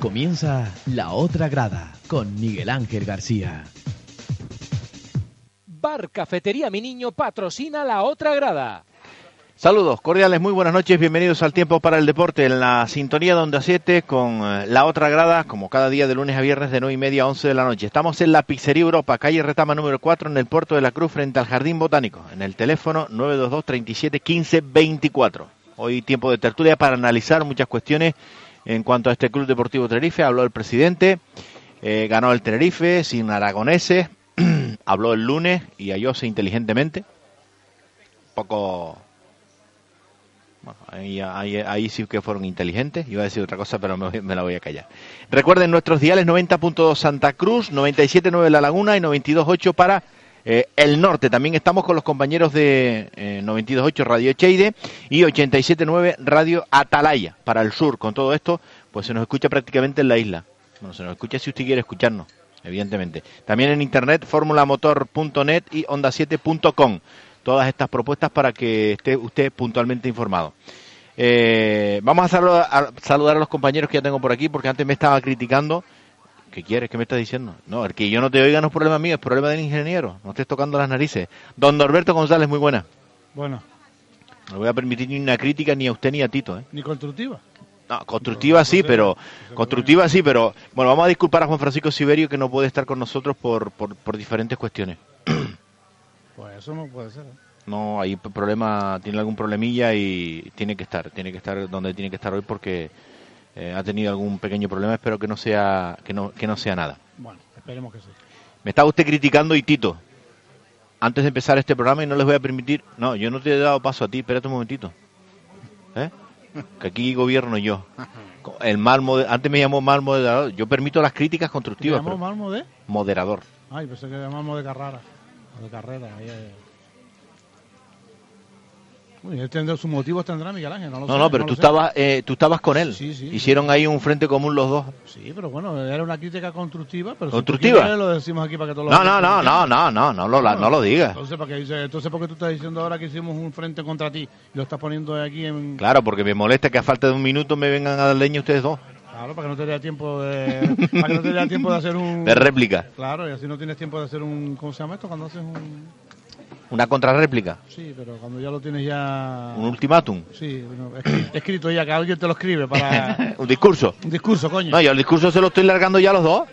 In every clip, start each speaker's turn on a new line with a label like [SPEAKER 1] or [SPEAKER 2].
[SPEAKER 1] Comienza La Otra Grada con Miguel Ángel García.
[SPEAKER 2] Bar Cafetería Mi Niño patrocina La Otra Grada.
[SPEAKER 3] Saludos cordiales, muy buenas noches, bienvenidos al Tiempo para el Deporte en la sintonía de Onda 7 con eh, la otra grada, como cada día de lunes a viernes de 9 y media a 11 de la noche. Estamos en la Pizzería Europa, calle Retama número 4 en el Puerto de la Cruz frente al Jardín Botánico, en el teléfono 922 37 15 24. Hoy tiempo de tertulia para analizar muchas cuestiones en cuanto a este Club Deportivo Tenerife. Habló el presidente, eh, ganó el Tenerife sin aragoneses, habló el lunes y hallóse inteligentemente. Poco bueno, ahí, ahí- ahí sí que fueron inteligentes. Iba a decir otra cosa, pero me, voy- me la voy a callar. Recuerden nuestros diales 90.2 Santa Cruz, 97.9 La Laguna y 92.8 para eh, el norte. También estamos con los compañeros de eh, 92.8 Radio Cheide y 87.9 Radio Atalaya para el sur. Con todo esto, pues se nos escucha prácticamente en la isla. Bueno, se nos escucha si usted quiere escucharnos, evidentemente. También en internet, formulamotor.net y onda7.com. Todas estas propuestas para que esté usted puntualmente informado. Eh, vamos a saludar, a saludar a los compañeros que ya tengo por aquí, porque antes me estaba criticando. ¿Qué quieres? ¿Qué me estás diciendo? No, el que yo no te oiga no es problema mío, es problema del ingeniero. No estés tocando las narices. Don Norberto González, muy buena.
[SPEAKER 4] Bueno,
[SPEAKER 3] No le voy a permitir ni una crítica ni a usted ni a Tito. ¿eh?
[SPEAKER 4] ni constructiva.
[SPEAKER 3] No, constructiva sí, pero constructiva sí, pero bueno, vamos a disculpar a Juan Francisco Siberio que no puede estar con nosotros por, por, por diferentes cuestiones.
[SPEAKER 4] Pues eso no puede ser. ¿eh?
[SPEAKER 3] No, hay p- problema, tiene algún problemilla y tiene que estar, tiene que estar donde tiene que estar hoy porque eh, ha tenido algún pequeño problema. Espero que no sea, que no, que no sea nada.
[SPEAKER 4] Bueno, esperemos que sí.
[SPEAKER 3] Me estaba usted criticando y Tito. Antes de empezar este programa y no les voy a permitir. No, yo no te he dado paso a ti. Espérate un momentito. ¿Eh? Que aquí gobierno yo. El mal mode- antes me llamó mal moderador. Yo permito las críticas
[SPEAKER 4] ¿Te
[SPEAKER 3] constructivas,
[SPEAKER 4] llamó
[SPEAKER 3] pero
[SPEAKER 4] Malmo de?
[SPEAKER 3] moderador.
[SPEAKER 4] Ay, pensé que llamamos de Carrara. O de Carrera. ahí, ahí. Uy, él tendrá sus motivos, tendrá Miguel Ángel. No, lo
[SPEAKER 3] No,
[SPEAKER 4] sé,
[SPEAKER 3] no, pero
[SPEAKER 4] lo
[SPEAKER 3] tú
[SPEAKER 4] sé.
[SPEAKER 3] estabas, eh, tú estabas con él.
[SPEAKER 4] Sí, sí, sí.
[SPEAKER 3] Hicieron ahí un frente común los dos.
[SPEAKER 4] Sí, pero bueno, era una crítica constructiva. Pero si
[SPEAKER 3] ¿Constructiva?
[SPEAKER 4] tú quieres, lo decimos aquí para que todos
[SPEAKER 3] No, no, no, no, no, no, no lo, la- no lo digas.
[SPEAKER 4] Entonces, ¿para qué dice? Entonces, ¿por qué tú estás diciendo ahora que hicimos un frente contra ti? Y lo estás poniendo aquí en.
[SPEAKER 3] Claro, porque me molesta que a falta de un minuto me vengan a dar leña ustedes dos.
[SPEAKER 4] Claro, para que no te dé tiempo de. para que no te dé tiempo de hacer un.
[SPEAKER 3] De réplica.
[SPEAKER 4] Claro, y así no tienes tiempo de hacer un. ¿Cómo se llama esto? Cuando haces un.
[SPEAKER 3] Una contrarréplica.
[SPEAKER 4] Sí, pero cuando ya lo tienes ya.
[SPEAKER 3] Un ultimátum.
[SPEAKER 4] Sí, bueno, escri- escrito ya, que alguien te lo escribe para.
[SPEAKER 3] Un discurso.
[SPEAKER 4] Un discurso, coño.
[SPEAKER 3] No, yo el discurso se lo estoy largando ya a los dos.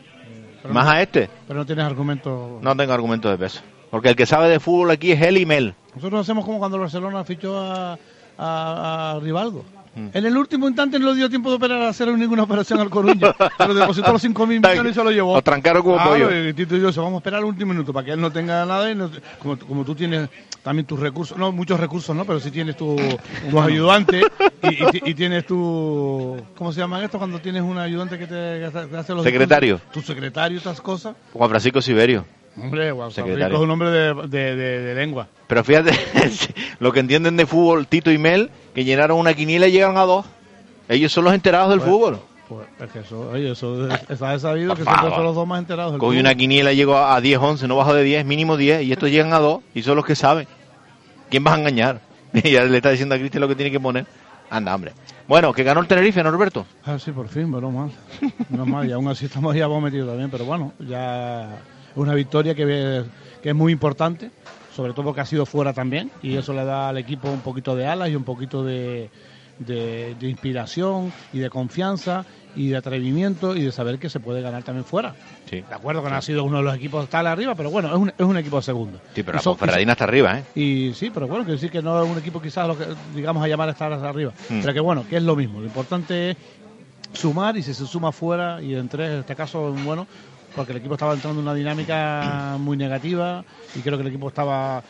[SPEAKER 4] pero,
[SPEAKER 3] Más
[SPEAKER 4] no,
[SPEAKER 3] a este.
[SPEAKER 4] pero no tienes argumento.
[SPEAKER 3] No tengo argumento de peso. Porque el que sabe de fútbol aquí es él y Mel.
[SPEAKER 4] Nosotros hacemos como cuando el Barcelona fichó a, a- a Rivaldo.
[SPEAKER 3] Mm.
[SPEAKER 4] En el último instante no le dio tiempo de operar a hacer ninguna operación al Coruña. se lo depositó los 5.000 millones y se lo llevó.
[SPEAKER 3] Lo trancaron como
[SPEAKER 4] Claro,
[SPEAKER 3] pollo.
[SPEAKER 4] y Tito y yo se vamos a esperar el último minuto para que él no tenga nada. Y no- como, como tú tienes también tus recursos, no muchos recursos, no pero sí tienes tu, tus ayudantes y, y ti- y tienes tu. ¿Cómo se llama esto? Cuando tienes un ayudante que te, que hace los.
[SPEAKER 3] Secretario.
[SPEAKER 4] discursos? Tu secretario, estas cosas.
[SPEAKER 3] Juan Francisco Siberio.
[SPEAKER 4] Hombre, guau,
[SPEAKER 3] Secretario.
[SPEAKER 4] Sabrico es un hombre de, de- de- de lengua.
[SPEAKER 3] Pero fíjate, lo que entienden de fútbol Tito y Mel, que llenaron una quiniela y llegaron a dos. Ellos son los enterados del fútbol.
[SPEAKER 4] Pues, es que eso, oye, eso está sabido que
[SPEAKER 3] Por
[SPEAKER 4] siempre
[SPEAKER 3] favor.
[SPEAKER 4] son los dos más enterados. del
[SPEAKER 3] Cogí
[SPEAKER 4] club.
[SPEAKER 3] una quiniela y llegó a 10, 11, no bajo de 10, mínimo 10, y estos llegan a 2 y son los que saben. ¿Quién vas a engañar? ya le está diciendo a Cristian lo que tiene que poner. Anda, hombre. Bueno, que ganó el Tenerife, Norberto.
[SPEAKER 4] Ah, sí, por fin, menos mal. Menos mal, y aún así estamos ya metidos también, pero bueno, ya es una victoria que, que es muy importante, sobre todo porque ha sido fuera también, y eso le da al equipo un poquito de alas y un poquito de, de- de inspiración y de confianza y de atrevimiento y de saber que se puede ganar también fuera.
[SPEAKER 3] Sí,
[SPEAKER 4] De acuerdo que no ha sido uno de los equipos tal arriba, pero bueno, es un, es un equipo de segundo.
[SPEAKER 3] pero
[SPEAKER 4] Y
[SPEAKER 3] la
[SPEAKER 4] son-
[SPEAKER 3] Ferradina está arriba, ¿eh?
[SPEAKER 4] y sí, pero bueno, quiero decir que no es un equipo quizás lo que digamos a llamar a estar arriba.
[SPEAKER 3] Mm.
[SPEAKER 4] Pero que bueno, que es lo mismo. Lo importante es sumar y si se suma fuera y en tres, en este caso, bueno, porque el equipo estaba entrando en una dinámica muy negativa y creo que el equipo estaba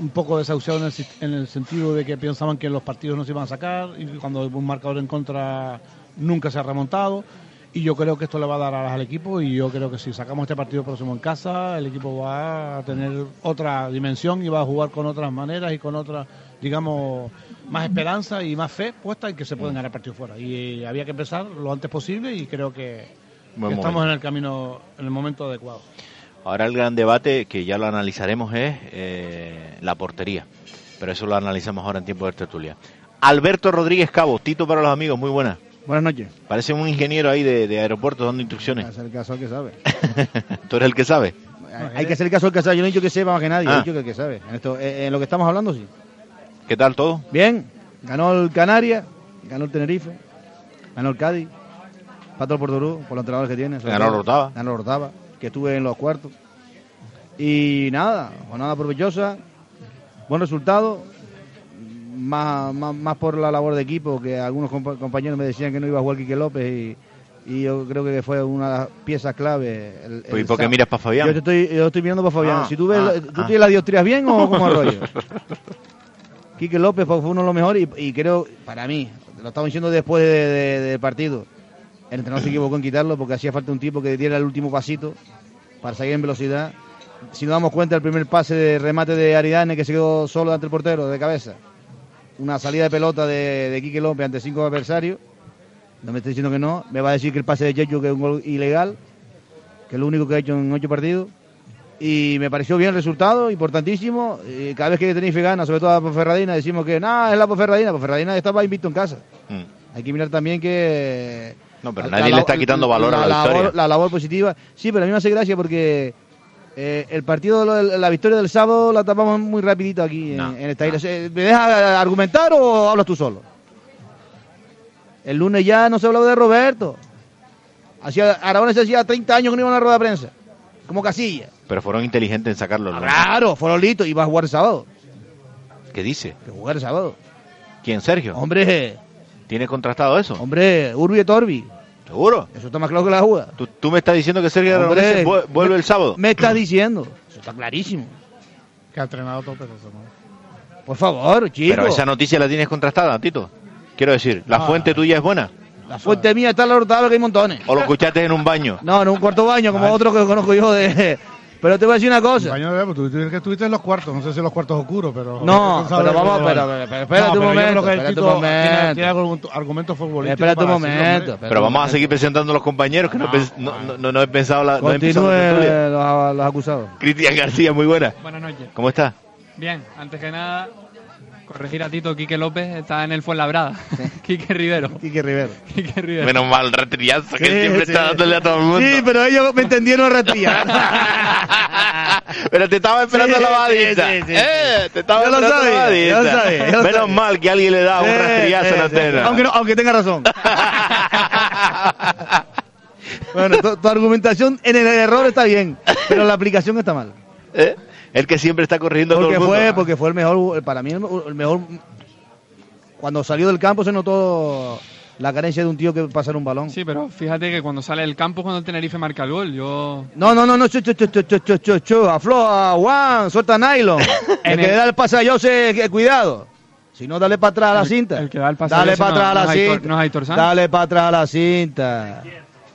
[SPEAKER 4] un poco desahuciado en el, sit- en el sentido de que pensaban que los partidos no se iban a sacar y cuando hubo un marcador en contra nunca se ha remontado. Y yo creo que esto le va a dar alas al equipo y yo creo que si sacamos este partido próximo en casa, el equipo va a tener otra dimensión y va a jugar con otras maneras y con otras, digamos, más esperanza y más fe puesta en que se pueden ganar partidos fuera. Y eh, había que empezar lo antes posible y creo que,
[SPEAKER 3] Buen
[SPEAKER 4] que estamos
[SPEAKER 3] momento.
[SPEAKER 4] en el camino, en el momento adecuado.
[SPEAKER 3] Ahora el gran debate, que ya lo analizaremos, es eh, la portería. Pero eso lo analizamos ahora en tiempo de tertulia. Alberto Rodríguez Cabo, Tito para los amigos, muy buena.
[SPEAKER 5] Buenas noches.
[SPEAKER 3] Parece un ingeniero ahí de, de aeropuertos dando
[SPEAKER 5] Hay que
[SPEAKER 3] instrucciones.
[SPEAKER 5] hacer caso al que sabe.
[SPEAKER 3] Tú eres el que sabe.
[SPEAKER 5] Hay- Hay que hacer caso al que sabe. Yo no he dicho que sepa más que nadie,
[SPEAKER 3] Ah.
[SPEAKER 5] he dicho que el que sabe. En, esto, eh, en lo que estamos hablando, sí.
[SPEAKER 3] ¿Qué tal todo?
[SPEAKER 5] Bien, ganó el Canarias, ganó el Tenerife, ganó el Cádiz, pato el Porturú, por los entrenadores que tiene. sobre
[SPEAKER 3] Ganó
[SPEAKER 5] todo.
[SPEAKER 3] el Orotava.
[SPEAKER 5] Ganó el Orotava, que estuve en los cuartos. Y nada, jornada provechosa, buen resultado, más, más, más por la labor de equipo, que algunos compa- compañeros me decían que no iba a jugar Quique López y, y yo creo que fue una de las piezas clave. el-
[SPEAKER 3] Pues, ¿y
[SPEAKER 5] el
[SPEAKER 3] por qué
[SPEAKER 5] sábado.
[SPEAKER 3] miras pa' Fabián?
[SPEAKER 5] Yo te estoy, yo estoy mirando para Fabián.
[SPEAKER 3] Ah,
[SPEAKER 5] si tú ves,
[SPEAKER 3] ah,
[SPEAKER 5] ¿tú
[SPEAKER 3] ah.
[SPEAKER 5] tienes las dioptrías bien o cómo es el rollo? Quique López fue fue uno de los mejores y, y creo, para mí, lo estamos diciendo después de- de- del partido, el entrenador se equivocó en quitarlo porque hacía falta un tipo que diera el último pasito para salir en velocidad. Si nos damos cuenta, el primer pase de remate de Aridane que se quedó solo ante el portero de cabeza. Una salida de pelota de, de Quique López ante cinco adversarios. No me está diciendo que no. Me va a decir que el pase de Chechu que es un gol ilegal, que es lo único que ha hecho en ocho partidos. Y me pareció bien el resultado, importantísimo. Y cada vez que tenéis gana, sobre todo a Ferradina, decimos que nada, es la Ferradina. Ferradina estaba invicto en casa.
[SPEAKER 3] Mm.
[SPEAKER 5] Hay que mirar también que.
[SPEAKER 3] No, pero nadie le está quitando valor a la
[SPEAKER 5] labor,
[SPEAKER 3] victoria.
[SPEAKER 5] La labor positiva. Sí, pero a mí me hace gracia porque eh, el partido, lo- la victoria del sábado la tapamos muy rapidito aquí en-
[SPEAKER 3] No,
[SPEAKER 5] en, esta isla. Eh, ¿Me dejas argumentar o hablas tú solo? El lunes ya no se hablaba de Roberto. Hacía, Aragones hacía 30 años que no iba a una rueda de prensa. Como casilla.
[SPEAKER 3] Pero fueron inteligentes en sacarlo. ¿no?
[SPEAKER 5] Claro, Forolito iba a jugar el sábado.
[SPEAKER 3] ¿Qué dice?
[SPEAKER 5] Que jugar el sábado.
[SPEAKER 3] ¿Quién, Sergio?
[SPEAKER 5] Hombre,
[SPEAKER 3] ¿Tiene contrastado eso?
[SPEAKER 5] hombre, Urbi et Torbi.
[SPEAKER 3] ¿Seguro?
[SPEAKER 5] Eso está más claro que la jugada.
[SPEAKER 3] ¿Tú, tú me estás diciendo que Sergio
[SPEAKER 5] Hombre,
[SPEAKER 3] Aragonés vu- vuelve el sábado?
[SPEAKER 5] Me estás diciendo. Eso está clarísimo.
[SPEAKER 4] Que ha entrenado todo, pero eso no.
[SPEAKER 5] Por favor, chico.
[SPEAKER 3] Pero esa noticia la tienes contrastada, Tito. Quiero decir, ¿la
[SPEAKER 4] Ah.
[SPEAKER 3] fuente tuya es buena?
[SPEAKER 5] La fuente mía está en la hortada que hay montones.
[SPEAKER 3] ¿O lo escuchaste en un baño?
[SPEAKER 5] No, no un cuarto baño
[SPEAKER 3] Ah.
[SPEAKER 5] como otro que conozco yo de... Pero te voy a decir una cosa.
[SPEAKER 4] Compañero, pues, tú dices que estuviste en los cuartos, no sé si en los cuartos oscuros, pero.
[SPEAKER 5] No,
[SPEAKER 4] tú sabes
[SPEAKER 5] pero vamos,
[SPEAKER 4] cómo
[SPEAKER 5] pero-
[SPEAKER 4] va.
[SPEAKER 5] pero- pero espérate un
[SPEAKER 4] yo creo
[SPEAKER 5] momento,
[SPEAKER 4] que el
[SPEAKER 5] espérate
[SPEAKER 4] Tito
[SPEAKER 5] un momento.
[SPEAKER 4] Tiene, tiene argumento- argumentos futbolísticos.
[SPEAKER 5] Espérate un
[SPEAKER 4] para decirlo, hombre. Ah,
[SPEAKER 5] momento. espérate
[SPEAKER 3] Pero
[SPEAKER 5] un
[SPEAKER 3] vamos a
[SPEAKER 5] momento.
[SPEAKER 3] seguir presentando a los compañeros, que no, he pens- no, no- no- no he pensado la, Ah, no he empezado
[SPEAKER 5] Continúe
[SPEAKER 3] la tertulia.
[SPEAKER 5] eh, los, los acusados.
[SPEAKER 3] Cristian García, muy buena.
[SPEAKER 6] Buenas noches.
[SPEAKER 3] ¿Cómo está?
[SPEAKER 6] Bien, antes que nada, corregir a Tito, Quique López está en el Fuenlabrada. Quique Rivero.
[SPEAKER 5] Quique Rivero.
[SPEAKER 6] Quique Rivero.
[SPEAKER 3] Menos mal, retriazo, que
[SPEAKER 5] Sí,
[SPEAKER 3] siempre
[SPEAKER 5] sí.
[SPEAKER 3] está dándole a todo el mundo.
[SPEAKER 5] Sí, pero ellos me entendieron retirar.
[SPEAKER 3] Pero te estaba esperando
[SPEAKER 5] Sí,
[SPEAKER 3] la badita.
[SPEAKER 5] sí, sí, sí.
[SPEAKER 3] Eh, te estaba
[SPEAKER 5] Yo lo
[SPEAKER 3] esperando la
[SPEAKER 5] sabía, yo lo
[SPEAKER 3] badita.
[SPEAKER 5] sabía, yo lo
[SPEAKER 3] Menos
[SPEAKER 5] sabía.
[SPEAKER 3] mal que alguien le da un
[SPEAKER 5] Eh,
[SPEAKER 3] rastrillazo
[SPEAKER 5] eh,
[SPEAKER 3] en la
[SPEAKER 5] sí.
[SPEAKER 3] antena.
[SPEAKER 5] Aunque, no- aunque tenga razón. Bueno, tu, tu argumentación en el error está bien, pero la aplicación está mal.
[SPEAKER 3] Eh, El que siempre está corrigiendo a todo
[SPEAKER 5] Porque
[SPEAKER 3] el mundo.
[SPEAKER 5] fue, porque fue el mejor, para mí el, el mejor. Cuando salió del campo se notó la carencia de un tío que pasara un balón.
[SPEAKER 6] Sí, pero fíjate que cuando sale del campo, cuando el Tenerife marca el gol, yo.
[SPEAKER 5] No, no, no, no, chu, chu, chu, chu, chu, chu, chu, chu, afloja, Juan, suelta nylon. el
[SPEAKER 6] En
[SPEAKER 5] que
[SPEAKER 6] el-
[SPEAKER 5] da el pase a Jose, que- cuidado. Si no, dale para atrás a la cinta.
[SPEAKER 6] el que da el pase a
[SPEAKER 5] Dale
[SPEAKER 6] Jose
[SPEAKER 5] para
[SPEAKER 6] no-
[SPEAKER 5] atrás a
[SPEAKER 6] no
[SPEAKER 5] la
[SPEAKER 6] es Aitor-
[SPEAKER 5] cinta.
[SPEAKER 6] no es Aitor Sanz.
[SPEAKER 5] Dale para atrás a la cinta.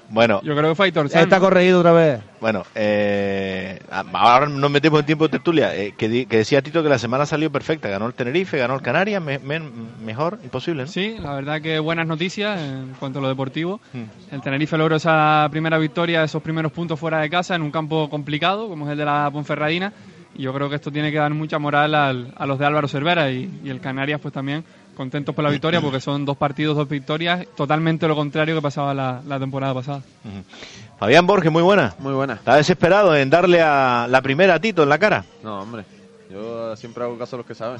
[SPEAKER 3] Bueno,
[SPEAKER 6] Yo creo que fue Aitor
[SPEAKER 5] Ya
[SPEAKER 6] Sanz.
[SPEAKER 5] está corregido otra vez.
[SPEAKER 3] bueno, eh, ahora nos metemos en tiempo de tertulia. eh, que, di- que decía Tito que la semana salió perfecta. Ganó el Tenerife, ganó el Canarias, me- me- mejor, imposible, ¿no?
[SPEAKER 6] Sí, la verdad que buenas noticias en cuanto a lo deportivo.
[SPEAKER 3] Mm.
[SPEAKER 6] El Tenerife logró esa primera victoria, esos primeros puntos fuera de casa en un campo complicado como es el de la Ponferradina. Y yo creo que esto tiene que dar mucha moral al- a los de Álvaro Cervera y, y el Canarias, pues también contentos por la victoria porque son dos partidos, dos victorias, totalmente lo contrario que pasaba la, la temporada pasada.
[SPEAKER 3] Ujú. Fabián Borges, muy buena.
[SPEAKER 7] Muy buena.
[SPEAKER 3] Está desesperado en darle a la primera a Tito en la cara.
[SPEAKER 7] No, hombre. Yo siempre hago caso a los que saben.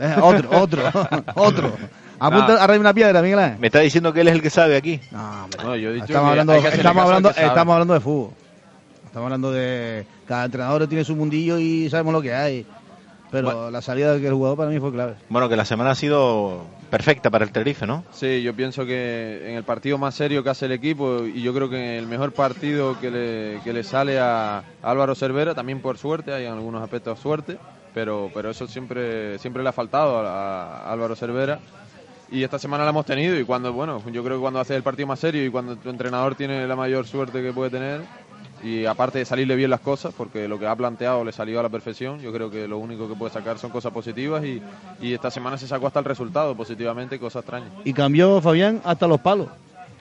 [SPEAKER 5] Eh, otro, otro, otro. Apunta
[SPEAKER 7] No.
[SPEAKER 5] arriba una piedra, Miguel Ángel.
[SPEAKER 3] Me está diciendo que él es el que sabe aquí.
[SPEAKER 5] No, hombre.
[SPEAKER 7] No, yo he dicho
[SPEAKER 5] estamos
[SPEAKER 7] que
[SPEAKER 5] hablando,
[SPEAKER 7] hay que hacerle
[SPEAKER 5] estamos,
[SPEAKER 7] caso al
[SPEAKER 5] hablando,
[SPEAKER 7] que sabe.
[SPEAKER 5] estamos hablando de fútbol. Estamos hablando de. Cada entrenador tiene su mundillo y sabemos lo que hay. Pero la salida del jugador para mí fue clave.
[SPEAKER 3] Bueno, que la semana ha sido perfecta para el Tenerife, ¿no?
[SPEAKER 7] Sí, yo pienso que en el partido más serio que hace el equipo y yo creo que el mejor partido que le, que le sale a Álvaro Cervera, también por suerte, hay en algunos aspectos suerte, pero, pero eso siempre, siempre le ha faltado a, a Álvaro Cervera. Y esta semana la hemos tenido y cuando, bueno, yo creo que cuando haces el partido más serio y cuando tu entrenador tiene la mayor suerte que puede tener y aparte de salirle bien las cosas, porque lo que ha planteado le salió a la perfección, yo creo que lo único que puede sacar son cosas positivas y, y esta semana se sacó hasta el resultado positivamente, cosa extraña.
[SPEAKER 5] Y cambió Fabián hasta los palos.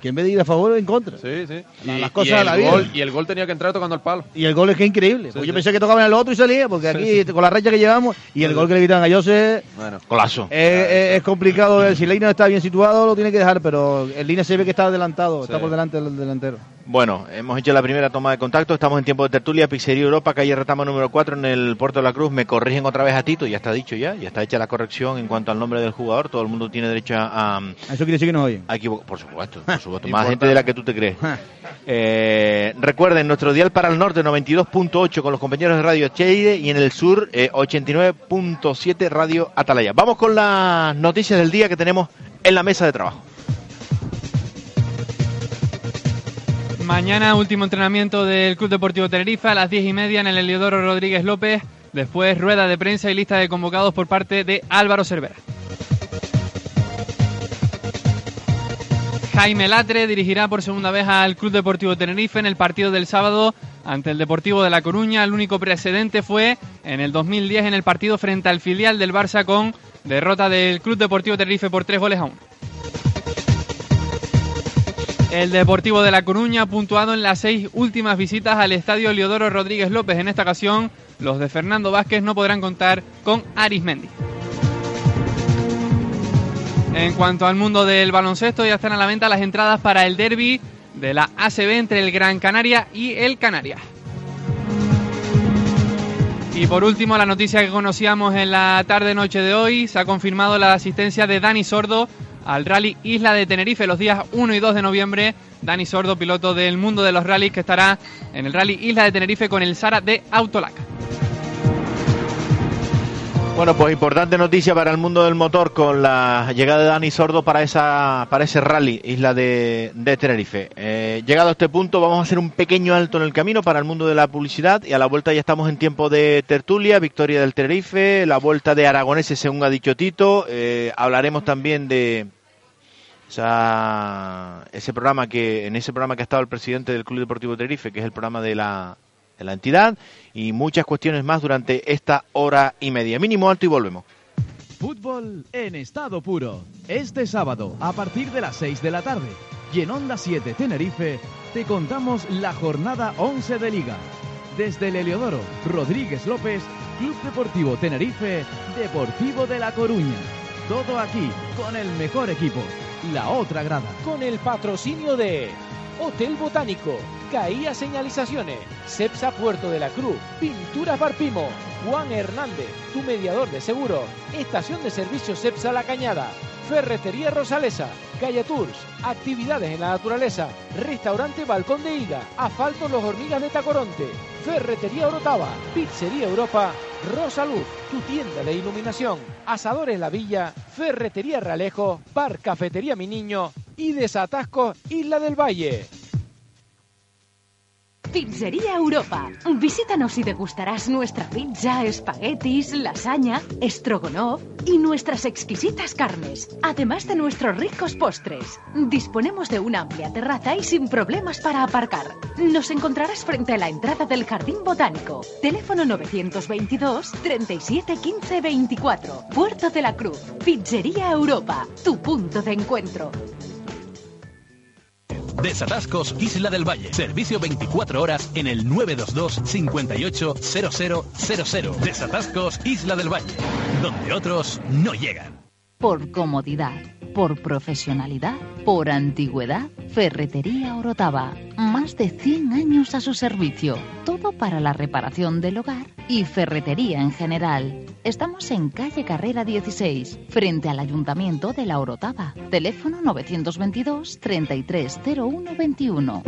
[SPEAKER 5] que en vez de ir a favor o en contra.
[SPEAKER 7] Sí, sí.
[SPEAKER 5] La- las cosas de la
[SPEAKER 7] el
[SPEAKER 5] vida.
[SPEAKER 7] gol- y el gol tenía que entrar tocando el palo.
[SPEAKER 5] Y el gol es que es increíble.
[SPEAKER 7] Sí,
[SPEAKER 5] Pues
[SPEAKER 7] sí.
[SPEAKER 5] yo pensé que tocaban al otro y salía, porque aquí con la racha que llevamos y el gol que le evitan a Jose
[SPEAKER 4] Ah,
[SPEAKER 7] Bueno,
[SPEAKER 3] Golazo.
[SPEAKER 5] es complicado. ver. Si Leina está bien situado, lo tiene que dejar, pero el Leina se ve que está adelantado, está
[SPEAKER 7] Sí.
[SPEAKER 5] por delante del delantero.
[SPEAKER 3] Bueno, hemos hecho la primera toma de contacto, estamos en tiempo de tertulia, Pizzería Europa, calle Retama número 4 en el Puerto de la Cruz. Me corrigen otra vez a Tito, ya está dicho ya, ya está hecha la corrección en cuanto al nombre del jugador, todo el mundo tiene derecho a, a-
[SPEAKER 5] Eso quiere decir que nos oyen.
[SPEAKER 3] a equivocar, por supuesto, por supuesto, más gente de la que tú te crees. Eh, recuerden, nuestro dial para el norte 92.8 con los compañeros de Radio Cheide y en el sur eh, 89.7 Radio Atalaya. Vamos con las noticias del día que tenemos en la mesa de trabajo.
[SPEAKER 6] Mañana último entrenamiento del Club Deportivo Tenerife a las 10 y media en el Heliodoro Rodríguez López. Después rueda de prensa y lista de convocados por parte de Álvaro Cervera. Jaime Latre dirigirá por segunda vez al Club Deportivo Tenerife en el partido del sábado ante el Deportivo de La Coruña. El único precedente fue en el 2010 en el partido frente al filial del Barça con derrota del Club Deportivo Tenerife por tres goles a uno. El Deportivo de La Coruña ha puntuado en las seis últimas visitas al estadio Leodoro Rodríguez López. En esta ocasión, los de Fernando Vázquez no podrán contar con Arismendi. En cuanto al mundo del baloncesto, ya están a la venta las entradas para el derby de la ACB entre el Gran Canaria y el Canarias. Y por último, la noticia que conocíamos en la tarde-noche de hoy, se ha confirmado la asistencia de Dani Sordo al Rally Isla de Tenerife los días 1 y 2 de noviembre. Dani Sordo, piloto del mundo de los rallies, que estará en el Rally Isla de Tenerife con el Sara de Autolac.
[SPEAKER 3] Bueno, pues importante noticia para el mundo del motor con la llegada de Dani Sordo para esa para ese rally Isla de, de Tenerife. Eh, llegado a este punto, vamos a hacer un pequeño alto en el camino para el mundo de la publicidad y a la vuelta ya estamos en tiempo de tertulia, victoria del Tenerife, la vuelta de Aragoneses según ha dicho Tito. Eh, hablaremos también de esa- ese programa que en ese programa que ha estado el presidente del Club Deportivo Tenerife, que es el programa de la de la entidad y muchas cuestiones más durante esta hora y media. Mínimo alto y volvemos.
[SPEAKER 1] Fútbol en estado puro. Este sábado, a partir de las 6 de la tarde, y en Onda 7 Tenerife, te contamos la jornada 11 de Liga. Desde el Heliodoro, Rodríguez López, Club Deportivo Tenerife, Deportivo de La Coruña. Todo aquí, con el mejor equipo, la otra grada.
[SPEAKER 2] Con el patrocinio de Hotel Botánico, Caía Señalizaciones, Cepsa Puerto de la Cruz, Pinturas Barpimo, Juan Hernández, tu mediador de seguros, Estación de Servicio Cepsa La Cañada, Ferretería Rosalesa, Calle Tours, Actividades en la Naturaleza, Restaurante Balcón de Higa, Asfalto Los Hormigas de Tacoronte, Ferretería Orotava, Pizzería Europa, Rosaluz, tu tienda de iluminación, Asadores La Villa, Ferretería Ralejo, Bar Cafetería Mi Niño y Desatascos Isla del Valle.
[SPEAKER 8] Pizzería Europa. Visítanos y degustarás nuestra pizza, espaguetis, lasaña, estrogonoff y nuestras exquisitas carnes, además de nuestros ricos postres. Disponemos de una amplia terraza y sin problemas para aparcar. Nos encontrarás frente a la entrada del Jardín Botánico. Teléfono 922 37 15 24, Puerto de la Cruz. Pizzería Europa, tu punto de encuentro.
[SPEAKER 9] Desatascos Isla del Valle. Servicio 24 horas en el 922 58 0000. Desatascos Isla del Valle, donde otros no llegan.
[SPEAKER 10] Por comodidad, por profesionalidad, por antigüedad, Ferretería Orotava. Más de 100 años a su servicio. Todo para la reparación del hogar y ferretería en general. Estamos en calle Carrera 16, frente al Ayuntamiento de la Orotava. Teléfono 922 330121.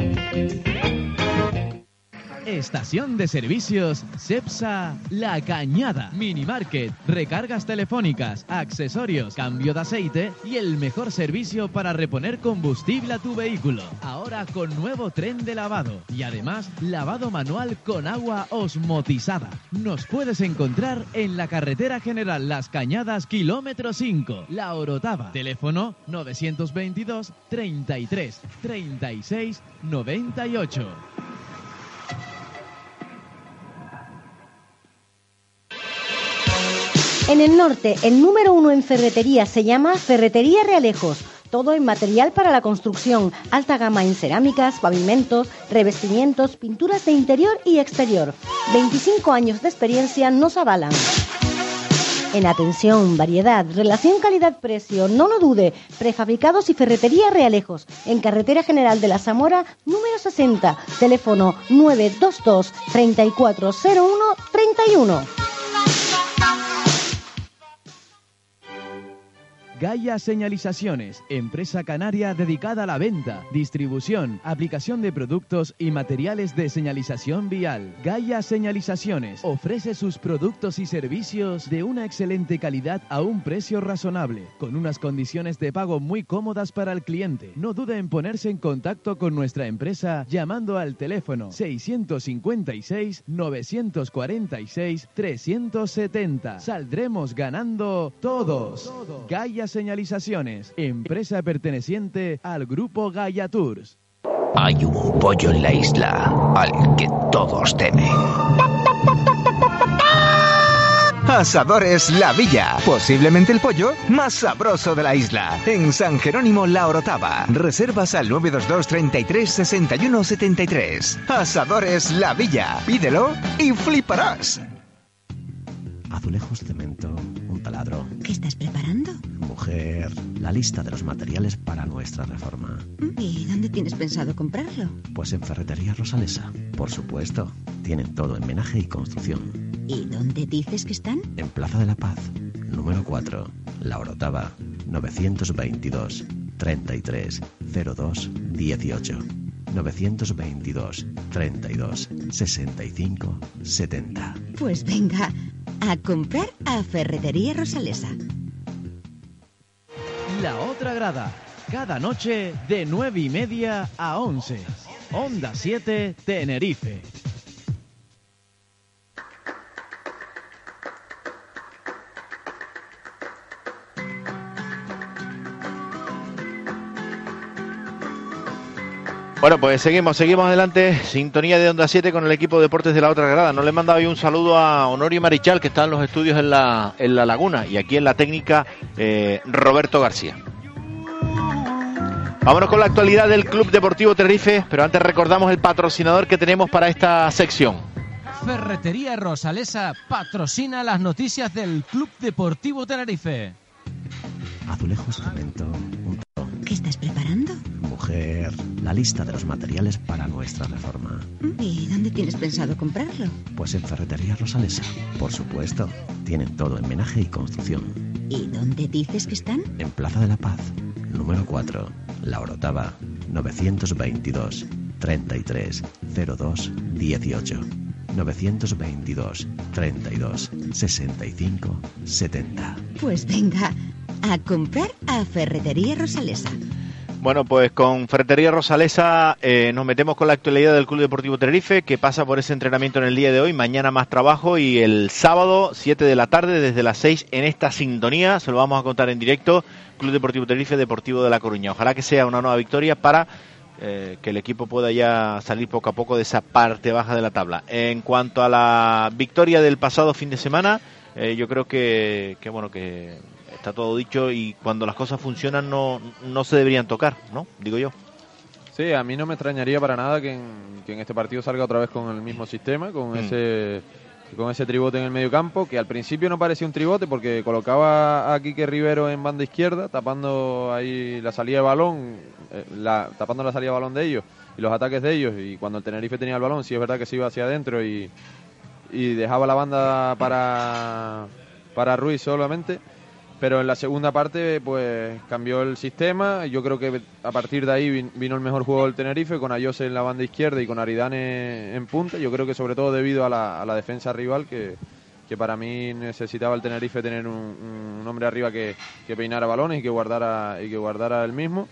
[SPEAKER 1] Estación de servicios Cepsa La Cañada. Minimarket, recargas telefónicas, accesorios, cambio de aceite y el mejor servicio para reponer combustible a tu vehículo. Ahora con nuevo tren de lavado y además lavado manual con agua osmotizada. Nos puedes encontrar en la carretera general Las Cañadas, kilómetro 5, La Orotava. Teléfono 922 33 36 98.
[SPEAKER 11] En el norte, el número uno en ferretería se llama Ferretería Realejos. Todo en material para la construcción, alta gama en cerámicas, pavimentos, revestimientos, pinturas de interior y exterior. 25 años de experiencia nos avalan. En atención, variedad, relación calidad-precio, no lo dude, prefabricados y ferretería Realejos, en Carretera General de la Zamora, número 60, teléfono 922 3401 31.
[SPEAKER 1] Gaia Señalizaciones, empresa canaria dedicada a la venta, distribución, aplicación de productos y materiales de señalización vial. Gaia Señalizaciones ofrece sus productos y servicios de una excelente calidad a un precio razonable, con unas condiciones de pago muy cómodas para el cliente. No dude en ponerse en contacto con nuestra empresa llamando al teléfono 656 946 370. Saldremos ganando todos. Gaia Señalizaciones, empresa perteneciente al grupo Gaia Tours.
[SPEAKER 12] Hay un pollo en la isla al que todos temen. Asadores La Villa, posiblemente el pollo más sabroso de la isla. En San Jerónimo La Orotava. Reservas al 922 33 61 73. Asadores La Villa. Pídelo y fliparás.
[SPEAKER 13] Azulejos, cemento, un taladro.
[SPEAKER 14] ¿Qué estás preparando?
[SPEAKER 13] Mujer, la lista de los materiales para nuestra reforma.
[SPEAKER 14] ¿Y dónde tienes pensado comprarlo?
[SPEAKER 13] Pues en Ferretería Rosalesa, por supuesto. Tienen todo en menaje y construcción.
[SPEAKER 14] ¿Y dónde dices que están?
[SPEAKER 13] En Plaza de la Paz, número 4, La Orotava, 922 33 02 18. 922 32 65 70.
[SPEAKER 14] Pues venga, a comprar a Ferretería Rosalesa.
[SPEAKER 1] La otra grada, cada noche de 9 y media a 11. Onda 7, Tenerife.
[SPEAKER 3] Bueno, pues seguimos, seguimos adelante. Sintonía de Onda 7 con el equipo de Deportes de la Otra Grada. No le he mandado hoy un saludo a Honorio Marichal, que está en los estudios en la, en la Laguna, y aquí en la técnica eh, Roberto García. Vámonos con la actualidad del Club Deportivo Tenerife, pero antes recordamos el patrocinador que tenemos para esta sección.
[SPEAKER 15] Ferretería Rosalesa patrocina las noticias del Club Deportivo Tenerife.
[SPEAKER 13] Azulejos, cemento, un taladro.
[SPEAKER 14] ¿Qué estás preparando?
[SPEAKER 13] Mujer, la lista de los materiales para nuestra reforma.
[SPEAKER 14] ¿Y dónde tienes pensado comprarlo?
[SPEAKER 13] Pues en Ferretería Rosalesa, por supuesto. Tienen todo en menaje y construcción.
[SPEAKER 14] ¿Y dónde dices que están?
[SPEAKER 13] En Plaza de la Paz, número 4, La Orotava, 922 33 02 18. 922 32 65 70.
[SPEAKER 14] Pues venga, a comprar a Ferretería Rosalesa.
[SPEAKER 3] Bueno, pues con Ferretería Rosalesa eh, nos metemos con la actualidad del Club Deportivo Tenerife, que pasa por ese entrenamiento en el día de hoy, mañana más trabajo y el sábado 7 de la tarde desde las 6 en esta sintonía, se lo vamos a contar en directo, Club Deportivo Tenerife, Deportivo de La Coruña. Ojalá que sea una nueva victoria para eh, que el equipo pueda ya salir poco a poco de esa parte baja de la tabla. En cuanto a la victoria del pasado fin de semana, eh, yo creo que, que bueno que está todo dicho y cuando las cosas funcionan no, no se deberían tocar, ¿no? Digo yo.
[SPEAKER 7] Sí, a mí no me extrañaría para nada que en, que en este partido salga otra vez con el mismo sistema, con ese con ese tribote en el medio campo, que al principio no parecía un tribote porque colocaba a Quique Rivero en banda izquierda, tapando ahí la salida de balón, eh, la, tapando la salida de balón de ellos y los ataques de ellos. Y cuando el Tenerife tenía el balón, sí es verdad que se iba hacia adentro y, y dejaba la banda para, para Ruiz solamente. Pero en la segunda parte, pues cambió el sistema. Yo creo que a partir de ahí vin- vino el mejor juego del Tenerife, con Ayose en la banda izquierda y con Aridane en punta. Yo creo que sobre todo debido a la, a la defensa rival, que, que para mí necesitaba el Tenerife tener un, un hombre arriba que, que peinara balones y que guardara, y que guardara el mismo.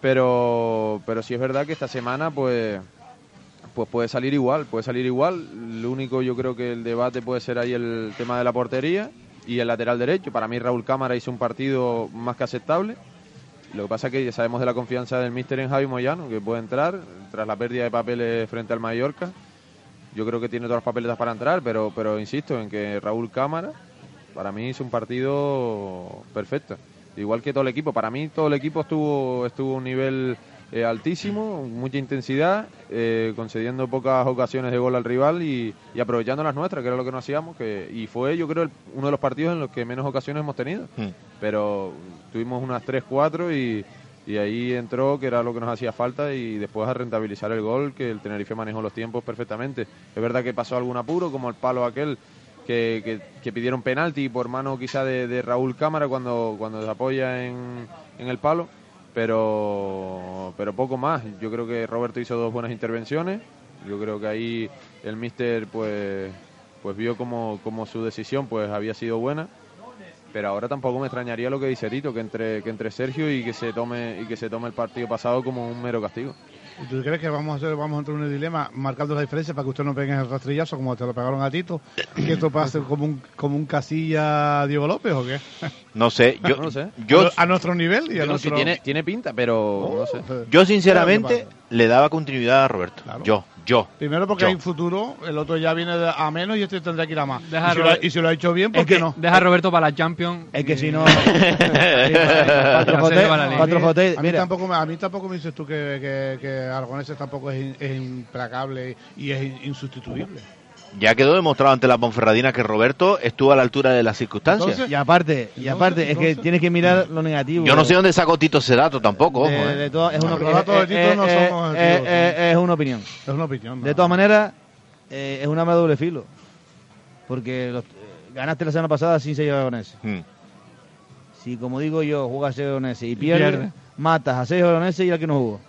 [SPEAKER 7] Pero, pero sí es verdad que esta semana, pues pues puede salir igual, puede salir igual. Lo único yo creo que el debate puede ser ahí el tema de la portería y el lateral derecho. Para mí Raúl Cámara hizo un partido más que aceptable. Lo que pasa es que ya sabemos de la confianza del míster en Javi Moyano, que puede entrar tras la pérdida de papeles frente al Mallorca. Yo creo que tiene todas las papeletas para entrar, pero, pero insisto en que Raúl Cámara para mí hizo un partido perfecto. igual que todo el equipo. Para mí todo el equipo estuvo, estuvo a un nivel eh, altísimo, mucha intensidad, eh, concediendo pocas ocasiones de gol al rival y, y aprovechando las nuestras, que era lo que no hacíamos, que, y fue yo creo el- uno de los partidos en los que menos ocasiones hemos tenido, pero tuvimos unas 3-4 y, y ahí entró, que era lo que nos hacía falta, y después a rentabilizar el gol, que el Tenerife manejó los tiempos perfectamente. Es verdad que pasó algún apuro, como el palo aquel, que, que- que pidieron penalti por mano quizá de, de Raúl Cámara cuando, cuando se apoya en, en el palo, pero, pero poco más. Yo creo que Roberto hizo dos buenas intervenciones, yo creo que ahí el míster pues, pues vio como, como su decisión pues había sido buena. Pero ahora tampoco me extrañaría lo que dice Tito, que entre, que entre Sergio y que se tome y que se tome el partido pasado como un mero castigo.
[SPEAKER 4] ¿Y ¿Tú crees que vamos a, hacer, vamos a entrar en un dilema marcando la diferencia para que usted no pegue el rastrillazo como te lo pegaron a Tito? ¿Que esto pueda ser como un, como un casilla a Diego López o qué?
[SPEAKER 3] No sé, yo,
[SPEAKER 4] No sé.
[SPEAKER 3] yo,
[SPEAKER 4] a nuestro nivel y a
[SPEAKER 7] Yo no sé,
[SPEAKER 4] nuestro... Eh,
[SPEAKER 7] tiene, tiene pinta, pero
[SPEAKER 5] Oh,
[SPEAKER 7] no sé.
[SPEAKER 3] yo sinceramente le daba continuidad a Roberto. Yo, yo.
[SPEAKER 4] Primero porque
[SPEAKER 3] yo.
[SPEAKER 4] hay futuro, el otro ya viene de- a menos y este tendrá que ir a más.
[SPEAKER 6] Deja
[SPEAKER 4] y, si
[SPEAKER 6] a
[SPEAKER 4] lo, ha-
[SPEAKER 6] Robert-
[SPEAKER 4] y si lo ha hecho bien, ¿por qué no?
[SPEAKER 6] Deja a Roberto para la Champions.
[SPEAKER 5] Es que si no.
[SPEAKER 6] Cuatro
[SPEAKER 5] jotes, cuatro jotes,
[SPEAKER 4] a, mí
[SPEAKER 5] mira.
[SPEAKER 4] tampoco, me- a mí tampoco me dices tú que, que, que Aragoneses tampoco es, in- es implacable y es in- insustituible.
[SPEAKER 3] Ya quedó demostrado ante la Ponferradina que Roberto estuvo a la altura de las circunstancias.
[SPEAKER 5] y aparte, y aparte es que tienes que mirar lo negativo.
[SPEAKER 3] yo no sé dónde sacó Tito ese dato tampoco, ojo,
[SPEAKER 5] De-
[SPEAKER 3] eh.
[SPEAKER 5] de todo- es una
[SPEAKER 4] Los
[SPEAKER 5] opinión.
[SPEAKER 4] datos de Tito no son objetivos, ¿no?
[SPEAKER 5] es una opinión.
[SPEAKER 4] Es una opinión.
[SPEAKER 5] De todas maneras, eh, es una arma de doble filo. Porque los- eh, ganaste la semana pasada sin seis aragoneses. Si, como digo yo, juegas a seis aragoneses y pierdes,
[SPEAKER 6] pierdes.
[SPEAKER 5] matas a seis aragoneses y al que no jugó.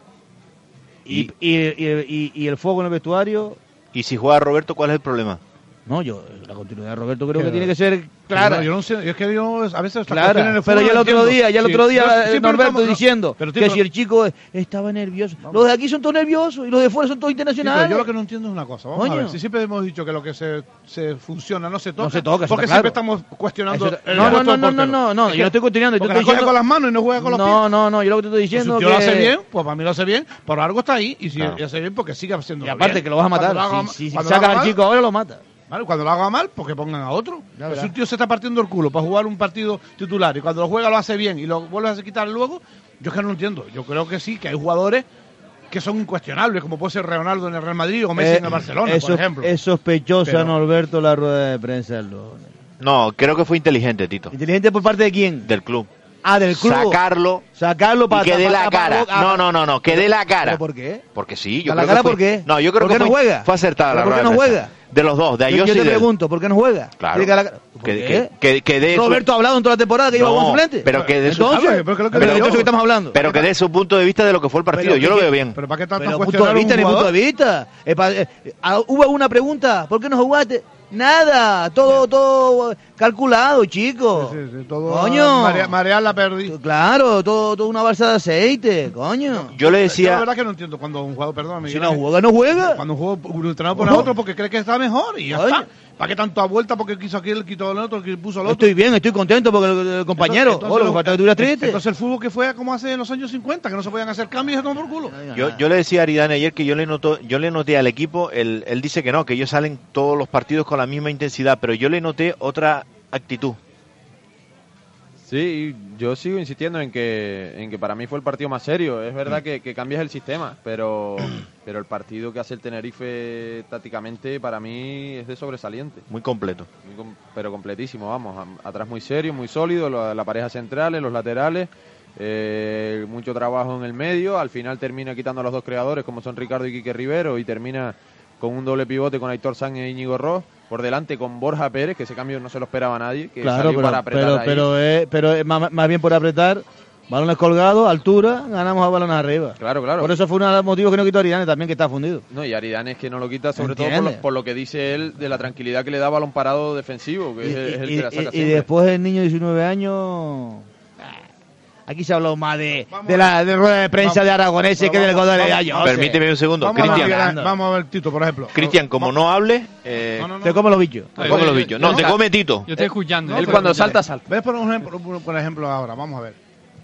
[SPEAKER 5] Y, y, y- y- y el fuego en el vestuario.
[SPEAKER 3] Y si juega Roberto, ¿cuál es el problema?
[SPEAKER 5] No, yo, la continuidad de Roberto creo que tiene que ser clara.
[SPEAKER 4] No, yo no sé, es que yo a veces estas
[SPEAKER 5] Clara,
[SPEAKER 4] cuestiones en
[SPEAKER 5] pero
[SPEAKER 4] fútbol
[SPEAKER 5] ya el
[SPEAKER 4] no
[SPEAKER 5] otro
[SPEAKER 4] entiendo.
[SPEAKER 5] día, ya el
[SPEAKER 4] Sí,
[SPEAKER 5] otro día
[SPEAKER 4] pero
[SPEAKER 5] eh,
[SPEAKER 4] siempre
[SPEAKER 5] Norberto
[SPEAKER 4] estamos- no,
[SPEAKER 5] diciendo
[SPEAKER 4] pero,
[SPEAKER 5] que
[SPEAKER 4] Tito,
[SPEAKER 5] si el chico estaba nervioso, los de aquí son todos nerviosos y los de fuera son todos
[SPEAKER 4] Sí,
[SPEAKER 5] internacionales.
[SPEAKER 4] pero yo lo que no entiendo es una cosa. Vamos a
[SPEAKER 5] ¿eh? Coño.
[SPEAKER 4] ver, si siempre hemos dicho que lo que se, se funciona no se toca.
[SPEAKER 5] No se toca, eso
[SPEAKER 4] Porque
[SPEAKER 5] está
[SPEAKER 4] siempre
[SPEAKER 5] claro.
[SPEAKER 4] estamos cuestionando.
[SPEAKER 5] Eso-
[SPEAKER 4] el
[SPEAKER 5] no, no,
[SPEAKER 4] puesto
[SPEAKER 5] no,
[SPEAKER 4] del
[SPEAKER 5] no, no,
[SPEAKER 4] portero.
[SPEAKER 5] no,
[SPEAKER 4] Es
[SPEAKER 5] no, yo
[SPEAKER 4] que-
[SPEAKER 5] no estoy cuestionando. Yo
[SPEAKER 4] Porque
[SPEAKER 5] estoy
[SPEAKER 4] la juega
[SPEAKER 5] diciendo-
[SPEAKER 4] con las manos y no juega con los
[SPEAKER 5] no,
[SPEAKER 4] pies.
[SPEAKER 5] No, no, yo lo que te estoy diciendo
[SPEAKER 4] si
[SPEAKER 5] que...
[SPEAKER 4] yo lo hace bien, pues para mí lo hace bien, por algo está ahí. Y si
[SPEAKER 5] Claro.
[SPEAKER 4] lo hace bien, porque sigue haciendo
[SPEAKER 5] Y aparte que lo vas a matar. Si- si- si sacas al chico ahora, lo mata.
[SPEAKER 4] Vale, cuando lo haga mal, porque pongan a otro.
[SPEAKER 5] Ya
[SPEAKER 4] Pero
[SPEAKER 5] verás.
[SPEAKER 4] si un tío se está partiendo el culo para jugar un partido titular y cuando lo juega lo hace bien y lo vuelves a quitar luego, yo es que no lo entiendo. Yo creo que sí, que hay jugadores que son incuestionables, como puede ser Ronaldo en el Real Madrid o Messi
[SPEAKER 5] Eh,
[SPEAKER 4] en el Barcelona,
[SPEAKER 5] es,
[SPEAKER 4] por
[SPEAKER 5] sos-
[SPEAKER 4] ejemplo.
[SPEAKER 5] Es sospechosa
[SPEAKER 4] Pero-
[SPEAKER 5] Norberto la rueda de prensa del lunes.
[SPEAKER 3] No, creo que fue inteligente, Tito.
[SPEAKER 5] ¿Inteligente por parte de quién?
[SPEAKER 3] Del club.
[SPEAKER 5] Ah, del club.
[SPEAKER 3] Sacarlo.
[SPEAKER 5] Sacarlo para...
[SPEAKER 3] y que dé la cara. No, no, no, no, que dé la cara.
[SPEAKER 5] ¿Pero por qué?
[SPEAKER 3] Porque sí, yo
[SPEAKER 5] ¿Da la
[SPEAKER 3] creo que
[SPEAKER 5] cara
[SPEAKER 3] fue-
[SPEAKER 5] por qué?
[SPEAKER 3] No, yo creo
[SPEAKER 5] ¿Por
[SPEAKER 3] que
[SPEAKER 5] qué no
[SPEAKER 3] fue,
[SPEAKER 5] juega?
[SPEAKER 3] fue acertada la
[SPEAKER 5] ¿Pero por qué
[SPEAKER 3] rueda
[SPEAKER 5] no
[SPEAKER 3] de prensa. De los dos, de
[SPEAKER 5] Yo-
[SPEAKER 3] Ayosi
[SPEAKER 5] yo,
[SPEAKER 3] y
[SPEAKER 5] te
[SPEAKER 3] de él.
[SPEAKER 5] pregunto, ¿por qué no juega?
[SPEAKER 3] Claro.
[SPEAKER 5] Tiene que dar la cara- ¿Por
[SPEAKER 3] Que,
[SPEAKER 5] qué?
[SPEAKER 3] que, que, que dé su-
[SPEAKER 5] Roberto ha hablado en toda la temporada que lleva
[SPEAKER 3] No,
[SPEAKER 5] buen suplente.
[SPEAKER 3] Pero que dé su,
[SPEAKER 5] Entonces,
[SPEAKER 3] pero,
[SPEAKER 5] Ah, pero que de eso que estamos hablando.
[SPEAKER 3] pero que dé su punto de vista de lo que fue el partido.
[SPEAKER 5] Pero,
[SPEAKER 3] yo lo
[SPEAKER 5] ¿qué-
[SPEAKER 3] veo bien.
[SPEAKER 4] Pero para qué tanto
[SPEAKER 5] Pero punto de
[SPEAKER 4] cuestionar a un
[SPEAKER 5] vista ni punto de
[SPEAKER 4] jugador?
[SPEAKER 5] vista. Eh, pa- eh, ah, hubo una pregunta, ¿por qué no jugaste? Nada, todo, todo eh, calculado, chicos.
[SPEAKER 4] Sí, sí, todo
[SPEAKER 5] Coño.
[SPEAKER 4] marea- marear la perdí.
[SPEAKER 5] Claro, todo, todo una balsa de aceite, coño.
[SPEAKER 3] Yo le
[SPEAKER 4] Yo la verdad que no entiendo cuando un jugador, perdón,
[SPEAKER 5] Si no juega, no juega.
[SPEAKER 4] Cuando un juego entrenado por a otro porque cree que está mejor y ya
[SPEAKER 5] Coño.
[SPEAKER 4] está. ¿Para qué tanto a vuelta? Porque quiso aquel, quitó el otro, que puso al otro.
[SPEAKER 5] Estoy bien, estoy contento porque el, el Este compañero.
[SPEAKER 4] Entonces,
[SPEAKER 5] oh, lo que
[SPEAKER 4] lo-
[SPEAKER 5] faltaba que estuvieras triste.
[SPEAKER 4] entonces el fútbol que fue como hace en los años 50, que no se podían hacer cambios y se toman por culo.
[SPEAKER 3] Yo, yo le decía a Aridane ayer que yo le noto, yo le noté al equipo, él, él dice que no, que ellos salen todos los partidos con la misma intensidad, pero yo le noté otra actitud.
[SPEAKER 7] Sí, y yo sigo insistiendo en que, en que para mí fue el partido más serio. Es verdad que, que cambias el sistema, pero, pero el partido que hace el Tenerife tácticamente para mí es de sobresaliente.
[SPEAKER 3] Muy completo.
[SPEAKER 7] Muy com- pero completísimo, vamos. Am- Atrás muy serio, muy sólido, la, la pareja central, en los laterales, eh, mucho trabajo en el medio. Al final termina quitando a los dos creadores, como son Ricardo y Quique Rivero, y termina con un doble pivote con Aitor Sánchez e Íñigo Ross. Por delante con Borja Pérez, que ese cambio no se lo esperaba nadie, que
[SPEAKER 5] claro,
[SPEAKER 7] salió
[SPEAKER 5] pero,
[SPEAKER 7] para apretar
[SPEAKER 5] pero,
[SPEAKER 7] ahí.
[SPEAKER 5] pero, eh, pero eh, más, más bien por apretar, balones colgados, altura, ganamos a balones arriba.
[SPEAKER 7] Claro, claro.
[SPEAKER 5] Por eso fue uno de los motivos que no quitó Aridane también, que está fundido.
[SPEAKER 7] No, y Aridane es que no lo quita, sobre todo por
[SPEAKER 5] Entiende.
[SPEAKER 7] lo, por lo que dice él de la tranquilidad que le da balón parado defensivo, que es, es el
[SPEAKER 5] y,
[SPEAKER 7] que la
[SPEAKER 5] y-
[SPEAKER 7] saca
[SPEAKER 5] y
[SPEAKER 7] siempre.
[SPEAKER 5] después el niño de 19 años. Aquí se ha hablado más de, de la de rueda de prensa de Aragoneses que del
[SPEAKER 4] vamos-
[SPEAKER 5] Godoy de
[SPEAKER 4] vamos-
[SPEAKER 5] Ayose.
[SPEAKER 3] Permíteme un segundo,
[SPEAKER 4] Vamos a, ver,
[SPEAKER 3] Cristian.
[SPEAKER 4] vamos a ver, Tito, por ejemplo.
[SPEAKER 3] Cristian, como no hable, eh,
[SPEAKER 5] Te come los bichos.
[SPEAKER 3] te come los bichos. No, te come Tito. Eh,
[SPEAKER 6] escuchando.
[SPEAKER 7] Él cuando salta, salta.
[SPEAKER 4] ¿Ves por un ejemplo, por- por ejemplo ahora? Vamos a ver.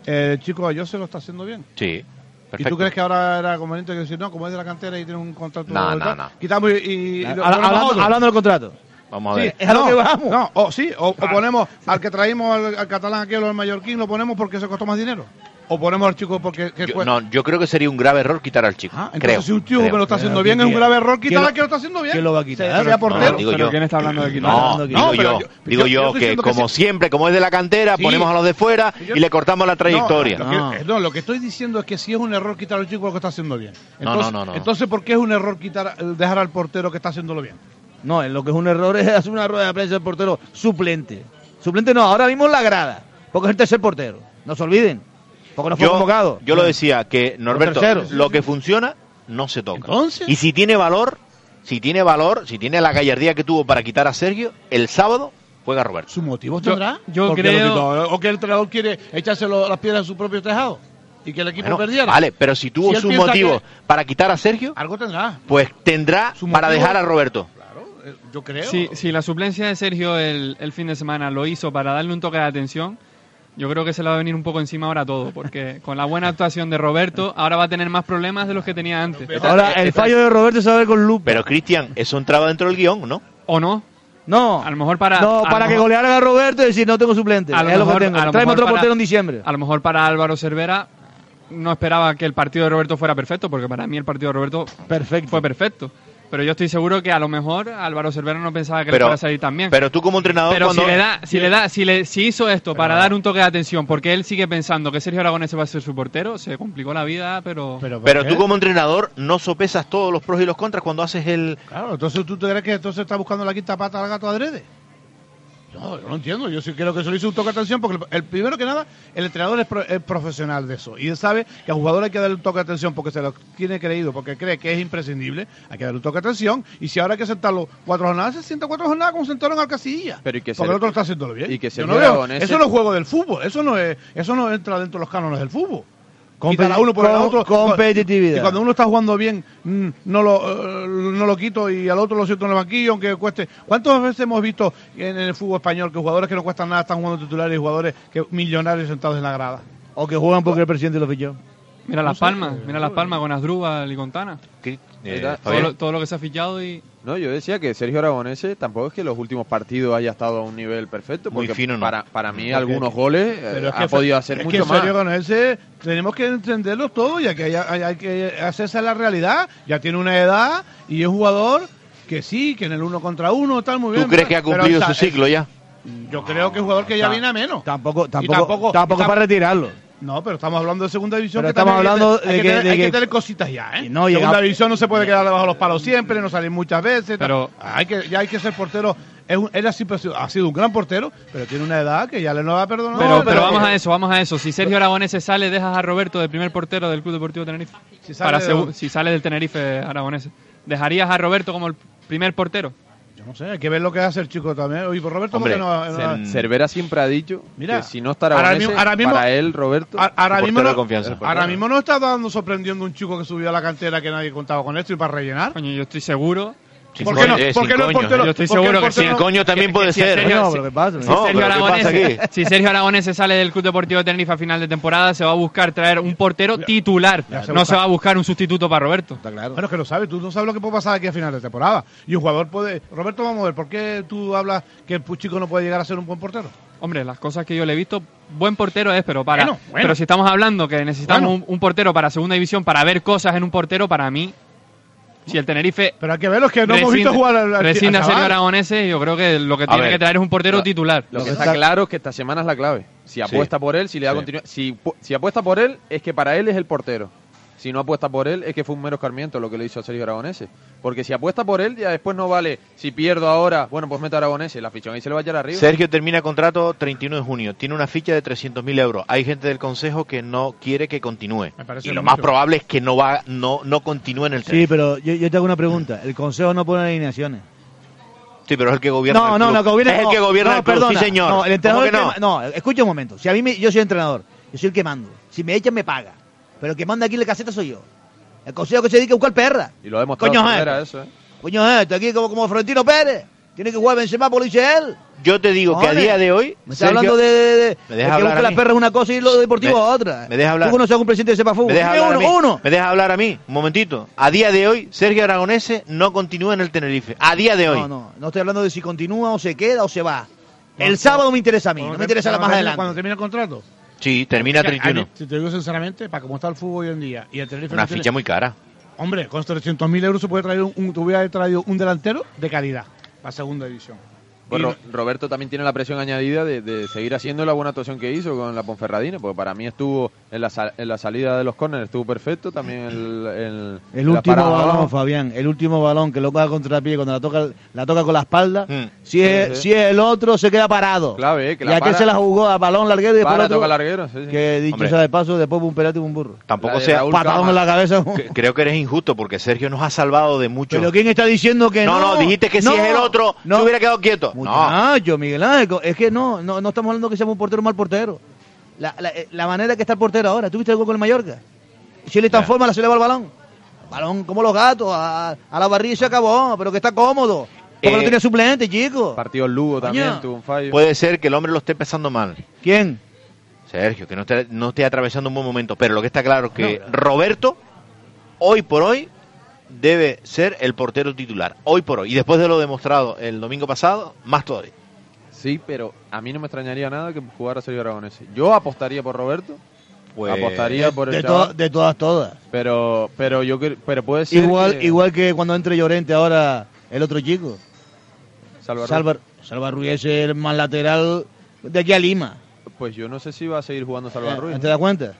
[SPEAKER 4] Eh, chico, yo se lo está haciendo bien.
[SPEAKER 3] Sí,
[SPEAKER 4] ¿Y tú
[SPEAKER 3] perfecto.
[SPEAKER 4] crees que ahora era conveniente que decir, no, como es de la cantera y tiene un contrato?
[SPEAKER 3] No,
[SPEAKER 4] y
[SPEAKER 3] no,
[SPEAKER 4] tal,
[SPEAKER 3] no.
[SPEAKER 4] Quitamos y. y- y lo
[SPEAKER 5] Habla-
[SPEAKER 4] ponemos a
[SPEAKER 5] hablando,
[SPEAKER 4] otro?
[SPEAKER 5] hablando del contrato.
[SPEAKER 3] Vamos a ver. Ah.
[SPEAKER 4] Sí, no, No, o sí, o, o ponemos al que traímos al, al catalán aquí o al mallorquín, lo ponemos porque se costó más dinero. O ponemos al chico porque que
[SPEAKER 3] Yo,
[SPEAKER 4] cuesta.
[SPEAKER 3] no, yo creo que sería un grave error quitar al chico.
[SPEAKER 4] entonces,
[SPEAKER 3] creo,
[SPEAKER 4] si un tío
[SPEAKER 3] creo.
[SPEAKER 4] me lo está haciendo bien, es un grave error
[SPEAKER 3] ¿Quién
[SPEAKER 4] quitar
[SPEAKER 3] lo-
[SPEAKER 4] al que lo está haciendo bien.
[SPEAKER 3] ¿Quién lo va a quitar?
[SPEAKER 4] Se- Sea portero.
[SPEAKER 3] No, digo yo.
[SPEAKER 4] No,
[SPEAKER 3] No, digo
[SPEAKER 4] pero
[SPEAKER 3] yo,
[SPEAKER 4] yo-
[SPEAKER 3] digo
[SPEAKER 4] yo- yo
[SPEAKER 3] yo
[SPEAKER 4] estoy
[SPEAKER 3] que
[SPEAKER 4] diciendo que
[SPEAKER 3] como
[SPEAKER 4] sí.
[SPEAKER 3] siempre, como es de la cantera,
[SPEAKER 4] Sí.
[SPEAKER 3] ponemos a los de fuera
[SPEAKER 4] Yo-
[SPEAKER 3] y le cortamos la trayectoria.
[SPEAKER 4] No, lo, que, no, lo que estoy diciendo es que si es un error quitar al chico lo que está haciendo bien.
[SPEAKER 3] No,
[SPEAKER 4] Entonces,
[SPEAKER 3] no, no, no.
[SPEAKER 4] entonces ¿por qué es un error quitar eh, dejar al portero que está haciéndolo bien?
[SPEAKER 5] No, lo que es un error es hacer una rueda de prensa del portero suplente. Suplente no, ahora mismo en la grada. Porque es el tercer portero. No se olviden. Porque no fue
[SPEAKER 3] yo,
[SPEAKER 5] convocado.
[SPEAKER 3] yo lo decía que Norberto,
[SPEAKER 5] tercero.
[SPEAKER 3] lo que funciona no se toca. Y si tiene valor, si tiene valor, si tiene la gallardía que tuvo para quitar a Sergio, el sábado juega Roberto.
[SPEAKER 4] Su motivo
[SPEAKER 6] Yo-
[SPEAKER 4] tendrá.
[SPEAKER 6] yo
[SPEAKER 4] ¿Por qué
[SPEAKER 6] creo-
[SPEAKER 4] lo quitó? O que el entrenador quiere echárselo las piedras a su propio tejado y que el equipo
[SPEAKER 3] Bueno,
[SPEAKER 4] perdiera.
[SPEAKER 3] vale, pero si tuvo
[SPEAKER 4] Si él
[SPEAKER 3] su
[SPEAKER 4] piensa
[SPEAKER 3] motivo
[SPEAKER 4] que-
[SPEAKER 3] para quitar a Sergio,
[SPEAKER 4] Algo tendrá, eh,
[SPEAKER 3] pues tendrá para
[SPEAKER 6] motivo-
[SPEAKER 3] dejar a Roberto.
[SPEAKER 4] yo creo.
[SPEAKER 6] Si, si la suplencia de Sergio el, el fin de semana lo hizo para darle un toque de atención, yo creo que se le va a venir un poco encima ahora todo, porque con la buena actuación de Roberto, ahora va a tener más problemas de los que tenía antes.
[SPEAKER 5] Ahora, el fallo de Roberto se va a ver con Lupa.
[SPEAKER 3] Pero Cristian, eso entraba dentro del guión, ¿no?
[SPEAKER 6] ¿O no?
[SPEAKER 5] No.
[SPEAKER 6] A lo mejor para.
[SPEAKER 5] no,
[SPEAKER 6] a
[SPEAKER 5] para
[SPEAKER 6] lo
[SPEAKER 5] que
[SPEAKER 6] mejor-
[SPEAKER 5] golearan a Roberto y decir, no tengo suplente.
[SPEAKER 6] a lo
[SPEAKER 5] es lo
[SPEAKER 6] mejor-
[SPEAKER 5] que tengo.
[SPEAKER 6] a lo
[SPEAKER 5] Tráeme
[SPEAKER 6] mejor
[SPEAKER 5] otro
[SPEAKER 6] para-
[SPEAKER 5] portero en diciembre.
[SPEAKER 6] A lo mejor para Álvaro Cervera no esperaba que el partido de Roberto fuera perfecto, porque para mí el partido de Roberto fue perfecto. Pero yo estoy seguro que a lo mejor Álvaro Cervera no pensaba que le fuera a salir tan bien.
[SPEAKER 3] Pero tú como entrenador,
[SPEAKER 6] Pero
[SPEAKER 3] cuando-
[SPEAKER 6] si le da, si le da, si le si hizo esto para dar un toque de atención, porque él sigue pensando que Sergio Aragonés va a ser su portero, se complicó la vida, pero
[SPEAKER 3] Pero tú como entrenador no sopesas todos los pros y los contras cuando haces el...
[SPEAKER 4] Claro, entonces tú te crees que entonces está buscando la quinta pata al gato adrede. No, yo no entiendo. Yo sí creo que eso le hizo un toque de atención porque el, el primero que nada, el entrenador es, pro- es profesional de eso y él sabe que al jugador hay que darle un toque de atención porque se lo tiene creído, porque cree que es imprescindible. Hay que darle un toque de atención y si ahora hay que sentarlo cuatro jornadas, se sienta cuatro jornadas como sentaron al Casilla.
[SPEAKER 7] Pero y que
[SPEAKER 4] Porque el otro está haciéndolo bien.
[SPEAKER 7] Y que se
[SPEAKER 4] Yo no veo-
[SPEAKER 7] Aragonés
[SPEAKER 4] eso no es juego del fútbol, eso no es, eso no entra dentro de los cánones del fútbol. Quitar a uno por el
[SPEAKER 5] com-
[SPEAKER 4] otro.
[SPEAKER 5] competitividad.
[SPEAKER 4] Y cuando uno está jugando bien, mm, no lo, eh, no lo quito y al otro lo siento en el banquillo, aunque cueste. ¿Cuántas veces hemos visto en el fútbol español que jugadores que no cuestan nada están jugando titulares y jugadores que millonarios sentados en la grada?
[SPEAKER 5] O que juegan porque el presidente los fichó.
[SPEAKER 6] mira
[SPEAKER 4] no
[SPEAKER 6] las
[SPEAKER 4] sé,
[SPEAKER 6] palmas,
[SPEAKER 4] pero-
[SPEAKER 6] mira las palmas con Asdrúbal y Contana.
[SPEAKER 3] Eh,
[SPEAKER 6] todo,
[SPEAKER 7] Fabián.
[SPEAKER 6] lo, todo lo que se ha fichado y
[SPEAKER 7] No, yo decía que Sergio Aragonese tampoco es que los últimos partidos haya estado a un nivel perfecto,
[SPEAKER 3] Muy
[SPEAKER 7] porque
[SPEAKER 3] fino, ¿no?
[SPEAKER 7] para, para mí
[SPEAKER 3] Porque-
[SPEAKER 7] algunos goles eh,
[SPEAKER 4] Pero es
[SPEAKER 7] ha
[SPEAKER 4] que-
[SPEAKER 7] podido hacer
[SPEAKER 4] es que
[SPEAKER 7] mucho
[SPEAKER 4] en serio,
[SPEAKER 7] más.
[SPEAKER 4] con ese tenemos que entenderlo todo y que hay, hay- hay que hacerse a la realidad. Ya tiene una edad y es jugador que sí, que en el uno contra uno tal muy
[SPEAKER 3] ¿Tú
[SPEAKER 4] bien.
[SPEAKER 3] crees
[SPEAKER 4] ¿verdad?
[SPEAKER 3] que ha
[SPEAKER 4] Pero
[SPEAKER 3] cumplido
[SPEAKER 4] está-
[SPEAKER 3] su ciclo ya?
[SPEAKER 4] Yo creo que es jugador que ya
[SPEAKER 5] Ta-
[SPEAKER 4] viene a menos.
[SPEAKER 5] Tampoco, tampoco,
[SPEAKER 4] tampoco-
[SPEAKER 5] tampoco,
[SPEAKER 4] y tam-
[SPEAKER 5] para retirarlo.
[SPEAKER 4] No, pero estamos hablando de segunda división.
[SPEAKER 5] Pero
[SPEAKER 4] que también
[SPEAKER 5] estamos
[SPEAKER 4] hay que
[SPEAKER 5] hablando
[SPEAKER 4] te- hay
[SPEAKER 5] de
[SPEAKER 4] que,
[SPEAKER 5] que-
[SPEAKER 4] tener,
[SPEAKER 5] de
[SPEAKER 4] hay que
[SPEAKER 5] que-
[SPEAKER 4] tener cositas ya, ¿eh? segunda
[SPEAKER 5] no, llegamos-
[SPEAKER 4] división no se puede quedar debajo de los palos siempre, no salir muchas veces. tal.
[SPEAKER 6] Pero-
[SPEAKER 4] hay que, ya hay que ser portero. Es un- él ha sido, ha sido un gran portero, pero tiene una edad que ya le no va a perdonar.
[SPEAKER 6] pero, pero vamos a eso, vamos a eso. Si Sergio Aragonés se sale, dejas a Roberto de primer portero del Club Deportivo Tenerife.
[SPEAKER 4] Si sale
[SPEAKER 6] para
[SPEAKER 4] de-
[SPEAKER 6] segu- si sale del Tenerife Aragonés, dejarías a Roberto como el primer portero.
[SPEAKER 4] Yo no sé, hay que ver lo que hace el chico también. Oye, por Roberto, ¿por qué
[SPEAKER 7] Hombre,
[SPEAKER 4] no, no- eh,
[SPEAKER 7] Cer- Cervera siempre ha dicho
[SPEAKER 4] Mira,
[SPEAKER 7] que si no está
[SPEAKER 4] ahora
[SPEAKER 7] Aragonese,
[SPEAKER 4] mismo- ahora mismo-
[SPEAKER 7] para él, Roberto,
[SPEAKER 4] A- ahora,
[SPEAKER 7] el
[SPEAKER 4] mismo
[SPEAKER 7] portero
[SPEAKER 4] no,
[SPEAKER 7] de confianza.
[SPEAKER 4] ahora mismo no está dando sorprendiendo un chico que subió a la cantera que nadie contaba con esto y para rellenar.
[SPEAKER 6] Coño, yo estoy seguro.
[SPEAKER 4] ¿Por qué no? ¿Por qué no el portero?
[SPEAKER 6] Yo estoy
[SPEAKER 4] ¿por qué el
[SPEAKER 6] seguro que sí.
[SPEAKER 4] portero-
[SPEAKER 3] también puede
[SPEAKER 6] si
[SPEAKER 3] ser.
[SPEAKER 6] Sergio-
[SPEAKER 3] No,
[SPEAKER 6] si-
[SPEAKER 3] pero ¿qué pasa?
[SPEAKER 6] si
[SPEAKER 3] No, pero
[SPEAKER 6] Sergio
[SPEAKER 3] ¿qué pasa aquí?
[SPEAKER 6] Aragonés- si Sergio Aragonés se sale del Club Deportivo Tenerife a final de temporada, se va a buscar traer un portero titular.
[SPEAKER 4] ya se
[SPEAKER 6] no
[SPEAKER 4] busca.
[SPEAKER 6] se va a buscar un sustituto para Roberto.
[SPEAKER 4] Bueno, es que lo sabes, tú no sabes lo que puede pasar aquí a final de temporada. Y un jugador puede. Roberto, vamos a ver, ¿por qué tú hablas que el chico no puede llegar a ser un buen portero?
[SPEAKER 6] Hombre, las cosas que yo le he visto, buen portero es, pero para.
[SPEAKER 4] Bueno, bueno.
[SPEAKER 6] Pero si estamos hablando que necesitamos
[SPEAKER 4] Bueno.
[SPEAKER 6] un, un portero para segunda división, para ver cosas en un portero, para mí, si el Tenerife.
[SPEAKER 4] Pero hay que verlo, es que no hemos visto jugar al- al-
[SPEAKER 6] rescinde
[SPEAKER 4] al
[SPEAKER 6] a Sergio
[SPEAKER 4] chaval.
[SPEAKER 6] Aragonés, yo creo que lo que
[SPEAKER 7] A
[SPEAKER 6] tiene
[SPEAKER 7] ver,
[SPEAKER 6] que traer es un portero
[SPEAKER 7] lo-
[SPEAKER 6] titular.
[SPEAKER 7] Lo que está claro es que esta semana es la clave. Si apuesta por él, si le da
[SPEAKER 6] Sí.
[SPEAKER 7] continuidad. Si, pu- si apuesta por él, es que para él es el portero. Si no apuesta por él, es que fue un mero escarmiento lo que le hizo a Sergio Aragonese. Porque si apuesta por él, ya después no vale. Si pierdo ahora, bueno, pues meto a Aragonese. La fichón ahí se le va a echar arriba.
[SPEAKER 3] Sergio termina contrato 31 de junio. Tiene una ficha de 300.000 euros. Hay gente del Consejo que no quiere que continúe.
[SPEAKER 4] parece
[SPEAKER 3] Y lo
[SPEAKER 4] mucho.
[SPEAKER 3] más probable es que no va, no, no continúe en el
[SPEAKER 5] Sí,
[SPEAKER 3] Tenerife.
[SPEAKER 5] pero yo, yo te hago una pregunta. El consejo no pone alineaciones.
[SPEAKER 3] Sí, pero es el que gobierna
[SPEAKER 5] No,
[SPEAKER 3] el
[SPEAKER 5] no,
[SPEAKER 3] club.
[SPEAKER 5] no, que gobierna
[SPEAKER 3] Es el que
[SPEAKER 5] no,
[SPEAKER 3] gobierna
[SPEAKER 5] no,
[SPEAKER 3] el club,
[SPEAKER 5] perdona,
[SPEAKER 3] sí señor.
[SPEAKER 5] No, el
[SPEAKER 3] ¿Cómo
[SPEAKER 5] entrenador
[SPEAKER 3] que
[SPEAKER 5] es el
[SPEAKER 3] no?
[SPEAKER 5] que ma- no, escucha un momento. Si a mí me- yo soy entrenador, yo soy el que mando. Si me echan me paga, pero el que manda aquí la caseta soy yo. El consejo que se dedica a buscar perra.
[SPEAKER 7] Y lo ha demostrado
[SPEAKER 5] Coño,
[SPEAKER 7] Cervera,
[SPEAKER 5] eh.
[SPEAKER 7] eso, ¿eh?
[SPEAKER 5] Coño, eh, está aquí como, como Florentino Pérez. Tiene que jugar Benzema porque lo dice él.
[SPEAKER 3] Yo te digo que a
[SPEAKER 5] Cojones.
[SPEAKER 3] día de hoy.
[SPEAKER 5] Me está hablando de, de, de-
[SPEAKER 3] ¿Me
[SPEAKER 5] de
[SPEAKER 3] deja
[SPEAKER 5] que
[SPEAKER 3] hablar
[SPEAKER 5] busca
[SPEAKER 3] a
[SPEAKER 5] las
[SPEAKER 3] mí?
[SPEAKER 5] perras una cosa y lo deportivo
[SPEAKER 3] Me-
[SPEAKER 5] a otra.
[SPEAKER 3] me deja hablar.
[SPEAKER 5] Tú conoces a un presidente que sepa fútbol.
[SPEAKER 3] ¿Me dejas
[SPEAKER 5] Dime
[SPEAKER 3] hablar,
[SPEAKER 5] uno,
[SPEAKER 3] a mí?
[SPEAKER 5] uno.
[SPEAKER 3] ¿Me dejas hablar a mí? Un momentito. A día de hoy, Sergio Aragonese no continúa en el Tenerife. A día de hoy.
[SPEAKER 5] No, no, no estoy hablando de si continúa o se queda o se va. El sábado me interesa a mí, no me interesa la más
[SPEAKER 4] Cuando termine-
[SPEAKER 5] adelante.
[SPEAKER 4] Cuando termine el contrato.
[SPEAKER 3] Sí, termina
[SPEAKER 4] O sea, a
[SPEAKER 3] 31.
[SPEAKER 4] mí, Si te digo sinceramente, para cómo está el fútbol hoy en día y el Tenerife
[SPEAKER 3] Una
[SPEAKER 4] no tiene-
[SPEAKER 3] ficha muy cara.
[SPEAKER 4] Hombre, con 300.000 euros se puede traer un, un- te hubiera traído un delantero de calidad para segunda división.
[SPEAKER 7] Pues Ro- Roberto también tiene la presión añadida de, de seguir haciendo la buena actuación que hizo con la Ponferradina, porque para mí estuvo en la, sal- en la salida de los corners, estuvo perfecto, también el, el,
[SPEAKER 5] El
[SPEAKER 7] la
[SPEAKER 5] último
[SPEAKER 7] parada
[SPEAKER 5] balón,
[SPEAKER 7] abajo.
[SPEAKER 5] Fabián, el último balón que lo coge contra pie cuando la toca, la toca con la espalda.
[SPEAKER 3] Mm.
[SPEAKER 5] Si, es,
[SPEAKER 7] Sí, sí.
[SPEAKER 5] si es el otro, se queda parado.
[SPEAKER 7] Clave, eh, que la
[SPEAKER 5] y aquel
[SPEAKER 7] para.
[SPEAKER 5] se la jugó a balón larguero y después
[SPEAKER 7] Para,
[SPEAKER 5] el otro,
[SPEAKER 7] toca larguero, sí, sí.
[SPEAKER 5] Que dicho
[SPEAKER 3] Hombre.
[SPEAKER 5] sea de paso, después un pelate y un burro.
[SPEAKER 3] Tampoco
[SPEAKER 5] La de
[SPEAKER 3] sea.
[SPEAKER 5] Raúl Patadón Cama. en la cabeza.
[SPEAKER 3] Que- Creo que eres injusto porque Sergio nos ha salvado de muchos.
[SPEAKER 5] Pero ¿quién está diciendo que no? Ah,
[SPEAKER 3] No, no, dijiste que si es el otro, se hubiera quedado quieto.
[SPEAKER 5] Muchacho, Miguel Ángel, es que no, no, no estamos hablando que seamos un portero o mal portero. La, la- eh, la manera que está el portero ahora, ¿tú viste el gol con el Mallorca? Si él está en
[SPEAKER 3] Ya.
[SPEAKER 5] forma, se le va el balón. Balón como los gatos, a, a la barriga y se acabó, pero que está cómodo. Porque
[SPEAKER 3] Eh,
[SPEAKER 5] no tiene suplente, chico.
[SPEAKER 7] Partido Lugo
[SPEAKER 5] Coño.
[SPEAKER 7] también tuvo un fallo.
[SPEAKER 3] Puede ser que el hombre lo esté pensando mal.
[SPEAKER 5] ¿Quién?
[SPEAKER 3] Sergio, que no esté, no esté atravesando un buen momento. Pero lo que está claro es que Roberto, hoy por hoy, debe ser el portero titular. Hoy por hoy. Y después de lo demostrado el domingo pasado, más todavía.
[SPEAKER 7] Sí, pero a mí no me extrañaría nada que jugara Sergio Aragonés. Yo apostaría por Roberto,
[SPEAKER 3] Pues-
[SPEAKER 7] apostaría por el
[SPEAKER 5] eh, de,
[SPEAKER 7] chaval,
[SPEAKER 5] to- de todas, todas.
[SPEAKER 7] pero, pero yo cre- pero puede ser
[SPEAKER 5] Igual
[SPEAKER 7] que-
[SPEAKER 5] que... igual que cuando entre Llorente ahora, el otro chico.
[SPEAKER 7] Salva-
[SPEAKER 5] Salva, Salva Ruiz es el más lateral de aquí a Lima. Eh,
[SPEAKER 7] Pues yo no sé si va a seguir jugando Salva Ruiz.
[SPEAKER 5] ¿Te das cuenta?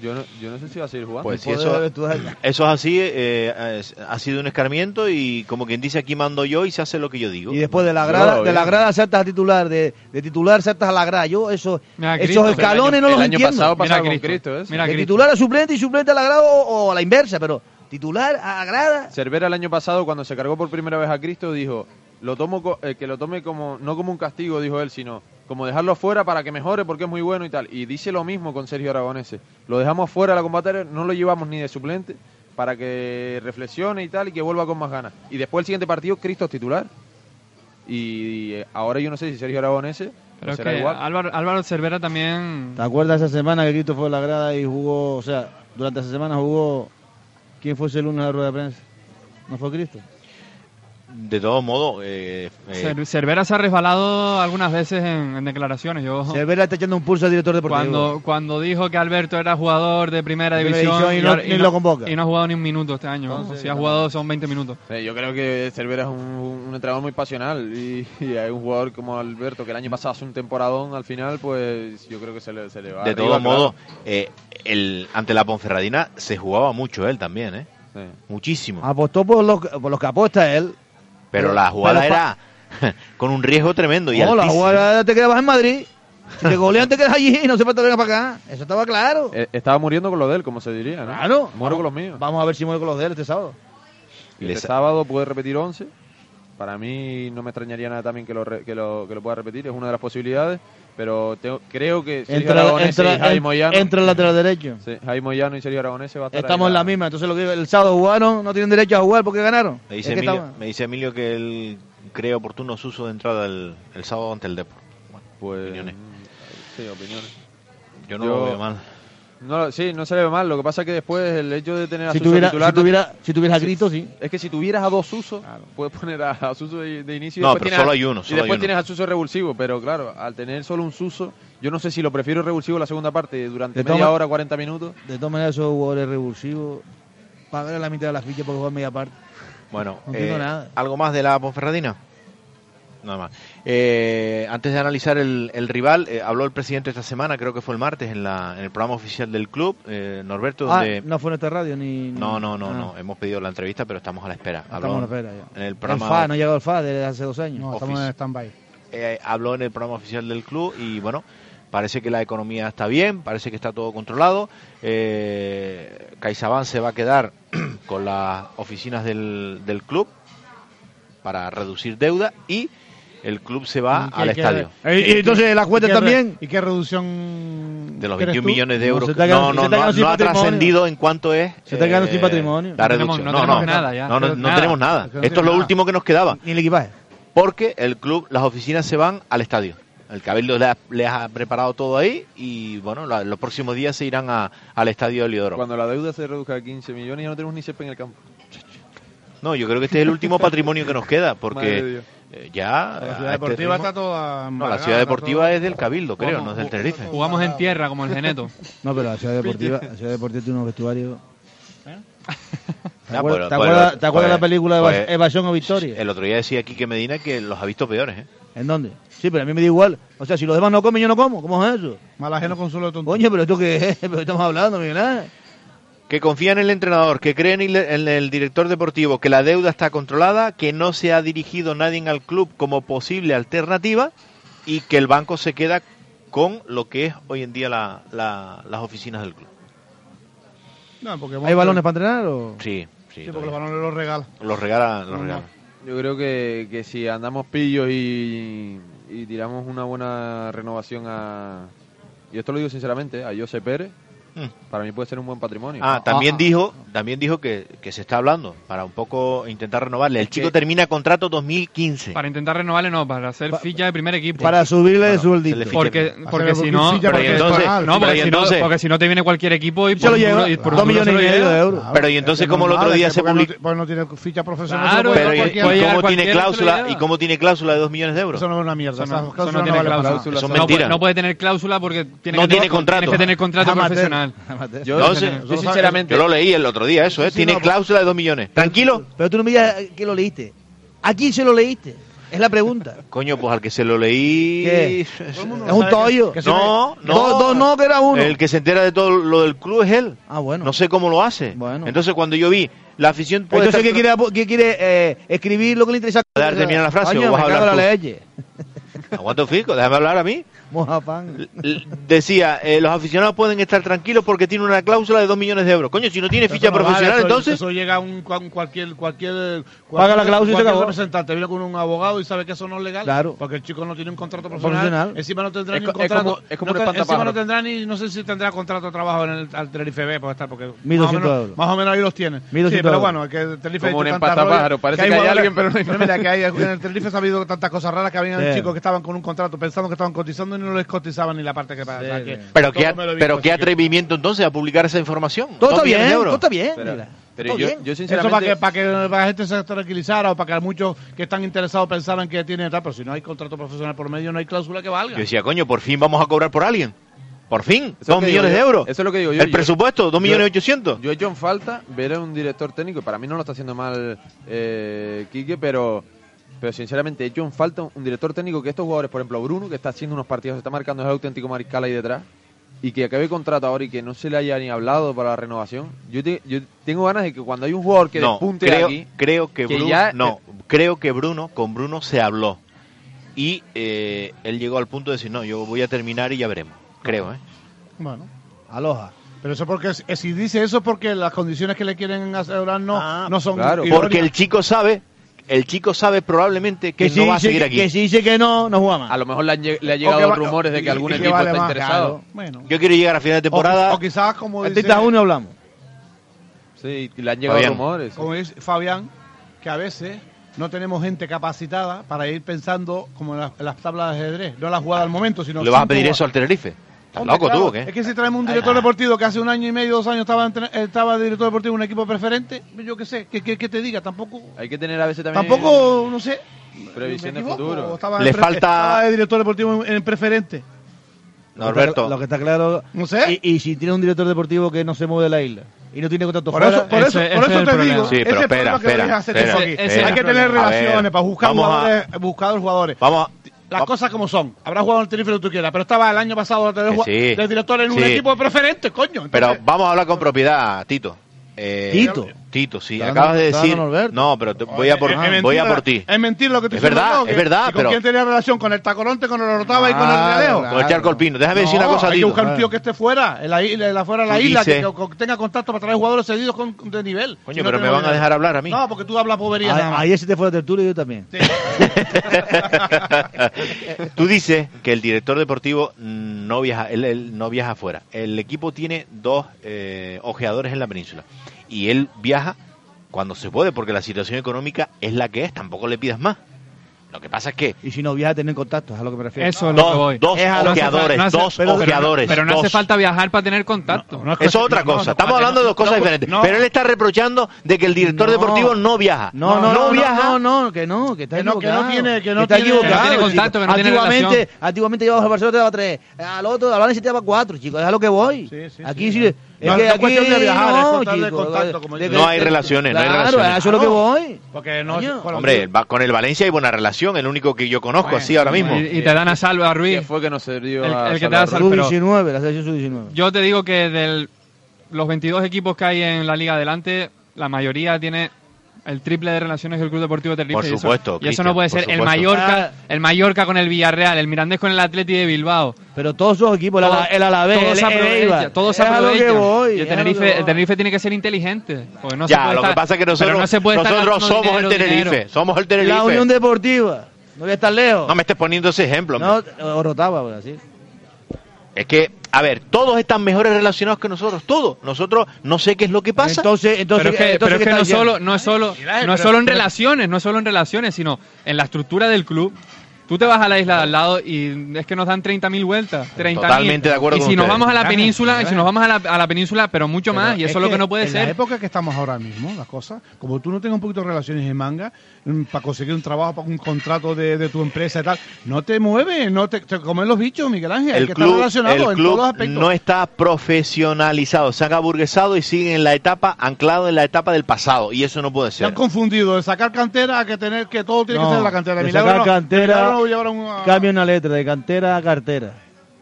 [SPEAKER 7] Yo no, yo no sé si va a seguir jugando.
[SPEAKER 3] Pues si eso, eso es así, eh, es- ha sido un escarmiento y como quien dice aquí mando yo y se hace lo que yo digo. eh,
[SPEAKER 5] Y después de la grada, de la grada saltas a titular, de, de titular saltas a la grada. Yo eso,
[SPEAKER 6] Mira, Cristo.
[SPEAKER 5] esos escalones
[SPEAKER 6] El
[SPEAKER 5] no
[SPEAKER 6] año-
[SPEAKER 5] los
[SPEAKER 6] el año
[SPEAKER 5] entiendo.
[SPEAKER 6] pasado pasaba Mira, con Cristo. Cristo, ¿eh? Mira,
[SPEAKER 5] de
[SPEAKER 6] Cristo.
[SPEAKER 5] titular a suplente y suplente a la grada o, o a la inversa, pero titular a grada.
[SPEAKER 7] Cervera el año pasado, cuando se cargó por primera vez a Cristo, dijo lo tomo co- eh, que lo tome como no como un castigo, dijo él, sino como dejarlo fuera para que mejore porque es muy bueno y tal. Y dice lo mismo con Sergio Aragonese. Lo dejamos fuera a la combatera, no lo llevamos ni de suplente para que reflexione y tal y que vuelva con más ganas. Y después el siguiente partido, Cristo es titular. Y, eh, ahora yo no sé si Sergio Aragonese
[SPEAKER 6] Pero es
[SPEAKER 7] será
[SPEAKER 6] que
[SPEAKER 7] igual.
[SPEAKER 6] Álvaro, Álvaro Cervera también.
[SPEAKER 5] ¿Te acuerdas esa semana que Cristo fue a la grada y jugó, o sea, durante esa semana jugó, ¿quién fue ese lunes a la rueda de prensa? ¿No fue Cristo?
[SPEAKER 3] De todos modos, eh, eh,
[SPEAKER 6] Cer- Cervera se ha resbalado algunas veces en, en declaraciones. Yo,
[SPEAKER 5] Cervera está echando un pulso al director deportivo.
[SPEAKER 6] cuando, cuando dijo que Alberto era jugador de primera
[SPEAKER 5] De primera
[SPEAKER 6] división,
[SPEAKER 5] división y no-
[SPEAKER 6] ahora-
[SPEAKER 5] ni lo convoca.
[SPEAKER 6] y no ha jugado ni un minuto este año.
[SPEAKER 7] Entonces,
[SPEAKER 6] si ha jugado son 20 minutos.
[SPEAKER 7] Sí, yo creo que Cervera es un, un entrenador muy pasional y, y hay un jugador como Alberto que el año pasado hace un temporadón al final, pues yo creo que se le, se le va.
[SPEAKER 3] de
[SPEAKER 7] arriba,
[SPEAKER 3] todos
[SPEAKER 7] claro.
[SPEAKER 3] modos, eh, el, ante la Ponferradina se jugaba mucho él también, ¿eh? Muchísimo.
[SPEAKER 5] Apostó por los, por los que apuesta él.
[SPEAKER 3] Pero la jugada
[SPEAKER 5] Ah, pero
[SPEAKER 3] era con un riesgo tremendo. Y
[SPEAKER 5] No, la
[SPEAKER 3] altísimo.
[SPEAKER 5] jugada te quedabas en Madrid. Si te golean te quedas allí, no se falta venir para acá. Eso estaba claro.
[SPEAKER 7] Eh, estaba muriendo con lo de él, como se diría, ¿no?
[SPEAKER 5] Claro.
[SPEAKER 7] Muero con los míos.
[SPEAKER 5] Vamos a ver si muere con los de él este sábado.
[SPEAKER 7] Y este sábado puede repetir 11. Para mí no me extrañaría nada también que lo, re- que lo, que lo pueda repetir, es una de las posibilidades, pero tengo- creo que Sergio
[SPEAKER 5] Entra,
[SPEAKER 7] Aragonés
[SPEAKER 5] entra,
[SPEAKER 7] y Jaime
[SPEAKER 5] en-
[SPEAKER 7] Moyano,
[SPEAKER 5] entra el lateral derecho.
[SPEAKER 7] Sí, Jaime Moyano y Sergio Aragonés va a estar
[SPEAKER 5] Estamos
[SPEAKER 7] ahí
[SPEAKER 5] en la misma. Entonces, lo que digo, el sábado jugaron, no tienen derecho a jugar porque ganaron.
[SPEAKER 3] Me dice,
[SPEAKER 5] Es que
[SPEAKER 3] Emilio,
[SPEAKER 5] estamos-
[SPEAKER 3] me dice Emilio que él cree oportuno su uso de entrada el, el sábado ante el Depor. Bueno, opiniones.
[SPEAKER 7] Sí, opiniones.
[SPEAKER 3] Yo no lo veo mal.
[SPEAKER 7] No, sí, no se le ve mal. Lo que pasa es que después el hecho de tener a
[SPEAKER 5] Si
[SPEAKER 7] Suso
[SPEAKER 5] tuviera-
[SPEAKER 7] titular...
[SPEAKER 5] si tuviera- si tuvieras a Grito, sí.
[SPEAKER 7] Es que si tuvieras a dos Suso, puedes poner a, a Suso de, de inicio. y
[SPEAKER 3] No,
[SPEAKER 7] después
[SPEAKER 3] pero
[SPEAKER 7] tienes a-
[SPEAKER 3] solo hay uno,
[SPEAKER 7] y
[SPEAKER 3] solo hay
[SPEAKER 7] después
[SPEAKER 3] uno.
[SPEAKER 7] tienes a Suso revulsivo. Pero claro, al tener solo un Suso, yo no sé si lo prefiero revulsivo la segunda parte durante
[SPEAKER 5] De todas
[SPEAKER 7] media
[SPEAKER 5] ma-
[SPEAKER 7] hora, 40 minutos.
[SPEAKER 5] De todas maneras, esos jugadores revulsivos pagan la mitad de las fichas porque juegan media parte.
[SPEAKER 3] Bueno,
[SPEAKER 5] No entiendo
[SPEAKER 3] eh,
[SPEAKER 5] nada.
[SPEAKER 3] ¿algo más de la Ponferradina? Nada más. Eh, antes de analizar el, el rival, eh, habló el presidente esta semana, creo que fue el martes, en, la, en el programa oficial del club, eh, Norberto,
[SPEAKER 5] Ah,
[SPEAKER 3] donde...
[SPEAKER 5] no fue nuestra radio ni. ni-
[SPEAKER 3] No, no, no,
[SPEAKER 5] Ah,
[SPEAKER 3] no, hemos pedido la entrevista, pero estamos a la espera.
[SPEAKER 5] Estamos a la
[SPEAKER 3] Habló
[SPEAKER 5] espera ya.
[SPEAKER 3] En el
[SPEAKER 5] El
[SPEAKER 3] programa
[SPEAKER 5] FA, no ha llegado el FA desde hace dos años.
[SPEAKER 3] No,
[SPEAKER 4] Estamos en stand-by.
[SPEAKER 3] eh, habló en el programa oficial del club y bueno, parece que la economía está bien, parece que está todo controlado. Eh, CaixaBank se va a quedar con las oficinas del, del club para reducir deuda y el club se va
[SPEAKER 4] Eh, ¿Y qué-
[SPEAKER 3] al
[SPEAKER 4] qué-
[SPEAKER 3] estadio.
[SPEAKER 4] qué-
[SPEAKER 5] Y- y entonces, ¿la cuenta
[SPEAKER 4] qué re-
[SPEAKER 5] también?
[SPEAKER 4] ¿Y qué reducción?
[SPEAKER 3] De los
[SPEAKER 4] crees
[SPEAKER 3] 21
[SPEAKER 4] tú?
[SPEAKER 3] millones de
[SPEAKER 4] No,
[SPEAKER 3] euros.
[SPEAKER 4] se
[SPEAKER 3] No,
[SPEAKER 4] está
[SPEAKER 3] no,
[SPEAKER 4] quedando- se
[SPEAKER 3] no,
[SPEAKER 4] está quedando sin
[SPEAKER 3] no ha
[SPEAKER 4] patrimonio.
[SPEAKER 3] trascendido en cuanto es. eh,
[SPEAKER 5] Se está quedando sin patrimonio.
[SPEAKER 3] La
[SPEAKER 5] No tenemos-
[SPEAKER 3] reducción.
[SPEAKER 5] no
[SPEAKER 3] No, no,
[SPEAKER 5] tenemos nada ya.
[SPEAKER 3] No, no,
[SPEAKER 5] No
[SPEAKER 3] no
[SPEAKER 5] tenemos
[SPEAKER 3] tenemos
[SPEAKER 5] nada.
[SPEAKER 3] nada. Esto es lo
[SPEAKER 5] nada.
[SPEAKER 3] último que nos quedaba.
[SPEAKER 5] Ni el equipaje.
[SPEAKER 3] porque el club, las oficinas se van al estadio. El Cabildo les ha, les ha preparado todo ahí y bueno, la- los próximos días se irán a- al estadio de Heliodoro.
[SPEAKER 7] Cuando la deuda se reduzca a 15 millones ya no tenemos ni CEP en el campo.
[SPEAKER 3] No, yo creo que este es el último patrimonio que nos queda,
[SPEAKER 7] Madre de
[SPEAKER 3] porque
[SPEAKER 7] Dios.
[SPEAKER 3] eh, ya...
[SPEAKER 4] La
[SPEAKER 3] a
[SPEAKER 4] ciudad
[SPEAKER 3] este
[SPEAKER 4] deportiva
[SPEAKER 3] ritmo-
[SPEAKER 4] está toda.
[SPEAKER 3] No, la
[SPEAKER 4] embargada,
[SPEAKER 3] ciudad
[SPEAKER 4] está
[SPEAKER 3] deportiva
[SPEAKER 4] todo-
[SPEAKER 3] es del Cabildo, creo,
[SPEAKER 4] Vamos,
[SPEAKER 3] no es del
[SPEAKER 4] ju-
[SPEAKER 3] Tenerife.
[SPEAKER 6] Jugamos en tierra, como el Geneto.
[SPEAKER 5] No, pero la ciudad deportiva, la ciudad deportiva tiene unos vestuarios. ¿Te
[SPEAKER 3] Ah,
[SPEAKER 5] acuerdas,
[SPEAKER 3] pues-
[SPEAKER 5] te acuerdas-
[SPEAKER 3] pues-
[SPEAKER 5] te acuerdas
[SPEAKER 3] pues-
[SPEAKER 5] la película de
[SPEAKER 3] pues-
[SPEAKER 5] Evasión o Victoria?
[SPEAKER 3] El otro día decía aquí que Medina que los ha visto peores, ¿eh?
[SPEAKER 5] ¿En dónde? Sí, pero a mí me da igual. O sea, si los demás no comen, yo no como. ¿Cómo es eso?
[SPEAKER 4] Mal ajeno consuelo de tonto.
[SPEAKER 5] Coño, pero esto qué es? ¿Pero qué estamos hablando, Miguel ¿eh? Ángel?
[SPEAKER 3] Que confía en el entrenador, que cree en el, en el director deportivo, que la deuda está controlada, que no se ha dirigido nadie al club como posible alternativa y que el banco se queda con lo que es hoy en día la- la- las oficinas del club.
[SPEAKER 4] No, porque
[SPEAKER 5] ¿Hay balones para entrenar o...?
[SPEAKER 3] Sí, sí.
[SPEAKER 4] porque los balones los regala.
[SPEAKER 3] Los regalan, los
[SPEAKER 4] No,
[SPEAKER 3] regalan.
[SPEAKER 7] Yo creo que, que si andamos pillos y, y tiramos una buena renovación a... Y esto lo digo sinceramente, a José Pérez, para mí puede ser un buen patrimonio.
[SPEAKER 3] Hmm. Ah, también dijo, también dijo que, que se está hablando para un poco intentar renovarle. El chico termina contrato 2015.
[SPEAKER 6] Para intentar renovarle, no, para hacer ficha de primer equipo.
[SPEAKER 3] Para
[SPEAKER 5] subirle de sueldito.
[SPEAKER 6] Porque,
[SPEAKER 3] Hacer
[SPEAKER 6] porque si
[SPEAKER 3] algún
[SPEAKER 6] no,
[SPEAKER 3] ficha Pero y porque- entonces- pero y
[SPEAKER 6] no, porque, si no
[SPEAKER 3] entonces-
[SPEAKER 6] porque si no te viene cualquier equipo y
[SPEAKER 3] Se lo
[SPEAKER 6] un
[SPEAKER 3] lleva,
[SPEAKER 6] duro- y
[SPEAKER 3] dos
[SPEAKER 6] por un duro
[SPEAKER 3] millones
[SPEAKER 6] se
[SPEAKER 3] y
[SPEAKER 6] lo
[SPEAKER 3] medio
[SPEAKER 6] lleva.
[SPEAKER 3] de euros. Pero y entonces, como el otro
[SPEAKER 4] Normal,
[SPEAKER 3] día
[SPEAKER 4] es que
[SPEAKER 3] se
[SPEAKER 4] porque no
[SPEAKER 3] publicó-
[SPEAKER 4] ti- Porque no tiene ficha profesional. se
[SPEAKER 6] Claro,
[SPEAKER 4] lo
[SPEAKER 3] Pero
[SPEAKER 4] puede dar
[SPEAKER 3] ¿y
[SPEAKER 4] cualquiera.
[SPEAKER 3] cómo tiene cláusula y cómo tiene cláusula de dos millones de euros?
[SPEAKER 4] Eso no es una mierda.
[SPEAKER 6] Eso
[SPEAKER 4] esas
[SPEAKER 6] no, eso
[SPEAKER 4] cláusulas
[SPEAKER 6] no tiene
[SPEAKER 4] valen para
[SPEAKER 6] cláusula.
[SPEAKER 4] nada.
[SPEAKER 3] Eso es
[SPEAKER 6] no,
[SPEAKER 3] mentira.
[SPEAKER 6] puede, no puede tener cláusula porque tiene,
[SPEAKER 3] No tiene
[SPEAKER 6] que, tener-
[SPEAKER 3] contrato.
[SPEAKER 6] tienes que tener contrato
[SPEAKER 3] Amateur.
[SPEAKER 6] profesional.
[SPEAKER 3] Yo,
[SPEAKER 6] Tienes que
[SPEAKER 3] sé,
[SPEAKER 6] tener-
[SPEAKER 3] yo sinceramente. Yo lo leí el otro día, eso, ¿eh? tiene cláusula de dos millones. Tranquilo.
[SPEAKER 5] Pero tú no me digas que lo leíste. ¿A quién se lo leíste? Es la pregunta.
[SPEAKER 3] Coño, pues al que se lo leí.
[SPEAKER 5] ¿Qué?
[SPEAKER 3] Es
[SPEAKER 5] ¿Es un tollo?
[SPEAKER 3] No, no.
[SPEAKER 5] Dos, dos no, que era uno.
[SPEAKER 3] El que se entera de todo lo del club es él. Ah, bueno. No sé cómo lo hace. Entonces, cuando yo vi la afición. Puede
[SPEAKER 5] Entonces, ¿qué
[SPEAKER 3] estar-
[SPEAKER 5] quiere, qué quiere eh, escribir lo que le interesa?
[SPEAKER 3] A ver, termina la frase,
[SPEAKER 5] Coño,
[SPEAKER 3] o vas a
[SPEAKER 5] me cago
[SPEAKER 3] hablar
[SPEAKER 5] en la
[SPEAKER 3] tú.
[SPEAKER 5] leche.
[SPEAKER 3] Aguanta un fico, déjame hablar a mí.
[SPEAKER 5] Mojapán.
[SPEAKER 3] L- Decía, eh, los aficionados pueden estar tranquilos porque tiene una cláusula de dos millones de euros. Coño, si no tiene
[SPEAKER 4] Pero
[SPEAKER 3] ficha
[SPEAKER 4] eso no vale,
[SPEAKER 3] profesional,
[SPEAKER 4] eso-
[SPEAKER 3] entonces.
[SPEAKER 4] Eso llega a un, cua- un cualquier, cualquier,
[SPEAKER 5] Paga la cláusula y se
[SPEAKER 4] cualquier
[SPEAKER 5] acabó.
[SPEAKER 4] representante. Viene con un abogado y sabe que eso no es legal.
[SPEAKER 5] Claro.
[SPEAKER 4] Porque el chico no tiene un contrato profesional.
[SPEAKER 5] Profesional.
[SPEAKER 4] Encima no tendrá
[SPEAKER 5] Es
[SPEAKER 4] ni
[SPEAKER 5] co-
[SPEAKER 4] un
[SPEAKER 5] es
[SPEAKER 4] contrato.
[SPEAKER 5] como- es como
[SPEAKER 4] no
[SPEAKER 5] un
[SPEAKER 4] te- encima
[SPEAKER 5] espantapájaros.
[SPEAKER 4] no tendrá ni, no sé si tendrá contrato de trabajo en el al Tenerife B, porque está, porque. más o
[SPEAKER 5] 1.200
[SPEAKER 4] menos-
[SPEAKER 5] euros.
[SPEAKER 4] Más o menos ahí los tiene.
[SPEAKER 5] 1.200
[SPEAKER 4] Sí, pero
[SPEAKER 5] euros.
[SPEAKER 4] bueno, que el Tenerife.
[SPEAKER 7] Como
[SPEAKER 4] ha hecho
[SPEAKER 7] un
[SPEAKER 4] tanta
[SPEAKER 7] espantapájaro,
[SPEAKER 4] rolla,
[SPEAKER 7] parece que hay
[SPEAKER 4] jugadores-
[SPEAKER 7] alguien, pero no hay
[SPEAKER 4] mira que hay, en el Tenerife se ha habido tantas cosas raras que habían
[SPEAKER 3] Sí.
[SPEAKER 4] chicos que estaban con un contrato pensando que estaban cotizando y no les cotizaban ni la parte que pagaba. O sea, que
[SPEAKER 3] Pero,
[SPEAKER 4] todo
[SPEAKER 3] qué, a-
[SPEAKER 4] me lo dijo,
[SPEAKER 3] pero qué
[SPEAKER 4] así que-
[SPEAKER 3] atrevimiento entonces a publicar esa información. Dos
[SPEAKER 4] Todo está
[SPEAKER 3] millones
[SPEAKER 4] bien,
[SPEAKER 3] de euros.
[SPEAKER 4] todo está bien,
[SPEAKER 3] Pero-
[SPEAKER 4] mira.
[SPEAKER 7] Pero yo, yo
[SPEAKER 4] Eso para
[SPEAKER 7] sinceramente...
[SPEAKER 4] que, para que la gente se tranquilizara o para que muchos que están interesados pensaran que tienen tal, pero si no hay contrato profesional por medio, no hay cláusula que valga.
[SPEAKER 3] Yo decía, coño, por fin vamos a cobrar por alguien. Por fin,
[SPEAKER 7] Eso es
[SPEAKER 3] dos
[SPEAKER 7] lo que digo
[SPEAKER 3] millones de
[SPEAKER 7] yo.
[SPEAKER 3] euros.
[SPEAKER 7] Eso es lo que digo yo.
[SPEAKER 3] El
[SPEAKER 7] Yo-
[SPEAKER 3] presupuesto, dos millones ochocientos.
[SPEAKER 7] Yo he hecho en falta ver a un director técnico, y para mí no lo está haciendo mal eh, Quique, pero, pero sinceramente he hecho en falta un director técnico que estos jugadores, por ejemplo Bruno, que está haciendo unos partidos, está marcando el auténtico mariscal ahí detrás, y que acabe contrato ahora y que no se le haya ni hablado para la renovación. Yo, te- yo tengo ganas de que cuando hay un jugador que
[SPEAKER 3] no,
[SPEAKER 7] despunte
[SPEAKER 3] creo,
[SPEAKER 7] aquí...
[SPEAKER 3] creo que,
[SPEAKER 7] que
[SPEAKER 3] Bruno,
[SPEAKER 7] ya-
[SPEAKER 3] no, creo que Bruno, con Bruno se habló. Y eh, él llegó al punto de decir, no, yo voy a terminar y ya veremos. Creo, ¿eh?
[SPEAKER 4] Bueno, aloja. Pero eso porque, es- si dice eso es porque las condiciones que le quieren asegurar no,
[SPEAKER 7] Ah,
[SPEAKER 4] no son idóneas.
[SPEAKER 3] Porque el chico sabe, el chico sabe probablemente que,
[SPEAKER 4] Que sí
[SPEAKER 3] no va a
[SPEAKER 4] dice
[SPEAKER 3] seguir
[SPEAKER 4] que-
[SPEAKER 3] aquí.
[SPEAKER 4] que
[SPEAKER 5] sí dice que no, no juega más.
[SPEAKER 7] A lo mejor le, han lle- le ha
[SPEAKER 4] O que
[SPEAKER 7] llegado
[SPEAKER 4] va-
[SPEAKER 7] rumores de
[SPEAKER 4] y-
[SPEAKER 7] que algún
[SPEAKER 4] y
[SPEAKER 7] equipo
[SPEAKER 4] vale
[SPEAKER 7] está
[SPEAKER 4] más,
[SPEAKER 7] interesado.
[SPEAKER 4] claro. Bueno.
[SPEAKER 3] Yo quiero llegar a final de temporada.
[SPEAKER 4] O, o quizás como
[SPEAKER 3] Al
[SPEAKER 4] dice,
[SPEAKER 3] Tita uno
[SPEAKER 5] hablamos.
[SPEAKER 7] Sí, y le han llegado
[SPEAKER 3] Fabián.
[SPEAKER 7] rumores.
[SPEAKER 4] como dice Fabián, que a veces no tenemos gente capacitada para ir pensando como en las, en las tablas de ajedrez, no las jugadas al momento, sino
[SPEAKER 3] ¿Le vas a
[SPEAKER 4] cinco
[SPEAKER 3] pedir
[SPEAKER 4] jugadas.
[SPEAKER 3] eso al Tenerife? ¿Estás
[SPEAKER 4] Hombre,
[SPEAKER 3] loco
[SPEAKER 4] claro,
[SPEAKER 3] tú o qué?
[SPEAKER 4] Es que si traemos un director deportivo que hace un año y medio, dos años estaba, entre- estaba de director deportivo en un equipo preferente, yo qué sé, que, que- que te diga, tampoco,
[SPEAKER 7] Hay que tener a veces también...
[SPEAKER 4] tampoco, no sé.
[SPEAKER 7] Previsión
[SPEAKER 4] me
[SPEAKER 7] de
[SPEAKER 4] equivoco,
[SPEAKER 7] futuro.
[SPEAKER 4] o estaba en
[SPEAKER 3] Le
[SPEAKER 4] pre-
[SPEAKER 3] falta-
[SPEAKER 4] estaba de director deportivo en, en preferente.
[SPEAKER 3] Norberto.
[SPEAKER 5] Lo que está claro.
[SPEAKER 4] No sé.
[SPEAKER 5] Y, y si tiene un director deportivo que no se mueve de la isla y no tiene contrato
[SPEAKER 4] Por
[SPEAKER 5] fuera,
[SPEAKER 4] eso, por eso, por eso te digo,
[SPEAKER 3] Sí, pero
[SPEAKER 4] ese es el
[SPEAKER 3] espera,
[SPEAKER 4] problema que
[SPEAKER 3] espera,
[SPEAKER 4] deberías hacer
[SPEAKER 3] espera,
[SPEAKER 4] tú aquí.
[SPEAKER 3] espera.
[SPEAKER 4] Hay que
[SPEAKER 3] A
[SPEAKER 4] tener
[SPEAKER 3] ver,
[SPEAKER 4] relaciones para buscar
[SPEAKER 3] vamos a-
[SPEAKER 4] jugadores, buscar jugadores.
[SPEAKER 3] Vamos
[SPEAKER 4] Las cosas como son. Habrá jugado en el Tenerife lo que tú quieras, pero estaba el año pasado de,
[SPEAKER 3] Que sí.
[SPEAKER 4] de director en un
[SPEAKER 3] Sí.
[SPEAKER 4] equipo preferente, coño.
[SPEAKER 3] Pero vamos a hablar con propiedad, Tito. Eh,
[SPEAKER 4] ¿Tito?
[SPEAKER 3] Tito, sí.
[SPEAKER 4] Está dando-
[SPEAKER 3] Acabas de
[SPEAKER 4] está
[SPEAKER 3] decir.
[SPEAKER 4] dando Norberto.
[SPEAKER 3] No, pero te- voy a por, Ah,
[SPEAKER 4] Es- es
[SPEAKER 3] voy a
[SPEAKER 4] mentira-
[SPEAKER 3] por ti.
[SPEAKER 4] Es mentira lo que tú
[SPEAKER 3] Es
[SPEAKER 4] dices,
[SPEAKER 3] verdad,
[SPEAKER 4] Manolo, que-
[SPEAKER 3] es verdad,
[SPEAKER 4] ¿y ¿Con
[SPEAKER 3] pero- Ah,
[SPEAKER 4] quién tenía relación? ¿Con el Tacoronte, con el Orotava y con el
[SPEAKER 3] Claro,
[SPEAKER 4] Realeo?
[SPEAKER 3] Con el Charco Alpino. Déjame decir una
[SPEAKER 4] No,
[SPEAKER 3] cosa,
[SPEAKER 4] hay que
[SPEAKER 3] Tito.
[SPEAKER 4] buscar un tío que esté fuera, en la isla, en la- fuera de la
[SPEAKER 3] Tú
[SPEAKER 4] isla, que,
[SPEAKER 3] dices-
[SPEAKER 4] que- que tenga contacto para traer jugadores cedidos con, de nivel.
[SPEAKER 3] Coño,
[SPEAKER 4] Si no
[SPEAKER 3] pero me
[SPEAKER 4] tenemos
[SPEAKER 3] van a
[SPEAKER 4] nivel.
[SPEAKER 3] dejar hablar a mí.
[SPEAKER 4] No, porque tú hablas boberías. nada más.
[SPEAKER 5] Ahí ese te fue la tertulia y yo también.
[SPEAKER 3] Tú dices que el director deportivo mm, no viaja, él, él no viaja afuera. El equipo tiene dos eh, ojeadores en la península y él viaja cuando se puede porque la situación económica es la que es. Tampoco le pidas más. Lo que pasa es que.
[SPEAKER 5] Y si no viajas, tener contactos, es a lo que me
[SPEAKER 3] Este,
[SPEAKER 5] refiero.
[SPEAKER 6] Eso es lo que voy. No hace fa- no hace- pero- Pero no hace
[SPEAKER 3] dos.
[SPEAKER 6] falta viajar para tener contacto.
[SPEAKER 3] Eso es otra cosa. Estamos hablando de dos cosas diferentes. Pero él está reprochando de que el director deportivo no viaja.
[SPEAKER 5] No, no, no, no,
[SPEAKER 3] viaja.
[SPEAKER 5] no, no, que no, que está
[SPEAKER 3] Que no, que no
[SPEAKER 5] equivocado,
[SPEAKER 3] tiene- que no
[SPEAKER 5] está
[SPEAKER 3] tiene- que
[SPEAKER 5] equivocado,
[SPEAKER 3] no tiene contacto,
[SPEAKER 5] chico.
[SPEAKER 3] que no tiene
[SPEAKER 5] antiguamente,
[SPEAKER 3] relación.
[SPEAKER 5] antiguamente llevabas al Barcelona te daba tres, al otro, al Valencia te daba cuatro, chicos, es a lo que voy. aquí sí, es
[SPEAKER 4] No,
[SPEAKER 5] que
[SPEAKER 4] no es
[SPEAKER 5] aquí
[SPEAKER 4] cuestión de viajar, es
[SPEAKER 5] no,
[SPEAKER 4] contar de
[SPEAKER 5] chico,
[SPEAKER 4] contacto, como
[SPEAKER 5] de-
[SPEAKER 4] yo
[SPEAKER 5] de-
[SPEAKER 3] No hay
[SPEAKER 5] de-
[SPEAKER 3] relaciones, no hay
[SPEAKER 5] claro,
[SPEAKER 3] relaciones.
[SPEAKER 5] a eso es lo que voy.
[SPEAKER 4] Porque no, con la-
[SPEAKER 3] Hombre, el va- con el Valencia hay buena relación, el único que yo conozco así ahora mismo.
[SPEAKER 6] Y, y te dan a salvo a Ruiz.
[SPEAKER 7] fue que no se dio
[SPEAKER 6] El-
[SPEAKER 7] a
[SPEAKER 6] el que te
[SPEAKER 7] Salva
[SPEAKER 6] da
[SPEAKER 7] Ruiz.
[SPEAKER 6] sal- pero-
[SPEAKER 5] Sub-19, la selección sub-19.
[SPEAKER 6] Yo te digo que de los 22 equipos que hay en la liga adelante, la mayoría tiene el triple de relaciones que el Club Deportivo Tenerife.
[SPEAKER 3] Por
[SPEAKER 6] y eso-
[SPEAKER 3] supuesto,
[SPEAKER 6] Y eso no
[SPEAKER 3] Cristian,
[SPEAKER 6] puede
[SPEAKER 3] por
[SPEAKER 6] ser el
[SPEAKER 3] supuesto.
[SPEAKER 5] Ah.
[SPEAKER 6] Mallorca, el Mallorca con el Villarreal, el Mirandés con el Atleti de Bilbao.
[SPEAKER 5] Pero todos esos equipos, el Ala- el Alavés,
[SPEAKER 6] todos
[SPEAKER 5] el- el
[SPEAKER 6] aprovechan,
[SPEAKER 5] Eibar.
[SPEAKER 6] Todos
[SPEAKER 5] Es a lo que
[SPEAKER 6] aprovechan.
[SPEAKER 5] voy,
[SPEAKER 6] Y el
[SPEAKER 5] es a lo
[SPEAKER 6] Tenerife,
[SPEAKER 5] que voy.
[SPEAKER 6] el Tenerife tiene que ser inteligente. porque no se
[SPEAKER 3] ya,
[SPEAKER 6] puede
[SPEAKER 3] lo que
[SPEAKER 6] estar-
[SPEAKER 3] pasa es que
[SPEAKER 6] pero
[SPEAKER 3] nosotros,
[SPEAKER 6] no se puede estar
[SPEAKER 3] nosotros
[SPEAKER 6] gastando
[SPEAKER 3] somos el
[SPEAKER 6] dinero,
[SPEAKER 3] Tenerife.
[SPEAKER 6] dinero.
[SPEAKER 3] Somos el Tenerife.
[SPEAKER 5] La Unión Deportiva, no voy a estar lejos.
[SPEAKER 3] No me estés poniendo ese ejemplo. hombre.
[SPEAKER 5] No, o rotaba, por así.
[SPEAKER 3] Es que, a ver, todos están mejores relacionados que nosotros, todos. Nosotros no sé qué es lo que pasa.
[SPEAKER 5] Entonces, entonces,
[SPEAKER 6] pero es que, pero es que no solo, no es solo, no es
[SPEAKER 3] pero-
[SPEAKER 6] solo en
[SPEAKER 3] pero-
[SPEAKER 6] relaciones, no es solo en relaciones, sino en la estructura del club. Tú te vas a la isla de al lado y es que nos dan 30.000 vueltas. 30.000.
[SPEAKER 3] Totalmente de acuerdo
[SPEAKER 6] Y si
[SPEAKER 3] con
[SPEAKER 6] nos
[SPEAKER 3] ustedes.
[SPEAKER 6] vamos a la
[SPEAKER 4] Grandes,
[SPEAKER 6] península, y si
[SPEAKER 4] grandes.
[SPEAKER 6] nos vamos a la, a la península, pero mucho más, y
[SPEAKER 4] Pero
[SPEAKER 6] eso es lo que no puede
[SPEAKER 4] en la
[SPEAKER 6] ser.
[SPEAKER 4] época que estamos ahora mismo, las cosas, como tú no tengas un poquito de relaciones en manga, mm, para conseguir un trabajo, para un contrato de, de tu empresa y tal, no te mueves, no te, te comen los bichos, Miguel Ángel. hay
[SPEAKER 3] el
[SPEAKER 4] que estar
[SPEAKER 3] club,
[SPEAKER 4] relacionado
[SPEAKER 3] el
[SPEAKER 4] en
[SPEAKER 3] club
[SPEAKER 4] todos los aspectos.
[SPEAKER 3] no está profesionalizado, se han aburguesado y siguen en la etapa, anclado en la etapa del pasado. Y eso no puede
[SPEAKER 4] Se han
[SPEAKER 3] ser.
[SPEAKER 4] confundido de sacar cantera a que tener que todo tiene que
[SPEAKER 5] No,
[SPEAKER 4] ser de la cantera.
[SPEAKER 5] de
[SPEAKER 4] Milagro
[SPEAKER 5] sacar
[SPEAKER 4] no-
[SPEAKER 5] cantera,
[SPEAKER 4] Milagro no llevaron a-
[SPEAKER 5] Cambia una letra, de cantera a cartera.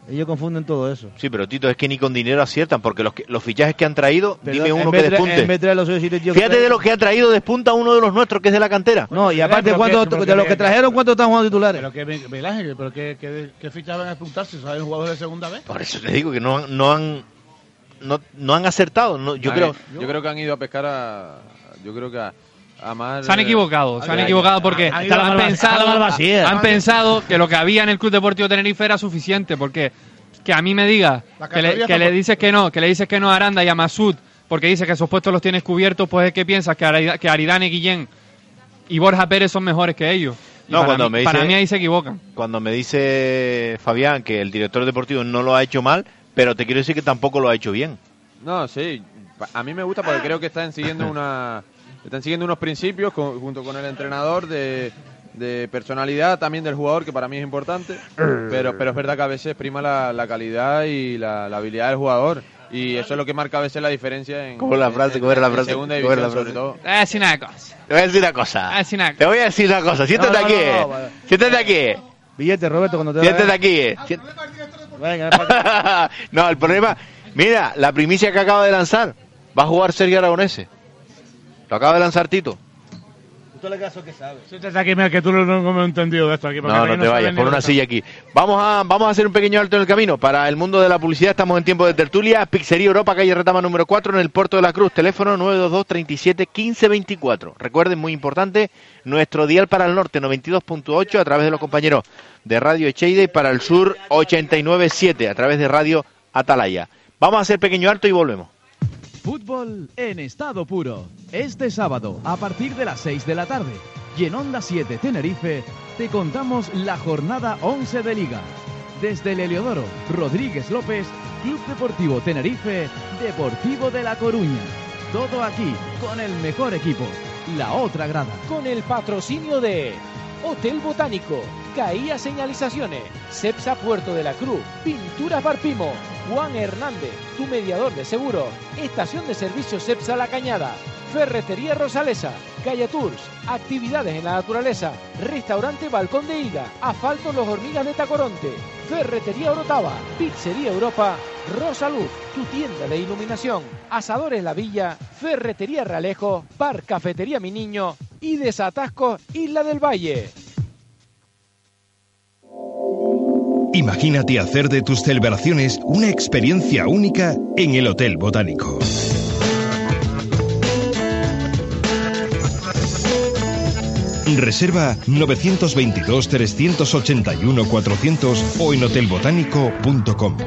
[SPEAKER 5] Ellos confunden todo eso.
[SPEAKER 3] Sí, pero Tito, es que ni con dinero aciertan, porque los, que- los fichajes que han traído, dime
[SPEAKER 5] en
[SPEAKER 3] uno
[SPEAKER 5] vez
[SPEAKER 3] que
[SPEAKER 5] de- en vez
[SPEAKER 3] despunte.
[SPEAKER 5] de traer los socios y decir, tío,
[SPEAKER 3] Fíjate
[SPEAKER 5] que-
[SPEAKER 3] de lo que ha traído, despunta uno de los nuestros, que es de la cantera.
[SPEAKER 5] No, y aparte,
[SPEAKER 4] Pero
[SPEAKER 5] ¿cuántos-
[SPEAKER 4] que- pero
[SPEAKER 5] de los
[SPEAKER 4] que-
[SPEAKER 5] que trajeron, ¿cuántos están jugando titulares?
[SPEAKER 4] Pero que, Miguel Ángel, pero que, que, que fichas van a apuntar si saben jugadores de segunda vez.
[SPEAKER 3] Por eso te digo que no, han- no han no, no han acertado. No, yo
[SPEAKER 7] A
[SPEAKER 3] creo.
[SPEAKER 7] ver, yo creo que han ido a pescar a. Yo creo que a. a más,
[SPEAKER 6] Se han
[SPEAKER 7] eh,
[SPEAKER 6] equivocado, se han equivocado porque
[SPEAKER 7] han
[SPEAKER 6] han,
[SPEAKER 7] ido a la barba-
[SPEAKER 5] a la
[SPEAKER 6] pensado,
[SPEAKER 5] barba vacía.
[SPEAKER 6] han pensado que lo que había en el Club Deportivo Tenerife era suficiente, porque que a mí me diga
[SPEAKER 4] La
[SPEAKER 6] que le,
[SPEAKER 4] categoría
[SPEAKER 6] que
[SPEAKER 4] está
[SPEAKER 6] le
[SPEAKER 4] por-
[SPEAKER 6] dices que no, que le dices que no a Aranda y a Masud, porque dices que esos puestos los tienes cubiertos, pues es que piensas que, Arida- que Aridane Guillén y Borja Pérez son mejores que ellos. Y
[SPEAKER 3] No,
[SPEAKER 6] para
[SPEAKER 3] cuando
[SPEAKER 6] mí-
[SPEAKER 3] me dice-
[SPEAKER 6] para mí ahí se equivocan.
[SPEAKER 3] Cuando me dice Fabián que el director deportivo no lo ha hecho mal, pero te quiero decir que tampoco lo ha hecho bien.
[SPEAKER 7] No, sí. pa- A mí me gusta porque creo que están siguiendo una están siguiendo unos principios co- junto con el entrenador de, de personalidad también del jugador que para mí es importante. Pero pero es verdad que a veces prima la, la calidad y la, la habilidad del jugador y eso es lo que marca a veces la diferencia en
[SPEAKER 3] ¿Cómo era la frase? ¿Cómo era la
[SPEAKER 7] en
[SPEAKER 3] frase?
[SPEAKER 7] segunda
[SPEAKER 3] ¿Cómo era
[SPEAKER 7] división
[SPEAKER 3] la frase?
[SPEAKER 7] sobre todo.
[SPEAKER 6] Te voy a decir una cosa.
[SPEAKER 3] Te voy a decir una cosa.
[SPEAKER 6] te voy a decir una
[SPEAKER 3] Te
[SPEAKER 6] cosa.
[SPEAKER 3] voy a decir una cosa. Siéntate
[SPEAKER 5] No, no,
[SPEAKER 3] aquí.
[SPEAKER 5] no,
[SPEAKER 3] eh.
[SPEAKER 5] vale.
[SPEAKER 3] Siéntate aquí. eh.
[SPEAKER 5] Billete, Roberto, cuando te
[SPEAKER 3] Siéntate
[SPEAKER 5] da-
[SPEAKER 3] aquí. eh. Siéntate-
[SPEAKER 5] Venga, ven para acá.
[SPEAKER 3] no, el problema. Mira, la primicia que acaba de lanzar. Va a jugar Sergio Aragonese. Lo acaba de lanzar Tito.
[SPEAKER 5] Tú le caso que sabes.
[SPEAKER 4] Siéntate aquí, mira, que tú no, no me has entendido de esto aquí. porque
[SPEAKER 3] No,
[SPEAKER 4] aquí
[SPEAKER 3] no te
[SPEAKER 4] se
[SPEAKER 3] vayas,
[SPEAKER 4] ven ni
[SPEAKER 3] pon una
[SPEAKER 4] los-
[SPEAKER 3] silla aquí. Vamos a, vamos a hacer un pequeño alto en el camino. Para el mundo de la publicidad estamos en tiempo de tertulia. Pizzería Europa, calle Retama número 4, en el Puerto de la Cruz. Teléfono 922-37-1524. Recuerden, muy importante, nuestro dial para el norte 92.8 a través de los compañeros de Radio Echeide y para el sur 89.7 a través de Radio Atalaya. Vamos a hacer pequeño alto y volvemos.
[SPEAKER 1] Fútbol en estado puro. Este sábado, a partir de las 6 de la tarde, y en Onda 7 Tenerife, te contamos la jornada 11 de Liga. Desde el Heliodoro, Rodríguez López, Club Deportivo Tenerife, Deportivo de La Coruña. Todo aquí, con el mejor equipo, la otra grada.
[SPEAKER 2] Con el patrocinio de Hotel Botánico, Caía Señalizaciones, Cepsa Puerto de la Cruz, Pinturas Barpimo, Juan Hernández, tu mediador de seguro, Estación de Servicio Cepsa La Cañada, Ferretería Rosalesa, Calle Tours, Actividades en la Naturaleza, Restaurante Balcón de Higa, Asfalto Los Hormigas de Tacoronte, Ferretería Orotava, Pizzería Europa, Rosaluz, tu tienda de iluminación, Asadores La Villa, Ferretería Realejo, Bar Cafetería Mi Niño y Desatascos Isla del Valle.
[SPEAKER 16] Imagínate hacer de tus celebraciones una experiencia única en el Hotel Botánico. Reserva 922-381-400 o en hotelbotánico.com.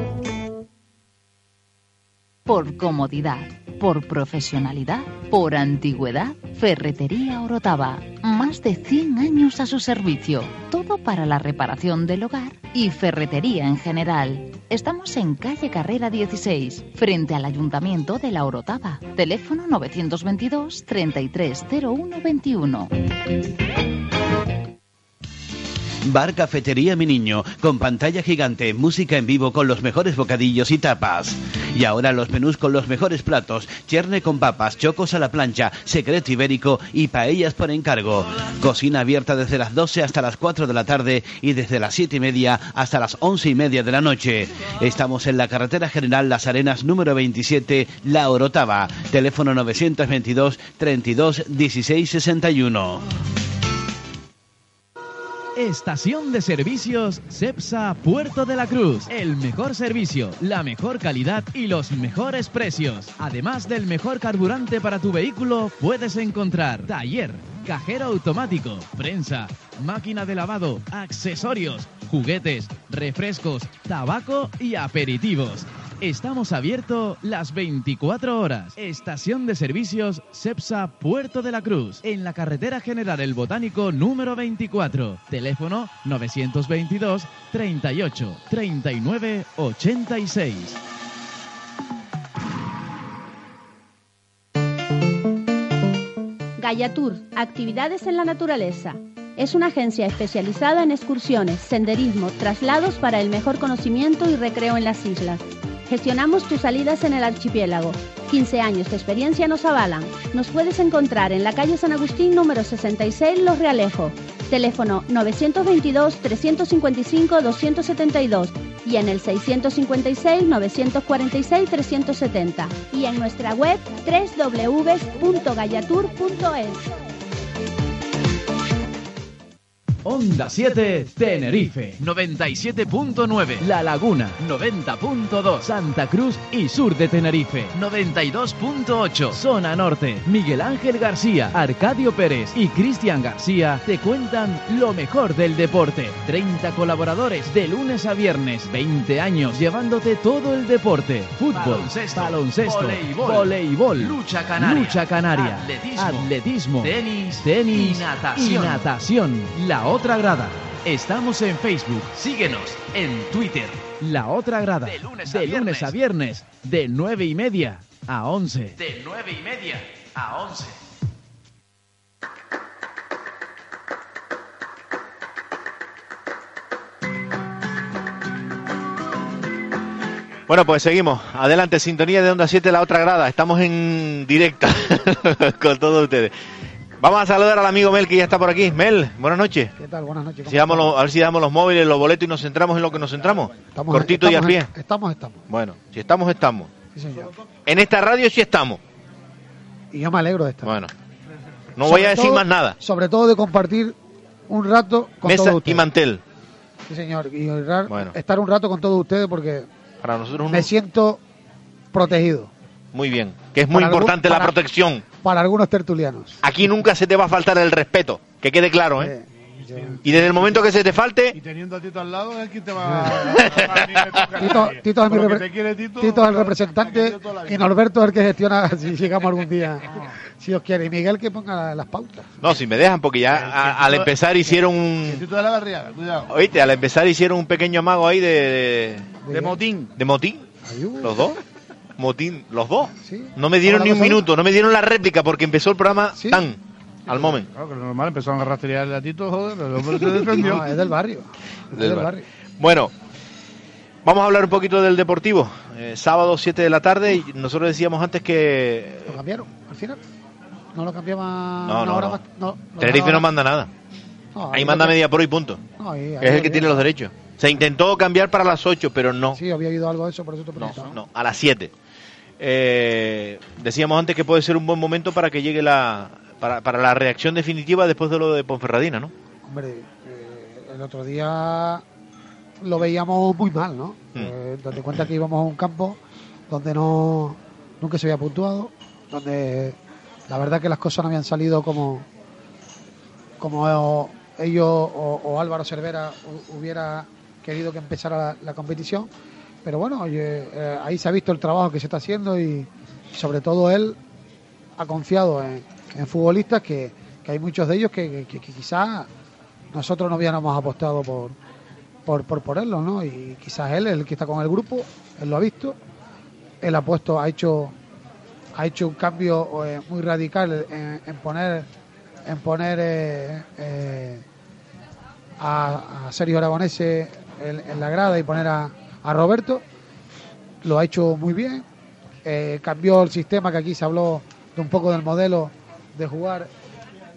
[SPEAKER 10] por comodidad, por profesionalidad, por antigüedad, Ferretería Orotava. Más de 100 años a su servicio. Todo para la reparación del hogar y ferretería en general. Estamos en calle Carrera 16, frente al Ayuntamiento de la Orotava. Teléfono 922 330121.
[SPEAKER 17] Bar Cafetería Mi Niño, con pantalla gigante, música en vivo con los mejores bocadillos y tapas. Y ahora los menús con los mejores platos, cherne con papas, chocos a la plancha, secreto ibérico y paellas por encargo. Cocina abierta desde las 12 hasta las 4 de la tarde y desde las 7 y media hasta las 11 y media de la noche. Estamos en la carretera general Las Arenas número 27, La Orotava. Teléfono 922 32 16 61.
[SPEAKER 1] Estación de servicios CEPSA Puerto de la Cruz. El mejor servicio, la mejor calidad y los mejores precios. Además del mejor carburante para tu vehículo, puedes encontrar taller, cajero automático, prensa, máquina de lavado, accesorios, juguetes, refrescos, tabaco y aperitivos. Estamos abierto las 24 horas. Estación de servicios CEPSA Puerto de la Cruz, en la carretera general El Botánico número 24. Teléfono 922 38 39 86.
[SPEAKER 18] Gallatour, actividades en la naturaleza. Es una agencia especializada en excursiones, senderismo, traslados para el mejor conocimiento y recreo en las islas. Gestionamos tus salidas en el archipiélago. 15 años de experiencia nos avalan. Nos puedes encontrar en la calle San Agustín número 66 Los Realejos. Teléfono 922-355-272 y en el 656-946-370 y en nuestra web www.gallatur.es.
[SPEAKER 1] Onda 7 Tenerife 97.9 La Laguna 90.2 Santa Cruz y Sur de Tenerife 92.8 Zona Norte Miguel Ángel García Arcadio Pérez y Cristian García te cuentan lo mejor del deporte 30 colaboradores de lunes a viernes 20 años llevándote todo el deporte fútbol
[SPEAKER 2] Baloncesto,
[SPEAKER 1] baloncesto,
[SPEAKER 2] voleibol,
[SPEAKER 1] voleibol,
[SPEAKER 2] lucha canaria,
[SPEAKER 1] lucha canaria,
[SPEAKER 2] atletismo,
[SPEAKER 1] atletismo,
[SPEAKER 2] tenis,
[SPEAKER 1] tenis
[SPEAKER 2] y natación.
[SPEAKER 1] y natación. La Otra Grada. Estamos en Facebook. Síguenos en Twitter. La Otra Grada. De lunes a, viernes. De 9 y media a 11.
[SPEAKER 2] De 9 y media a 11.
[SPEAKER 3] Bueno, pues seguimos. Adelante, sintonía de Onda 7, la otra grada. Estamos en directa con todos ustedes. Vamos a saludar al amigo Mel que ya está por aquí. Mel, buenas noches.
[SPEAKER 19] ¿Qué tal? Buenas noches. ¿cómo
[SPEAKER 3] Si damos los- a ver si damos los móviles, los boletos y nos centramos en lo que nos centramos.
[SPEAKER 19] estamos?
[SPEAKER 3] Cortito
[SPEAKER 19] Estamos-
[SPEAKER 3] y al pie.
[SPEAKER 19] Estamos, estamos.
[SPEAKER 3] Bueno, si estamos, estamos.
[SPEAKER 19] Sí, señor.
[SPEAKER 3] En esta radio sí estamos.
[SPEAKER 19] Y yo me alegro de estar.
[SPEAKER 3] Bueno, no
[SPEAKER 19] Sobre
[SPEAKER 3] voy a decir
[SPEAKER 19] todo-
[SPEAKER 3] más nada.
[SPEAKER 19] Sobre todo de compartir un rato con
[SPEAKER 3] Mesa
[SPEAKER 19] todos
[SPEAKER 3] y
[SPEAKER 19] ustedes.
[SPEAKER 3] mantel.
[SPEAKER 19] Sí, señor. Y honrar-
[SPEAKER 3] Bueno.
[SPEAKER 19] estar un rato con todos ustedes porque
[SPEAKER 3] Para nosotros uno-
[SPEAKER 19] me siento protegido
[SPEAKER 3] muy bien. Que es muy
[SPEAKER 19] Para algún-
[SPEAKER 3] importante la
[SPEAKER 19] para-
[SPEAKER 3] protección.
[SPEAKER 19] para algunos tertulianos.
[SPEAKER 3] Aquí nunca se te va a faltar el respeto. Que quede claro, ¿eh? Y desde el momento que se te falte,
[SPEAKER 4] Teniendo a Tito al lado, es quien te va a. a- ni le toca a
[SPEAKER 19] Tito,
[SPEAKER 4] nadie.
[SPEAKER 19] Tito es, mi
[SPEAKER 4] Por lo que
[SPEAKER 19] repre-
[SPEAKER 4] te quiere Tito,
[SPEAKER 19] Tito es el representante y Norberto es el que gestiona si llegamos algún día, si os quiere. Y Miguel que ponga las pautas.
[SPEAKER 3] no, si me dejan, porque ya a- al empezar hicieron un,
[SPEAKER 4] Tito de la barriada, cuidado.
[SPEAKER 3] Oíste, al empezar hicieron un pequeño amago ahí de...
[SPEAKER 4] De motín.
[SPEAKER 3] ¿De motín? ¿Los dos? ¿Motín? ¿Los dos? No me
[SPEAKER 19] Ahora
[SPEAKER 3] dieron ni
[SPEAKER 19] lo
[SPEAKER 3] un
[SPEAKER 19] sabe.
[SPEAKER 3] minuto, no me dieron la réplica porque empezó el programa tan, al momento.
[SPEAKER 19] Claro,
[SPEAKER 4] que lo normal, empezaron a rastrear a Tito, joder, el hombre se defendió.
[SPEAKER 19] No, es del barrio.
[SPEAKER 3] Del barrio. Bueno, vamos a hablar un poquito del deportivo. Eh, sábado 7 de la tarde y nosotros decíamos antes que...
[SPEAKER 19] ¿Lo cambiaron al final? ¿No lo cambiaba
[SPEAKER 3] No,
[SPEAKER 19] una
[SPEAKER 3] no,
[SPEAKER 19] hora
[SPEAKER 3] no.
[SPEAKER 19] más? No, lo
[SPEAKER 3] Tenerife no
[SPEAKER 19] dejaba-
[SPEAKER 3] manda nada.
[SPEAKER 19] No,
[SPEAKER 3] Ahí
[SPEAKER 19] lo
[SPEAKER 3] manda
[SPEAKER 19] que-
[SPEAKER 3] media pro y punto.
[SPEAKER 19] no, ahí-
[SPEAKER 3] Que es
[SPEAKER 19] ahí
[SPEAKER 3] el que
[SPEAKER 19] había-
[SPEAKER 3] tiene los derechos. Se intentó cambiar para las 8, pero no.
[SPEAKER 19] Sí, había oído algo de eso, por eso te preguntaba.
[SPEAKER 3] No, a las 7. Eh, decíamos antes que puede ser un buen momento para que llegue la para, para la reacción definitiva después de lo de Ponferradina, ¿no?
[SPEAKER 19] Hombre, eh, el otro día lo veíamos muy mal, ¿no? Eh, donde cuenta que íbamos a un campo donde no nunca se había puntuado, donde la verdad que las cosas no habían salido como como ellos o, o Álvaro Cervera hu- hubiera querido que empezara la, la competición Pero bueno, oye, eh, ahí se ha visto el trabajo que se está haciendo y sobre todo él ha confiado en, en futbolistas que, que hay muchos de ellos que, que, que quizás nosotros no hubiéramos apostado por, por, por ponerlo, ¿no? Y quizás él es el que está con el grupo, él lo ha visto, él ha puesto, ha hecho, ha hecho un cambio eh, muy radical en, en poner, en poner eh, eh, a, a Sergio Aragonese en, en la grada y poner a, a Roberto, lo ha hecho muy bien, eh, cambió el sistema que aquí se habló de un poco del modelo de jugar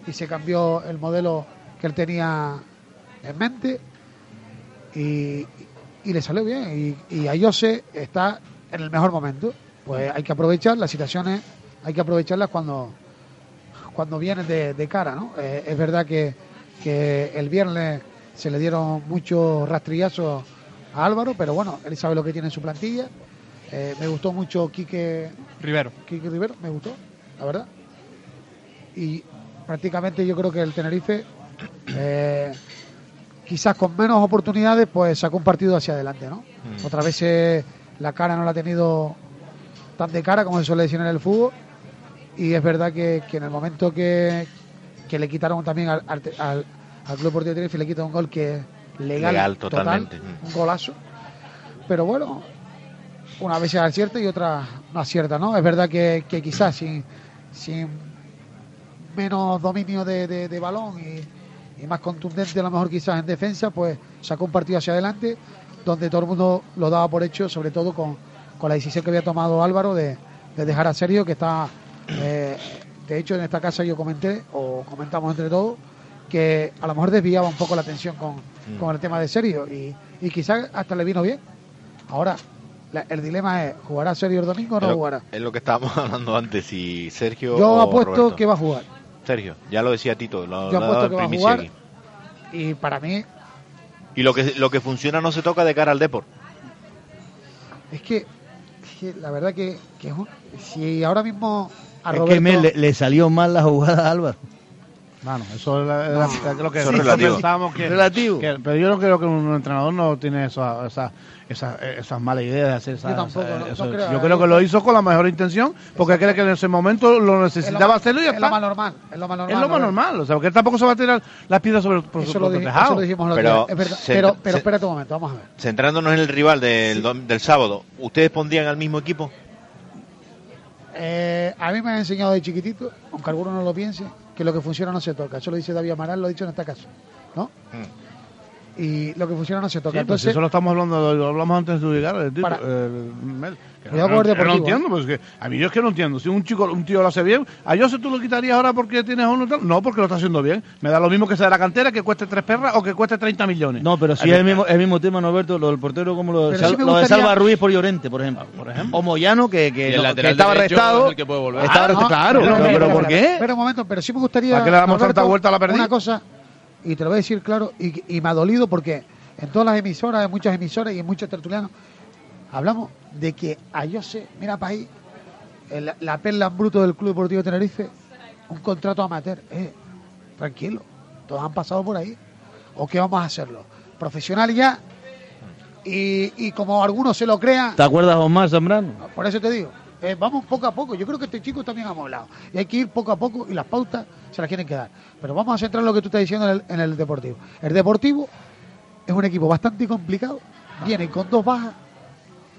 [SPEAKER 19] y se cambió el modelo que él tenía en mente y, y le salió bien. Y, y Ayose está en el mejor momento. Pues hay que aprovechar las situaciones, hay que aprovecharlas cuando, cuando vienen de, de cara, ¿no? Eh, es verdad que, que el viernes se le dieron muchos rastrillazos a Álvaro, pero bueno, él sabe lo que tiene en su plantilla. Eh, me gustó mucho Quique
[SPEAKER 6] Rivero.
[SPEAKER 19] Quique Rivero, me gustó, la verdad. Y prácticamente yo creo que el Tenerife, eh, quizás con menos oportunidades, pues sacó un partido hacia adelante, ¿no?
[SPEAKER 20] Mm.
[SPEAKER 19] Otras veces la cara no la ha tenido tan de cara como se suele decir en el fútbol. Y es verdad que, que en el momento que, que le quitaron también al, al, al- al Club Deportivo Tenerife, le quitaron un gol que es legal,
[SPEAKER 3] Legal,
[SPEAKER 19] total,
[SPEAKER 3] totalmente. Mm,
[SPEAKER 19] un golazo. Pero bueno, una vez se acierta y otra no acierta, ¿no? Es verdad que, que quizás sin, sin menos dominio de, de- de balón y, y más contundente a lo mejor quizás en defensa, pues sacó un partido hacia adelante donde todo el mundo lo daba por hecho, sobre todo con, con la decisión que había tomado Álvaro de, de dejar a Sergio, que está, eh, de hecho en esta casa yo comenté, o comentamos entre todos, que a lo mejor desviaba un poco la atención con,
[SPEAKER 21] Mm.
[SPEAKER 19] con el tema de Sergio y, y quizás hasta le vino bien. Ahora, la- el dilema es, ¿jugará Sergio el domingo o no
[SPEAKER 3] es,
[SPEAKER 19] jugará?
[SPEAKER 3] lo, es lo que estábamos hablando antes, si Sergio
[SPEAKER 19] Yo
[SPEAKER 3] o
[SPEAKER 19] apuesto
[SPEAKER 3] Roberto.
[SPEAKER 19] que va a jugar.
[SPEAKER 3] Sergio, ya lo decía Tito, lo,
[SPEAKER 19] Yo
[SPEAKER 3] lo ha dado
[SPEAKER 19] apuesto
[SPEAKER 3] en
[SPEAKER 19] que va a
[SPEAKER 3] primicia
[SPEAKER 19] jugar
[SPEAKER 3] aquí.
[SPEAKER 19] y para mí
[SPEAKER 3] Y lo que, lo que funciona no se toca de cara al deporte.
[SPEAKER 19] es que, es que la verdad que, que es un- si ahora mismo a
[SPEAKER 5] Es
[SPEAKER 19] Roberto...
[SPEAKER 5] que me le, le salió mal la jugada a Álvaro.
[SPEAKER 4] Mano, eso es la- la- la- lo que
[SPEAKER 5] Eso es
[SPEAKER 4] nosotros
[SPEAKER 5] relativo.
[SPEAKER 4] pensábamos que,
[SPEAKER 5] Relativo.
[SPEAKER 4] que- pero yo no creo que un entrenador no tiene esa- esa- esa- esas malas ideas de hacer esas-
[SPEAKER 19] Yo tampoco, no- no
[SPEAKER 4] eso.
[SPEAKER 19] creo. eh,
[SPEAKER 4] yo creo que lo hizo con la mejor intención porque cree que en ese momento lo
[SPEAKER 19] es lo
[SPEAKER 4] necesitaba
[SPEAKER 19] más-
[SPEAKER 4] hacerlo y ya
[SPEAKER 19] Es lo más
[SPEAKER 4] está.
[SPEAKER 19] normal. Es lo más normal.
[SPEAKER 4] Es lo más
[SPEAKER 19] Roberto.
[SPEAKER 4] normal, o sea, porque él tampoco se va a tirar las piedras sobre por
[SPEAKER 19] Eso
[SPEAKER 4] su
[SPEAKER 19] lo,
[SPEAKER 4] propio
[SPEAKER 19] dij-
[SPEAKER 4] tejado.
[SPEAKER 19] eso lo dijimos el otro
[SPEAKER 3] Pero
[SPEAKER 19] día. Es verdad.
[SPEAKER 3] se-
[SPEAKER 19] Pero, pero
[SPEAKER 3] se-
[SPEAKER 19] espérate un momento, vamos a ver.
[SPEAKER 3] Centrándonos en el rival del, dom- del sábado, ¿ustedes pondrían al mismo equipo?
[SPEAKER 19] Eh, a mí me han enseñado de chiquitito, aunque alguno no lo piense, que lo que funciona no se toca. Eso lo dice David Amaral, lo ha dicho en esta casa. ¿No? Y lo que funciona no se
[SPEAKER 4] Sí,
[SPEAKER 19] toca.
[SPEAKER 4] pues
[SPEAKER 19] Entonces,
[SPEAKER 4] Mm. eso lo estamos hablando, lo hablamos antes de llegar. el tipo,
[SPEAKER 19] Para-
[SPEAKER 4] eh, Mel, que
[SPEAKER 19] Cuidado con
[SPEAKER 4] yo no
[SPEAKER 19] el Deportivo, ¿eh?
[SPEAKER 4] entiendo, pues, que a mí yo es que no entiendo. Si un chico, un tío lo hace bien, a yo tú lo quitarías ahora porque tienes a uno tal. No, porque lo está haciendo bien. Me da lo mismo que sea de la cantera, que cueste tres perras o que cueste 30 millones.
[SPEAKER 5] No, pero sí
[SPEAKER 4] A
[SPEAKER 5] es
[SPEAKER 4] mí-
[SPEAKER 5] el mismo, el mismo tema, Norberto, lo del portero como lo, de
[SPEAKER 4] Pero
[SPEAKER 5] Sal-
[SPEAKER 4] sí me
[SPEAKER 5] lo de
[SPEAKER 4] gustaría-
[SPEAKER 5] Salva Ruiz por Llorente, por ejemplo. O Moyano, que, que,
[SPEAKER 20] Y el
[SPEAKER 5] no- que
[SPEAKER 20] lateral
[SPEAKER 5] estaba
[SPEAKER 20] derecho es
[SPEAKER 5] arrestado.
[SPEAKER 20] el que puede volver.
[SPEAKER 5] estaba
[SPEAKER 19] Ah, no,
[SPEAKER 5] arrestado, claro,
[SPEAKER 19] espera,
[SPEAKER 5] pero,
[SPEAKER 19] espera,
[SPEAKER 5] pero ¿por
[SPEAKER 19] espera,
[SPEAKER 5] qué?
[SPEAKER 19] Espera un momento, pero sí me gustaría.
[SPEAKER 5] ¿Para qué le damos tanta vuelta a la perdiz?
[SPEAKER 19] Una cosa, y te lo voy a decir claro, y, y me ha dolido porque en todas las emisoras, en muchas emisoras y en muchos tertulianos, hablamos de que a Jose, mira para ahí, el- la perla en bruto del Club Deportivo Tenerife, un contrato amateur. Eh, tranquilo, todos han pasado por ahí. ¿O qué vamos a hacerlo? Profesional ya. Y, y como algunos se lo crean,
[SPEAKER 5] ¿Te acuerdas, Omar Zambrano?
[SPEAKER 19] por eso te digo, eh, vamos poco a poco. Yo creo que este chico está bien amoblado. Y hay que ir poco a poco y las pautas se las tienen que dar. Pero vamos a centrar en lo que tú estás diciendo en el, en el Deportivo. El Deportivo es un equipo bastante complicado. Viene con dos bajas.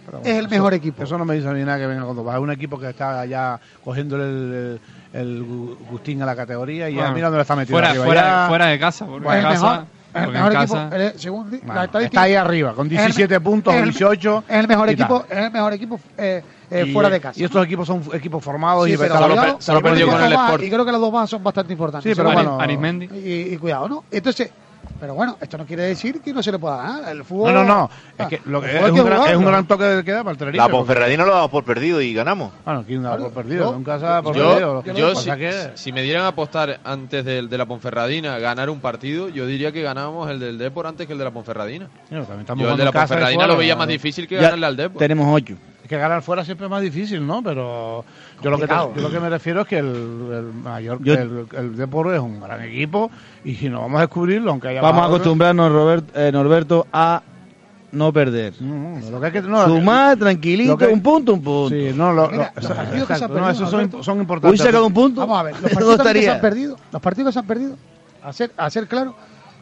[SPEAKER 4] Pero
[SPEAKER 19] Es el mejor
[SPEAKER 4] eso-
[SPEAKER 19] equipo.
[SPEAKER 4] Eso no me dice a mí nada que venga cuando va. Es un equipo que está ya cogiéndole el, el- el gu- gustín a la categoría y ya
[SPEAKER 6] Bueno,
[SPEAKER 4] mira dónde lo está metiendo.
[SPEAKER 6] Ah. fuera-
[SPEAKER 4] arriba.
[SPEAKER 6] fuera-
[SPEAKER 4] Ya-
[SPEAKER 6] fuera de casa, porque en
[SPEAKER 19] el
[SPEAKER 6] casa-
[SPEAKER 19] mejor, es el
[SPEAKER 6] porque en
[SPEAKER 19] mejor
[SPEAKER 6] casa-
[SPEAKER 19] equipo. eh, según di-
[SPEAKER 4] Bueno,
[SPEAKER 19] la
[SPEAKER 4] está
[SPEAKER 19] estadística,
[SPEAKER 4] ahí arriba, con
[SPEAKER 19] es el me-
[SPEAKER 4] 17 puntos,
[SPEAKER 19] es el-
[SPEAKER 4] 18.
[SPEAKER 19] Es el mejor
[SPEAKER 4] y tal.
[SPEAKER 19] equipo, es el mejor equipo eh, eh,
[SPEAKER 4] Y-
[SPEAKER 19] fuera de casa.
[SPEAKER 4] Y estos equipos son equipos formados
[SPEAKER 19] Sí,
[SPEAKER 4] y
[SPEAKER 19] pero
[SPEAKER 4] está la-
[SPEAKER 19] cuidado,
[SPEAKER 4] se lo
[SPEAKER 19] porque
[SPEAKER 4] perdió
[SPEAKER 19] las
[SPEAKER 4] con
[SPEAKER 19] dos
[SPEAKER 4] el
[SPEAKER 19] bajas-
[SPEAKER 4] Sport.
[SPEAKER 19] Y creo que las dos bajas son bastante importantes.
[SPEAKER 4] Sí, pero
[SPEAKER 19] Aris-
[SPEAKER 4] bueno. Arismendi.
[SPEAKER 19] Y, y cuidado, ¿no? Entonces, pero bueno, esto no quiere decir que no se le pueda ganar. El fútbol.
[SPEAKER 4] No, no, no. Es
[SPEAKER 19] Ah,
[SPEAKER 4] que lo que
[SPEAKER 19] el
[SPEAKER 4] es,
[SPEAKER 19] fútbol hay
[SPEAKER 4] un gran,
[SPEAKER 19] jugarlo.
[SPEAKER 4] es un gran toque de queda para el Tenerife.
[SPEAKER 3] La
[SPEAKER 7] pues,
[SPEAKER 3] Ponferradina lo damos por perdido y ganamos.
[SPEAKER 4] Bueno, ¿quién da por perdido?
[SPEAKER 3] yo-
[SPEAKER 4] Nunca se da por
[SPEAKER 7] Yo,
[SPEAKER 4] perdido.
[SPEAKER 7] yo
[SPEAKER 4] O
[SPEAKER 7] si,
[SPEAKER 4] sea que-
[SPEAKER 7] si me dieran a apostar antes del de la Ponferradina ganar un partido, yo diría que ganábamos el del Depor antes que el de la Ponferradina.
[SPEAKER 4] Mira, también estamos
[SPEAKER 7] Yo el
[SPEAKER 4] jugando
[SPEAKER 7] de la
[SPEAKER 4] en casa y
[SPEAKER 7] Ponferradina
[SPEAKER 4] fuera,
[SPEAKER 7] lo veía
[SPEAKER 4] ¿no?
[SPEAKER 7] más difícil que
[SPEAKER 4] Ya
[SPEAKER 7] ganarle al Depor.
[SPEAKER 5] Tenemos ocho.
[SPEAKER 4] Es que ganar fuera siempre es más difícil, ¿no? Pero yo lo, que te-
[SPEAKER 7] Complicado.
[SPEAKER 4] yo lo que me refiero es que el, el mayor,
[SPEAKER 5] Yo-
[SPEAKER 4] el, el Depor es un gran equipo y si nos vamos a descubrirlo, aunque haya
[SPEAKER 5] Vamos a
[SPEAKER 4] bajado,
[SPEAKER 5] acostumbrarnos, Robert- eh, Norberto, a no perder.
[SPEAKER 4] Lo que hay que- no,
[SPEAKER 5] Sumar, tranquilito,
[SPEAKER 4] lo que-
[SPEAKER 5] un punto, un punto.
[SPEAKER 4] Sí, no, lo-
[SPEAKER 5] Mira,
[SPEAKER 4] lo-
[SPEAKER 5] los partidos que se han
[SPEAKER 4] exacto, no,
[SPEAKER 5] perdido,
[SPEAKER 4] esos son,
[SPEAKER 5] Alberto.
[SPEAKER 4] son importantes.
[SPEAKER 5] Hubiese sacado un punto.
[SPEAKER 4] Vamos
[SPEAKER 19] A ver,
[SPEAKER 5] No
[SPEAKER 19] los partidos también que se
[SPEAKER 5] estaría.
[SPEAKER 19] han perdido, los partidos que se han perdido, a ser, a ser claro,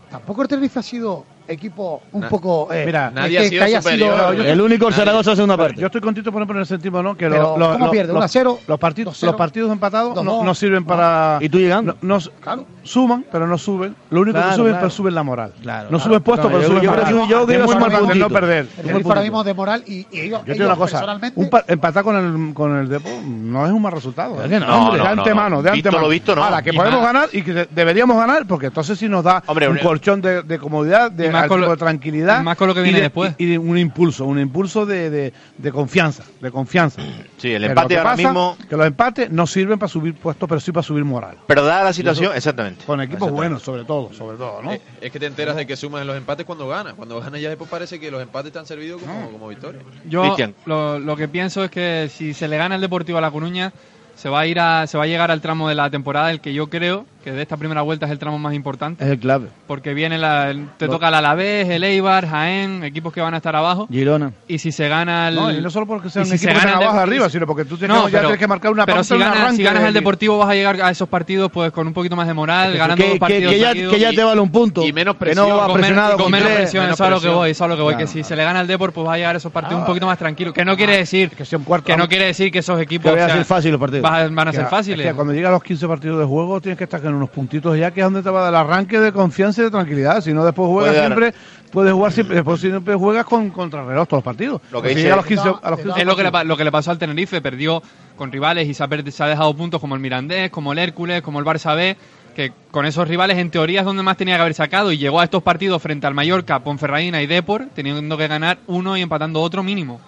[SPEAKER 19] tampoco el Tenerife ha sido equipo un
[SPEAKER 4] Na-
[SPEAKER 19] poco. eh,
[SPEAKER 4] Mira,
[SPEAKER 19] es que- que haya sido-
[SPEAKER 5] El único el Zaragoza hace una parte.
[SPEAKER 4] Yo estoy contento por ejemplo, en el sentido, ¿no? Que
[SPEAKER 19] Pero,
[SPEAKER 4] lo- lo-
[SPEAKER 19] ¿cómo
[SPEAKER 4] lo-
[SPEAKER 19] pierde?
[SPEAKER 4] lo-
[SPEAKER 19] 1-0,
[SPEAKER 4] Los partidos,
[SPEAKER 19] 2-0,
[SPEAKER 4] los partidos empatados no,
[SPEAKER 19] 2-2,
[SPEAKER 4] no sirven para.
[SPEAKER 5] ¿Y tú llegando?
[SPEAKER 4] No, no- Suman, pero no suben. Lo único
[SPEAKER 5] Claro,
[SPEAKER 4] que suben,
[SPEAKER 5] claro.
[SPEAKER 4] pero suben la moral.
[SPEAKER 5] Claro,
[SPEAKER 4] no
[SPEAKER 5] claro.
[SPEAKER 4] suben puestos,
[SPEAKER 5] No,
[SPEAKER 4] pero
[SPEAKER 5] yo-
[SPEAKER 4] suben
[SPEAKER 5] yo
[SPEAKER 4] moral.
[SPEAKER 5] creo que- yo creo que
[SPEAKER 4] Es
[SPEAKER 5] iba a
[SPEAKER 4] muy
[SPEAKER 5] sumar
[SPEAKER 4] importante
[SPEAKER 5] puntito.
[SPEAKER 4] no perder.
[SPEAKER 19] El Tenerife ahora mismo de moral y, y ellos,
[SPEAKER 4] Yo te digo una
[SPEAKER 19] ellos
[SPEAKER 4] cosa,
[SPEAKER 19] personalmente.
[SPEAKER 4] un par- empatar con el, con el Depor no es un mal resultado.
[SPEAKER 19] Claro que no,
[SPEAKER 4] Hombre,
[SPEAKER 19] no,
[SPEAKER 4] de
[SPEAKER 19] no,
[SPEAKER 4] antemano,
[SPEAKER 3] no.
[SPEAKER 4] de
[SPEAKER 3] Visto
[SPEAKER 4] antemano.
[SPEAKER 3] lo visto, no.
[SPEAKER 4] Ahora, que
[SPEAKER 3] Y
[SPEAKER 4] podemos
[SPEAKER 3] más.
[SPEAKER 4] ganar y que de- deberíamos ganar, porque entonces sí nos da
[SPEAKER 3] Hombre,
[SPEAKER 4] un
[SPEAKER 3] un-
[SPEAKER 4] colchón de, de comodidad, de,
[SPEAKER 6] Y más
[SPEAKER 4] al
[SPEAKER 6] con lo-
[SPEAKER 4] tipo de tranquilidad.
[SPEAKER 6] y más con lo que
[SPEAKER 4] y
[SPEAKER 6] viene
[SPEAKER 4] de-
[SPEAKER 6] después.
[SPEAKER 4] Y, y de un impulso, un impulso de, de- de confianza, de confianza.
[SPEAKER 3] Sí, el
[SPEAKER 4] Pero
[SPEAKER 3] empate
[SPEAKER 4] lo que
[SPEAKER 3] ahora
[SPEAKER 4] pasa
[SPEAKER 3] mismo-
[SPEAKER 4] Que los empates no sirven para subir puestos, pero sí para subir moral.
[SPEAKER 3] Pero dada
[SPEAKER 4] Y
[SPEAKER 3] la
[SPEAKER 4] eso-
[SPEAKER 3] situación, exactamente.
[SPEAKER 4] Con equipos
[SPEAKER 3] Exactamente.
[SPEAKER 4] buenos, sobre todo, sobre todo, ¿no?
[SPEAKER 7] Eh, Es que te enteras de que sumas en los empates cuando ganas. Cuando ganas ya después parece que los empates te han servido como, como victoria.
[SPEAKER 6] Yo lo, lo que pienso es que si se le gana el Deportivo a La Coruña, se va a ir a, se va a llegar al tramo de la temporada, el que yo creo que de esta primera vuelta es el tramo más importante,
[SPEAKER 5] Es el clave.
[SPEAKER 6] porque viene la, el- te
[SPEAKER 5] Lo-
[SPEAKER 6] toca el Alavés, el Eibar, Jaén, equipos que van a estar abajo.
[SPEAKER 5] Girona.
[SPEAKER 6] Y si se gana el.
[SPEAKER 4] No, y no solo porque sea un
[SPEAKER 6] y si
[SPEAKER 4] equipo que
[SPEAKER 6] gana
[SPEAKER 4] tenga
[SPEAKER 6] el
[SPEAKER 4] abajo
[SPEAKER 6] Dep-
[SPEAKER 4] arriba, sino porque tú tienes que- ya tienes que marcar una
[SPEAKER 6] pero
[SPEAKER 4] pauta,
[SPEAKER 6] si
[SPEAKER 4] un
[SPEAKER 6] ganas,
[SPEAKER 4] arranque
[SPEAKER 6] si ganas
[SPEAKER 4] de-
[SPEAKER 6] el Deportivo vas a llegar a esos partidos pues con un poquito más de moral,
[SPEAKER 5] Que-
[SPEAKER 6] ganando
[SPEAKER 5] que-
[SPEAKER 6] dos partidos
[SPEAKER 5] que ya-
[SPEAKER 6] seguidos
[SPEAKER 5] que ya
[SPEAKER 6] y-
[SPEAKER 5] te vale un punto. Y menos Que no va
[SPEAKER 6] con menos-
[SPEAKER 5] presionado
[SPEAKER 6] con,
[SPEAKER 5] con
[SPEAKER 6] menos
[SPEAKER 5] tres.
[SPEAKER 6] presión,
[SPEAKER 5] Menos
[SPEAKER 6] eso es a lo que
[SPEAKER 5] presión.
[SPEAKER 6] voy, eso es a lo que voy, que
[SPEAKER 5] Claro.
[SPEAKER 6] si se le gana al Depor pues va a llegar a esos partidos un poquito más tranquilos, que no quiere decir Ah. que
[SPEAKER 4] sea un
[SPEAKER 6] no quiere decir que esos equipos
[SPEAKER 4] van
[SPEAKER 6] o sea, Van, van a ser fáciles.
[SPEAKER 4] cuando llegas a los 15 partidos de juego, tienes que estar con unos puntitos ya, que es donde te va a dar el arranque de confianza y de tranquilidad. Si no, después juegas
[SPEAKER 6] Puede dar.
[SPEAKER 4] siempre, puedes jugar siempre, después siempre juegas con contrarreloj todos los partidos.
[SPEAKER 6] Lo
[SPEAKER 4] Pues si llegas a los 15, a los 15
[SPEAKER 6] es lo que,
[SPEAKER 4] partidos.
[SPEAKER 6] le, pa- lo que le pasó al Tenerife, perdió con rivales y se ha, per- se ha dejado puntos como el Mirandés, como el Hércules, como el Barça B, que con esos rivales en teoría es donde más tenía que haber sacado y llegó a estos partidos frente al Mallorca, Ponferradina y Depor, teniendo que ganar uno y empatando otro mínimo,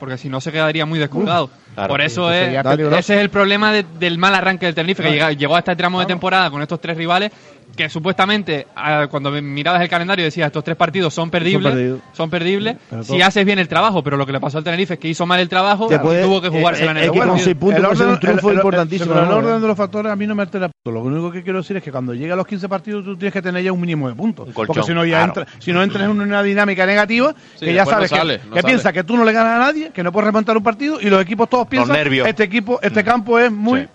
[SPEAKER 6] porque si no se quedaría muy descolgado.
[SPEAKER 4] claro,
[SPEAKER 6] Por eso
[SPEAKER 4] eso
[SPEAKER 6] es,
[SPEAKER 4] sería peligroso.
[SPEAKER 6] ese es el problema de- del mal arranque del Tenerife, que
[SPEAKER 4] Claro.
[SPEAKER 6] llega- llegó a este tramo de temporada con estos tres rivales que supuestamente ah, cuando mirabas el calendario decías estos tres partidos son perdibles,
[SPEAKER 5] perdidos.
[SPEAKER 6] son perdibles,
[SPEAKER 5] Pero
[SPEAKER 6] si
[SPEAKER 5] todo-
[SPEAKER 6] haces bien el trabajo, pero lo que le pasó al Tenerife es que hizo mal el trabajo
[SPEAKER 5] Te puede-
[SPEAKER 6] y tuvo que jugársela en
[SPEAKER 5] es
[SPEAKER 6] el
[SPEAKER 5] que con
[SPEAKER 6] partido.
[SPEAKER 5] seis puntos
[SPEAKER 4] El
[SPEAKER 5] puede ser un
[SPEAKER 4] orden-
[SPEAKER 5] triunfo
[SPEAKER 4] el- el-
[SPEAKER 5] importantísimo.
[SPEAKER 4] pero el
[SPEAKER 5] ¿no?
[SPEAKER 4] orden de los factores a mí no me altera. Lo único que quiero decir es que cuando llegue a los 15 partidos tú tienes que tener ya un mínimo de puntos.
[SPEAKER 3] colchón,
[SPEAKER 4] Porque si no, ya
[SPEAKER 3] claro.
[SPEAKER 4] entra- si no entras en una dinámica negativa,
[SPEAKER 3] Sí,
[SPEAKER 4] que ya
[SPEAKER 3] después no
[SPEAKER 4] sabes que-
[SPEAKER 3] sale,
[SPEAKER 4] que,
[SPEAKER 3] no sale.
[SPEAKER 4] piensa que tú no le ganas a nadie, que no puedes remontar un partido y los equipos todos piensan
[SPEAKER 3] nervios. Mm.
[SPEAKER 4] este equipo, este campo es muy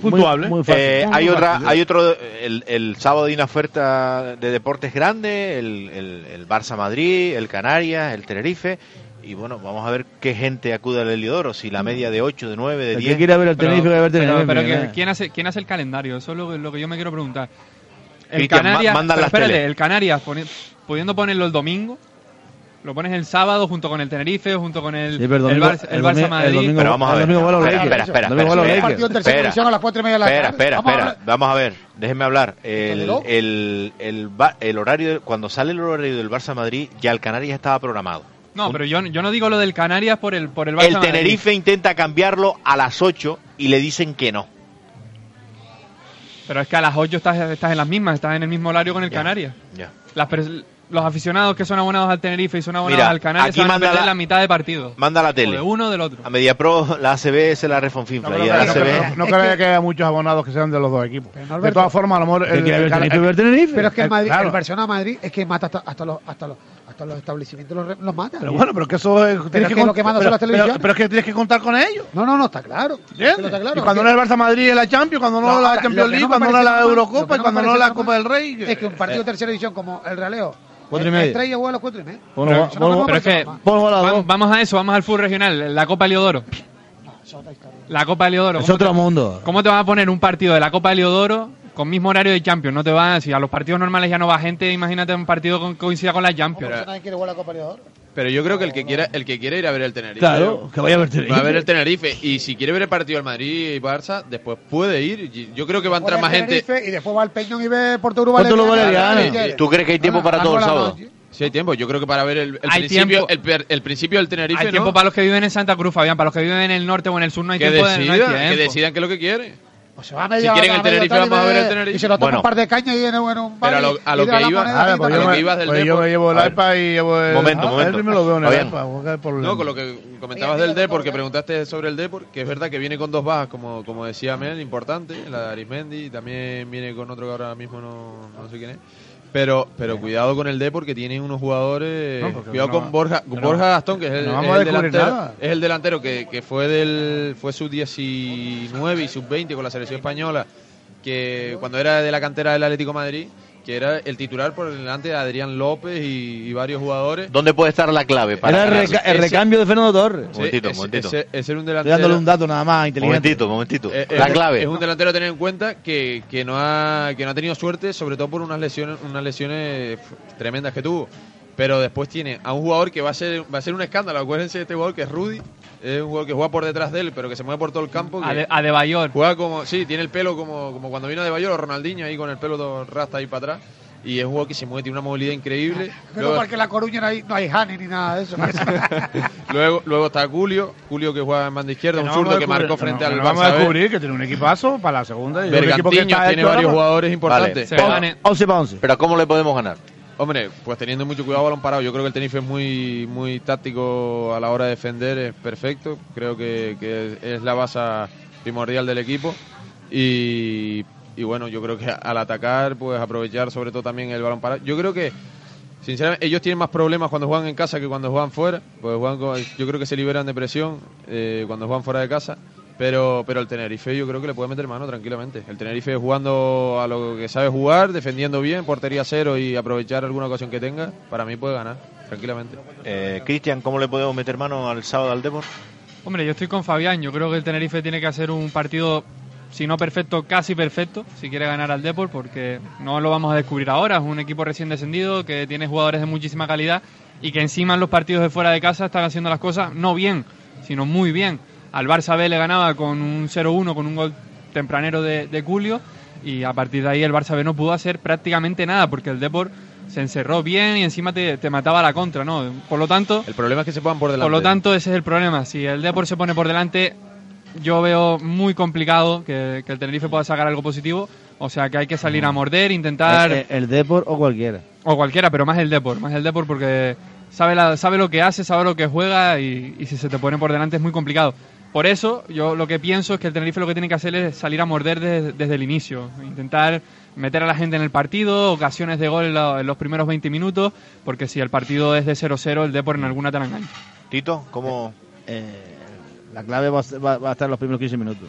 [SPEAKER 4] puntuable.
[SPEAKER 3] Eh, hay otra, hay otro, el, el sábado hay una oferta de deportes grande, el, el, el Barça Madrid, el Canarias, el Tenerife, y bueno, vamos a ver qué gente acude al Heliodoro, si la media de 8, de 9, de
[SPEAKER 5] El que
[SPEAKER 3] 10.
[SPEAKER 5] quiera ver al Pero- Tenerife, que va a ver
[SPEAKER 6] Pero,
[SPEAKER 5] Tenerife, eh.
[SPEAKER 6] pero que-
[SPEAKER 4] ¿eh?
[SPEAKER 5] ¿verdad?
[SPEAKER 6] ¿quién, hace, ¿quién hace el calendario? Eso es lo, que- lo que yo me quiero preguntar. El
[SPEAKER 3] Cristian, ma-
[SPEAKER 6] Canarias,
[SPEAKER 3] mandan
[SPEAKER 6] pero
[SPEAKER 3] las
[SPEAKER 6] espérate,
[SPEAKER 3] teles.
[SPEAKER 6] el Canarias, poni- pudiendo ponerlo el domingo, lo pones el sábado junto con el Tenerife, junto con el,
[SPEAKER 5] Sí, pero el
[SPEAKER 6] el
[SPEAKER 5] domingo-
[SPEAKER 6] Barça, el
[SPEAKER 5] el
[SPEAKER 6] Barça
[SPEAKER 5] domingo- el
[SPEAKER 6] Madrid.
[SPEAKER 5] domingo- Pero vamos a el ver. domingo va a los Lakers.
[SPEAKER 3] Espera, espera,
[SPEAKER 5] El
[SPEAKER 3] espera,
[SPEAKER 5] domingo va a los
[SPEAKER 3] espera.
[SPEAKER 5] Partido en tercera
[SPEAKER 3] Espera,
[SPEAKER 5] división a las cuatro y media de la
[SPEAKER 3] espera,
[SPEAKER 5] tarde.
[SPEAKER 3] espera,
[SPEAKER 5] Vamos a
[SPEAKER 3] espera.
[SPEAKER 5] hablar-
[SPEAKER 3] Vamos a ver, déjeme hablar. El,
[SPEAKER 5] loco?
[SPEAKER 3] el, el, ba- el horario, cuando sale el horario del Barça Madrid, ya el Canarias estaba programado.
[SPEAKER 6] No, pero yo, yo no digo lo del Canarias por el, por el Barça
[SPEAKER 3] El
[SPEAKER 6] Madrid.
[SPEAKER 3] Tenerife intenta cambiarlo a las 8 y le dicen que no.
[SPEAKER 6] Pero es que a las 8 estás, estás en las mismas, estás en el mismo horario con el Canarias.
[SPEAKER 3] Ya.
[SPEAKER 6] Las pers- los aficionados que son abonados al Tenerife y son abonados
[SPEAKER 3] Mira,
[SPEAKER 6] al Canarias
[SPEAKER 3] aquí
[SPEAKER 6] se van a
[SPEAKER 3] manda
[SPEAKER 6] perder
[SPEAKER 3] la-
[SPEAKER 6] la mitad de partido.
[SPEAKER 3] Manda la
[SPEAKER 6] O
[SPEAKER 3] tele.
[SPEAKER 6] de uno o del otro.
[SPEAKER 3] A MediaPro, la ACB se la refonfinfla. y a la
[SPEAKER 4] No creo-
[SPEAKER 3] ACB.
[SPEAKER 4] no creo que haya muchos abonados que sean de los dos equipos. De
[SPEAKER 3] Alberto,
[SPEAKER 4] todas formas, a lo mejor... Eh,
[SPEAKER 3] ¿que quiere ver Tenerife, ver
[SPEAKER 4] Pero
[SPEAKER 19] eh, Pero es que el, Madrid, el Barcelona Madrid es que mata hasta, hasta los, hasta, los, hasta los establecimientos, los, re- los mata.
[SPEAKER 4] Pero bueno, pero que eso es...
[SPEAKER 19] Pero es que lo que mandan son las televisiones.
[SPEAKER 4] Pero es que tienes que contar con ellos.
[SPEAKER 19] No, no, no, está claro. Pero está claro.
[SPEAKER 4] Y cuando no es el Barça Madrid es la Champions, cuando no,
[SPEAKER 19] No,
[SPEAKER 4] la
[SPEAKER 19] ahora,
[SPEAKER 4] Champions
[SPEAKER 19] lo que
[SPEAKER 4] League,
[SPEAKER 19] no me
[SPEAKER 4] cuando no
[SPEAKER 19] parece
[SPEAKER 4] la
[SPEAKER 19] normal, lo
[SPEAKER 4] Eurocopa
[SPEAKER 19] que
[SPEAKER 4] y
[SPEAKER 19] no
[SPEAKER 4] cuando
[SPEAKER 19] me
[SPEAKER 4] no
[SPEAKER 19] parece
[SPEAKER 4] la
[SPEAKER 19] normal
[SPEAKER 4] Copa del Rey. eh,
[SPEAKER 19] Es que un partido de tercera división como el Raleo.
[SPEAKER 4] Cuatro y
[SPEAKER 19] el-
[SPEAKER 4] media.
[SPEAKER 19] El Estrella juega a las cuatro y media.
[SPEAKER 6] Pero-
[SPEAKER 19] Eso no me
[SPEAKER 6] pero es
[SPEAKER 19] parece
[SPEAKER 6] que
[SPEAKER 19] normal.
[SPEAKER 6] va- vamos a eso, vamos al fútbol regional, la Copa Heliodoro. La Copa Heliodoro.
[SPEAKER 5] Es
[SPEAKER 6] ¿cómo te-
[SPEAKER 5] otro mundo.
[SPEAKER 6] ¿Cómo te vas a poner un partido de la Copa Heliodoro con mismo horario de Champions? No te va, si a los partidos normales ya no va gente, imagínate un partido con, coincida con la Champions.
[SPEAKER 19] Nadie quiere jugar a la Copa Libertadores.
[SPEAKER 7] Pero yo creo que el que quiera, el que quiera ir a ver el Tenerife.
[SPEAKER 5] Claro, que vaya a ver Tenerife.
[SPEAKER 7] Va a ver el Tenerife. Y si quiere ver el partido del Madrid y Barça, después puede ir. Y Yo creo que va a entrar
[SPEAKER 19] Juega
[SPEAKER 7] más
[SPEAKER 19] el
[SPEAKER 7] gente.
[SPEAKER 19] Tenerife Y después va al Peñón y ve Porto Uruguay.
[SPEAKER 7] ¿Cuánto lo vale
[SPEAKER 3] ¿Tú crees que hay tiempo para todo el sábado?
[SPEAKER 7] Sí, hay tiempo. Yo creo que para ver el, el
[SPEAKER 6] Hay
[SPEAKER 7] principio,
[SPEAKER 6] tiempo.
[SPEAKER 7] el, per- el principio del Tenerife.
[SPEAKER 6] Hay
[SPEAKER 7] ¿no?
[SPEAKER 6] tiempo para los que viven en Santa Cruz, Fabián, para los que viven en el norte o en el sur no hay
[SPEAKER 7] que,
[SPEAKER 6] tiempo. de- no hay
[SPEAKER 7] decidan, que
[SPEAKER 6] tiempo.
[SPEAKER 7] decidan qué es lo que quieren.
[SPEAKER 19] va a
[SPEAKER 7] si
[SPEAKER 19] media
[SPEAKER 7] quieren
[SPEAKER 19] hora,
[SPEAKER 7] el
[SPEAKER 19] media
[SPEAKER 7] Tenerife,
[SPEAKER 19] tarde,
[SPEAKER 7] vamos a ver el
[SPEAKER 19] ve-
[SPEAKER 7] Tenerife.
[SPEAKER 19] Y se lo toma
[SPEAKER 7] Bueno.
[SPEAKER 19] un par de cañas y en en un bar.
[SPEAKER 7] Pero a lo-
[SPEAKER 19] y-
[SPEAKER 7] a
[SPEAKER 19] y
[SPEAKER 7] lo
[SPEAKER 19] de
[SPEAKER 7] que
[SPEAKER 19] la
[SPEAKER 7] iba-
[SPEAKER 19] moneda,
[SPEAKER 7] a
[SPEAKER 19] y
[SPEAKER 7] lo
[SPEAKER 19] para
[SPEAKER 7] que
[SPEAKER 19] arriba.
[SPEAKER 7] iba ibas del
[SPEAKER 4] Ah, Pues yo
[SPEAKER 7] Depor.
[SPEAKER 4] me llevo
[SPEAKER 7] A
[SPEAKER 4] el
[SPEAKER 7] ver.
[SPEAKER 4] iPad y llevo el...
[SPEAKER 7] Momento,
[SPEAKER 4] Ah,
[SPEAKER 7] momento.
[SPEAKER 4] él me lo veo en el
[SPEAKER 7] Fabián.
[SPEAKER 4] iPad, porque hay problema.
[SPEAKER 7] No, con lo que comentabas del Depor, que preguntaste sobre el Depor, que es verdad que viene con dos bajas, como, como decía Mel, importante, la de Arismendi, y también viene con otro que ahora mismo no, no sé quién es. Pero, pero cuidado con el D porque tienen unos jugadores.
[SPEAKER 4] No, porque
[SPEAKER 7] cuidado
[SPEAKER 4] no
[SPEAKER 7] con
[SPEAKER 4] va-
[SPEAKER 7] Borja, con
[SPEAKER 4] que no-
[SPEAKER 7] Borja Gastón, que es
[SPEAKER 4] que
[SPEAKER 7] el,
[SPEAKER 4] no vamos
[SPEAKER 7] es
[SPEAKER 4] a
[SPEAKER 7] el
[SPEAKER 4] descubrir
[SPEAKER 7] delantero,
[SPEAKER 4] nada.
[SPEAKER 7] es el delantero que, que fue del fue sub 19 y sub 20 con la selección española, que cuando era de la cantera del Atlético de Madrid, que era el titular por delante de Adrián López y, y varios jugadores.
[SPEAKER 3] ¿Dónde puede estar la clave?
[SPEAKER 5] Era el,
[SPEAKER 3] ganar?
[SPEAKER 5] reca- el
[SPEAKER 7] Ese-
[SPEAKER 5] recambio de Fernando Torres.
[SPEAKER 7] Sí, ese- ese- ese era
[SPEAKER 5] Estoy
[SPEAKER 7] un delantero.
[SPEAKER 5] dándole un dato nada más inteligente.
[SPEAKER 3] Momentito, momentito.
[SPEAKER 7] Eh, eh,
[SPEAKER 3] la
[SPEAKER 7] es-
[SPEAKER 3] clave.
[SPEAKER 7] Es un delantero a tener en cuenta que, que no ha, que no ha tenido suerte, sobre todo por unas lesiones, unas lesiones pf, tremendas que tuvo. Pero después tiene a un jugador que va a ser, va a ser un escándalo. Acuérdense de este jugador que es Rudy. Es un jugador que juega por detrás de él, pero que se mueve por todo el campo. que
[SPEAKER 6] A Ah, de Bayor.
[SPEAKER 7] Juega como, sí, tiene el pelo como, como cuando vino de Bayor o Ronaldinho ahí con el pelo todo rasta ahí para atrás. Y es un jugador que se mueve, tiene una movilidad increíble.
[SPEAKER 22] Menos
[SPEAKER 7] Luego-
[SPEAKER 22] mal que en La Coruña no hay, no hay Hani ni nada de eso.
[SPEAKER 7] Luego, luego está Julio, Julio que juega en banda izquierda, un zurdo que marcó frente al
[SPEAKER 4] Barça. Vamos a
[SPEAKER 7] Barça ¿eh? B.
[SPEAKER 4] descubrir que tiene un equipazo para la segunda. y un equipo que
[SPEAKER 7] Bergantiños
[SPEAKER 4] está
[SPEAKER 7] tiene
[SPEAKER 4] hecho
[SPEAKER 7] varios
[SPEAKER 4] ahora. pues.
[SPEAKER 7] jugadores importantes.
[SPEAKER 4] Vale. Pero-
[SPEAKER 3] 11 para 11. Pero ¿cómo le podemos ganar?
[SPEAKER 7] Hombre, pues teniendo mucho cuidado balón parado. Yo creo que el Tenerife es muy, muy táctico a la hora de defender, es perfecto. Creo que, que es la base primordial del equipo. Y, y bueno, yo creo que al atacar, pues aprovechar sobre todo también el balón parado. Yo creo que, sinceramente, ellos tienen más problemas cuando juegan en casa que cuando juegan fuera. Pues juegan con- yo creo que se liberan de presión eh, cuando juegan fuera de casa. Pero, pero el Tenerife yo creo que le puede meter mano tranquilamente. El Tenerife jugando a lo que sabe jugar, defendiendo bien, portería cero y aprovechar alguna ocasión que tenga, para mí puede ganar tranquilamente.
[SPEAKER 3] Eh, Cristian, ¿cómo le podemos meter mano al sábado al Depor?
[SPEAKER 6] Hombre, yo estoy con Fabián. Yo creo que el Tenerife tiene que hacer un partido, si no perfecto, casi perfecto, si quiere ganar al Depor, porque no lo vamos a descubrir ahora. Es un equipo recién descendido que tiene jugadores de muchísima calidad y que encima en los partidos de fuera de casa están haciendo las cosas no bien, sino muy bien. Al Barça B le ganaba con un 0-1, con un gol tempranero de, de Julio, y a partir de ahí el Barça B no pudo hacer prácticamente nada, porque el Depor se encerró bien y encima te, te mataba a la contra, ¿no? Por lo tanto...
[SPEAKER 7] El problema es que se pongan por delante.
[SPEAKER 6] Por lo tanto, ese es el problema. Si el Depor se pone por delante, yo veo muy complicado que, que el Tenerife pueda sacar algo positivo. O sea, que hay que salir a morder, intentar...
[SPEAKER 5] El, Eh, el Depor o cualquiera.
[SPEAKER 6] O cualquiera, pero más el Depor. Más el Depor porque sabe, la- sabe lo que hace, sabe lo que juega y, y si se te pone por delante es muy complicado. Por eso, yo lo que pienso es que el Tenerife lo que tiene que hacer es salir a morder desde, desde el inicio. Intentar meter a la gente en el partido, ocasiones de gol en, la- en los primeros 20 minutos, porque si el partido es de 0-0, el Depor en alguna te la engancha.
[SPEAKER 3] Tito, ¿cómo...? Eh,
[SPEAKER 5] La clave va a, ser- va- va a estar en los primeros 15 minutos.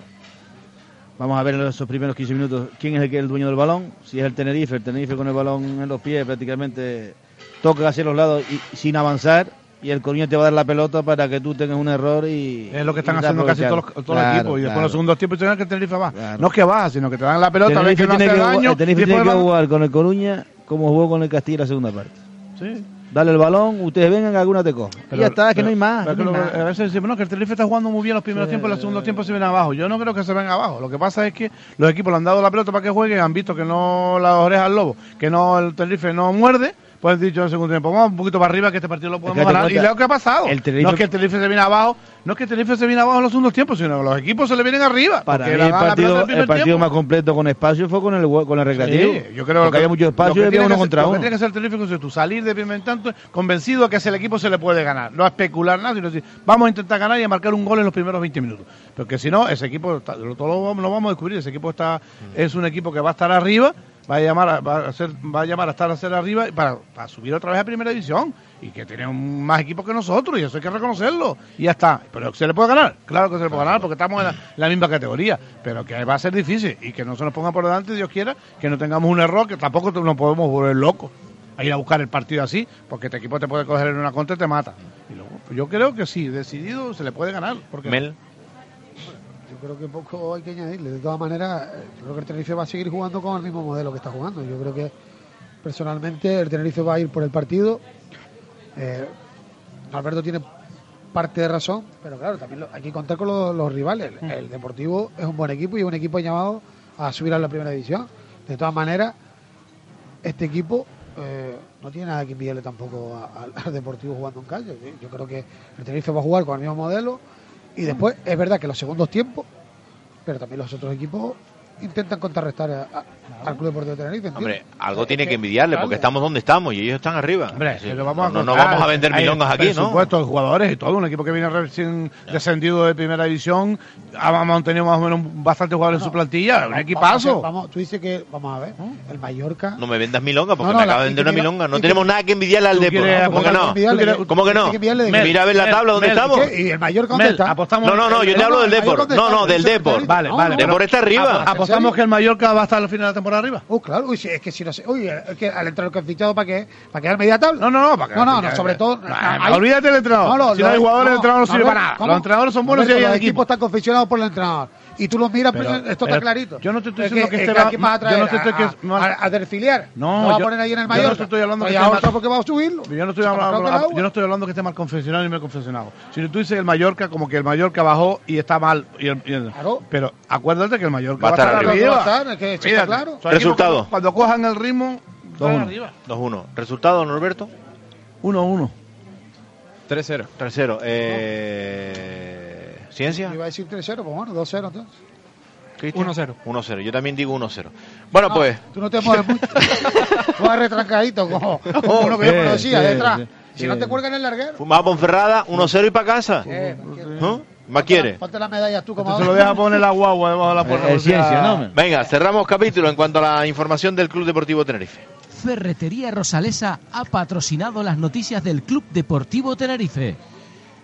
[SPEAKER 5] Vamos a ver en esos primeros 15 minutos quién es el, que es el dueño del balón. Si es el Tenerife, el Tenerife con el balón en los pies prácticamente toca hacia los lados y sin avanzar. Y el Coruña te va a dar la pelota para que tú tengas un error y...
[SPEAKER 4] Es lo que están
[SPEAKER 5] y te
[SPEAKER 4] haciendo casi todos los,
[SPEAKER 5] aprovechar.
[SPEAKER 4] todos los
[SPEAKER 5] Claro,
[SPEAKER 4] equipos. Y después
[SPEAKER 5] claro.
[SPEAKER 4] los segundos tiempos tienen que Tenerife baja.
[SPEAKER 5] Claro.
[SPEAKER 4] No es que baja, sino que te dan la pelota, ves que no hace
[SPEAKER 5] tiene que
[SPEAKER 4] daño.
[SPEAKER 5] jugar- el Tenerife
[SPEAKER 4] y
[SPEAKER 5] tiene que
[SPEAKER 4] después van-
[SPEAKER 5] jugar con el Coruña como jugó con el Castilla en la segunda parte.
[SPEAKER 4] Sí.
[SPEAKER 5] Dale el balón, ustedes vengan, alguna te coja. Y
[SPEAKER 4] Pero-
[SPEAKER 5] ya está, es que
[SPEAKER 4] pero-
[SPEAKER 5] no hay más.
[SPEAKER 4] pero es que
[SPEAKER 5] no hay
[SPEAKER 4] lo-
[SPEAKER 5] más.
[SPEAKER 4] a veces decimos, no, que el Tenerife está jugando muy bien los primeros
[SPEAKER 5] Sí.
[SPEAKER 4] tiempos, los segundos tiempos se ven abajo. Yo no creo que se ven abajo. Lo que pasa es que los equipos le han dado la pelota para que jueguen, han visto que no las orejas al lobo, que no el Tenerife no muerde. Pues han dicho en el segundo tiempo, vamos un poquito para arriba que este partido lo podemos
[SPEAKER 5] date
[SPEAKER 4] ganar. Y
[SPEAKER 5] cuenta,
[SPEAKER 4] lo que ha pasado.
[SPEAKER 5] el Tenerife-
[SPEAKER 4] No es que el Tenerife se viene abajo, no es que el Tenerife se viene abajo en los segundos tiempos, sino que los equipos se le vienen arriba.
[SPEAKER 5] Para
[SPEAKER 4] porque
[SPEAKER 5] mí el
[SPEAKER 4] le dan la pelota en
[SPEAKER 5] partido,
[SPEAKER 4] primer
[SPEAKER 5] el partido
[SPEAKER 4] tiempo.
[SPEAKER 5] más completo con espacio fue con el, hue- con el recreativo.
[SPEAKER 4] Sí, yo creo
[SPEAKER 5] Porque
[SPEAKER 4] que
[SPEAKER 5] había mucho
[SPEAKER 4] lo
[SPEAKER 5] espacio
[SPEAKER 4] que
[SPEAKER 5] y había
[SPEAKER 4] tiene
[SPEAKER 5] uno
[SPEAKER 4] que hacer-
[SPEAKER 5] contra
[SPEAKER 4] Lo que
[SPEAKER 5] uno.
[SPEAKER 4] tiene que hacer el Tenerife es tú salir de primer tanto convencido que a ese equipo se le puede ganar. No especular nada, sino decir, vamos a intentar ganar y a marcar un gol en los primeros 20 minutos. Porque si no, ese equipo, está- lo, todo lo, vamos- lo vamos a descubrir. Ese equipo está
[SPEAKER 5] Mm.
[SPEAKER 4] es un equipo que va a estar arriba, va a llamar a, va a, ser- va a, llamar a estar a ser arriba y para, para subir otra vez a primera división. Y que tiene un- más equipos que nosotros, y eso hay que reconocerlo. Y ya está. Pero se le puede ganar, claro que se le puede ganar, porque estamos en la, la misma categoría. Pero que va a ser difícil y que no se nos ponga por delante, Dios quiera, que no tengamos un error, que tampoco te- nos podemos volver locos a ir a buscar el partido así, porque este equipo te puede coger en una contra y te mata. Y luego, pues, yo creo que sí, decidido se le puede ganar. Porque
[SPEAKER 3] Mel.
[SPEAKER 19] Yo creo que poco hay que añadirle. De todas maneras, eh, yo creo que el Tenerife va a seguir jugando con el mismo modelo que está jugando. Yo creo que personalmente el Tenerife va a ir por el partido. Eh, Alberto tiene parte de razón, pero claro, también lo- hay que contar con los, los rivales. El, el Deportivo es un buen equipo y es un equipo llamado a subir a la primera división. De todas maneras, este equipo eh, no tiene nada que enviarle tampoco a- al- al Deportivo jugando en calle. Yo creo que el Tenerife va a jugar con el mismo modelo. Y después es verdad que los segundos tiempos, pero también los otros equipos intentan contrarrestar a- a- al Club Deportivo Tenerife. ¿entiendes?
[SPEAKER 3] Hombre, algo tiene que envidiarle porque estamos donde estamos y ellos están arriba.
[SPEAKER 4] Hombre,
[SPEAKER 3] Sí.
[SPEAKER 4] es que vamos a
[SPEAKER 3] no, no
[SPEAKER 4] contar.
[SPEAKER 3] vamos a vender
[SPEAKER 4] Hay
[SPEAKER 3] milongas aquí, ¿no?
[SPEAKER 4] presupuestos, jugadores y todo. Un equipo que viene recién descendido de primera división ha ha mantenido más o menos bastantes jugadores en su plantilla. Un
[SPEAKER 19] Vamos-
[SPEAKER 4] equipazo.
[SPEAKER 19] Vamos, tú dices que, vamos a ver, el Mallorca.
[SPEAKER 3] No me vendas milonga porque
[SPEAKER 19] No, no,
[SPEAKER 3] me acabas
[SPEAKER 19] la-
[SPEAKER 3] de vender
[SPEAKER 19] y que
[SPEAKER 3] una
[SPEAKER 19] mira-
[SPEAKER 3] milonga. No
[SPEAKER 19] y que-
[SPEAKER 3] tenemos nada que envidiarle al
[SPEAKER 19] Tú
[SPEAKER 3] Depor. ¿eh?
[SPEAKER 19] quieres-
[SPEAKER 3] ¿Cómo
[SPEAKER 19] tú
[SPEAKER 3] que
[SPEAKER 19] quieres envidiarle-
[SPEAKER 3] no? ¿Cómo que
[SPEAKER 19] tú
[SPEAKER 3] no?
[SPEAKER 19] quieres envidiarle de-
[SPEAKER 3] Mira a ver la
[SPEAKER 19] Mel,
[SPEAKER 3] tabla donde
[SPEAKER 19] Mel,
[SPEAKER 3] estamos.
[SPEAKER 19] ¿qué? ¿Y el Mallorca dónde está?
[SPEAKER 4] Apostamos-
[SPEAKER 3] No, no, no, yo te hablo del
[SPEAKER 4] Mallorca
[SPEAKER 3] Depor.
[SPEAKER 4] dónde
[SPEAKER 3] No,
[SPEAKER 4] está,
[SPEAKER 3] no, del
[SPEAKER 4] dice
[SPEAKER 3] Depor.
[SPEAKER 4] Federico. Vale, vale.
[SPEAKER 3] Depor está arriba.
[SPEAKER 4] Apo- Apostamos que el Mallorca va hasta el final de la temporada arriba.
[SPEAKER 19] Uh, claro, uy, sí, es que si no sé, uy, es que al entrenador que han fichado para qué, para quedar media tabla. No,
[SPEAKER 4] no, no, para
[SPEAKER 19] No, no, sobre todo. hay-
[SPEAKER 4] olvídate del entrenador. Si no hay jugadores, el entrenador no sirve
[SPEAKER 19] a ver,
[SPEAKER 4] para nada.
[SPEAKER 19] ¿cómo?
[SPEAKER 4] Los entrenadores son
[SPEAKER 19] A
[SPEAKER 4] buenos
[SPEAKER 19] ver,
[SPEAKER 4] si hay
[SPEAKER 19] pero
[SPEAKER 4] equipo.
[SPEAKER 19] está confeccionado por el entrenador. Y tú los miras,
[SPEAKER 4] Pero-
[SPEAKER 19] pues, esto
[SPEAKER 4] pero
[SPEAKER 19] está clarito.
[SPEAKER 4] yo no te estoy
[SPEAKER 19] Es
[SPEAKER 4] diciendo que
[SPEAKER 19] es
[SPEAKER 4] esté mal-
[SPEAKER 19] ¿a quién vas a
[SPEAKER 4] yo no te
[SPEAKER 19] traer?
[SPEAKER 4] estoy que-
[SPEAKER 19] a, a- a desfiliar.
[SPEAKER 4] No,
[SPEAKER 19] ¿Lo vas a
[SPEAKER 4] yo-
[SPEAKER 19] poner ahí en el
[SPEAKER 4] yo no te
[SPEAKER 19] Mallorca.
[SPEAKER 4] estoy hablando que
[SPEAKER 19] Trae a
[SPEAKER 4] esté mal-
[SPEAKER 19] otro porque va a subirlo.
[SPEAKER 4] Yo no, estoy
[SPEAKER 19] Se
[SPEAKER 4] hablando,
[SPEAKER 19] compró Calahua.
[SPEAKER 4] yo no estoy hablando que esté mal confeccionado ni mal confeccionado. Si tú dices el Mallorca, como que el Mallorca bajó y está mal. y el- y el- Pero acuérdate que el Mallorca
[SPEAKER 3] Va a estar arriba.
[SPEAKER 19] Va a estar, es que está
[SPEAKER 4] Mira,
[SPEAKER 19] claro.
[SPEAKER 4] son equipos
[SPEAKER 3] Resultado.
[SPEAKER 4] que Cuando cojan el ritmo, van arriba.
[SPEAKER 3] 2-1. 2-1. ¿Resultado, Norberto?
[SPEAKER 4] 1-1.
[SPEAKER 3] 3-0. 3-0. Eh, ¿Ciencia?
[SPEAKER 19] Iba a decir 3-0, pues bueno, 2-0 entonces.
[SPEAKER 3] Cristian? 1-0. Yo también digo 1-0.
[SPEAKER 4] Ah,
[SPEAKER 3] Bueno, pues.
[SPEAKER 19] Tú no te mueves mucho. Tú vas retrancadito, como,
[SPEAKER 4] Oh,
[SPEAKER 19] como lo que yo
[SPEAKER 3] Bien,
[SPEAKER 19] conocía,
[SPEAKER 3] bien,
[SPEAKER 19] detrás.
[SPEAKER 3] bien,
[SPEAKER 19] si no
[SPEAKER 3] bien.
[SPEAKER 19] te cuelgan el larguero,
[SPEAKER 3] Fumaba Ponferrada, 1-0 y para casa.
[SPEAKER 19] Eh,
[SPEAKER 3] ¿No? ¿Más quiere? Eh,
[SPEAKER 19] ponte la medalla tú como
[SPEAKER 4] Se lo deja poner la guagua debajo de la puerta. o sea,
[SPEAKER 3] Venga, cerramos capítulo en cuanto a la información del Club Deportivo Tenerife.
[SPEAKER 15] Ferretería Rosalesa ha patrocinado las noticias del Club Deportivo Tenerife.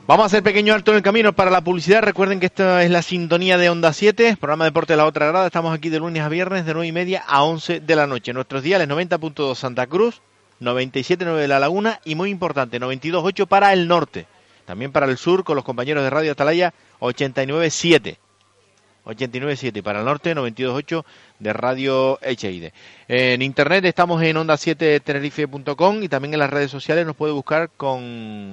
[SPEAKER 3] Vamos a hacer pequeño alto en el camino para la publicidad. Recuerden que esta es la sintonía de Onda 7, programa Deporte de la Otra Grada. Estamos aquí de lunes a viernes de 9 y media a 11 de la noche. Nuestros días, 90.2 Santa Cruz, 97.9 de La Laguna y muy importante, 92.8 para el norte. También para el sur con los compañeros de Radio Atalaya, 89.7. 89.7 y para el norte, 92.8 de Radio Echeide. En internet estamos en onda7tenerife.com y también en las redes sociales nos puede buscar con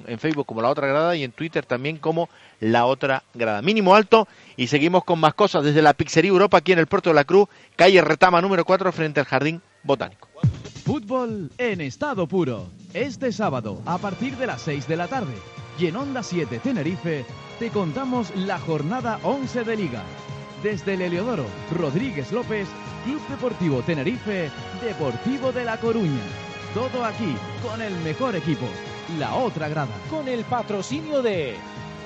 [SPEAKER 3] en Facebook como La Otra Grada y en Twitter también como La Otra Grada. Mínimo alto y seguimos con más cosas desde la Pizzería Europa aquí en el Puerto de la Cruz, calle Retama número 4 frente al Jardín Botánico.
[SPEAKER 1] Fútbol en estado puro. Este sábado, a partir de las 6 de la tarde, y en Onda 7 Tenerife, te contamos la jornada 11 de Liga. Desde el Heliodoro, Rodríguez López, Club Deportivo Tenerife, Deportivo de La Coruña. Todo aquí, con el mejor equipo, la otra grada.
[SPEAKER 2] Con el patrocinio de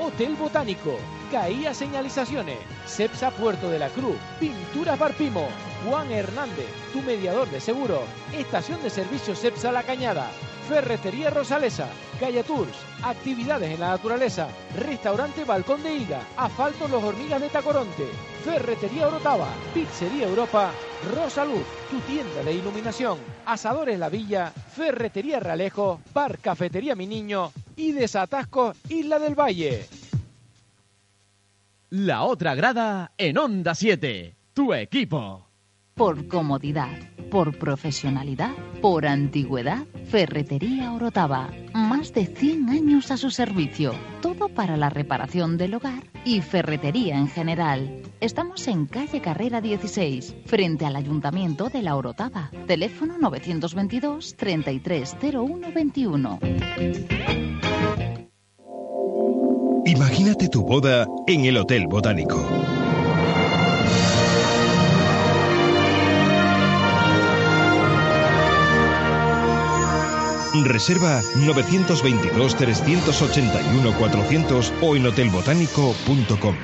[SPEAKER 2] Hotel Botánico, Caía Señalizaciones, Cepsa Puerto de la Cruz, Pinturas Barpimo, Juan Hernández, tu mediador de seguro, Estación de Servicio Cepsa La Cañada, Ferretería Rosalesa, Calle Tours, Actividades en la Naturaleza, Restaurante Balcón de Higa, Asfalto Los Hormigas de Tacoronte, Ferretería Orotava, Pizzería Europa, Rosaluz, tu tienda de iluminación, Asadores La Villa, Ferretería Ralejo, Bar Cafetería Mi Niño y Desatascos Isla del Valle.
[SPEAKER 1] La otra grada en Onda 7, tu equipo.
[SPEAKER 10] Por comodidad, por profesionalidad, por antigüedad, Ferretería Orotava. Más de 100 años a su servicio. Todo para la reparación del hogar y ferretería en general. Estamos en calle Carrera 16, frente al Ayuntamiento de la Orotava. Teléfono 922 330121.
[SPEAKER 16] Imagínate tu boda en el Hotel Botánico. Reserva 922-381-400 o en hotelbotánico.com.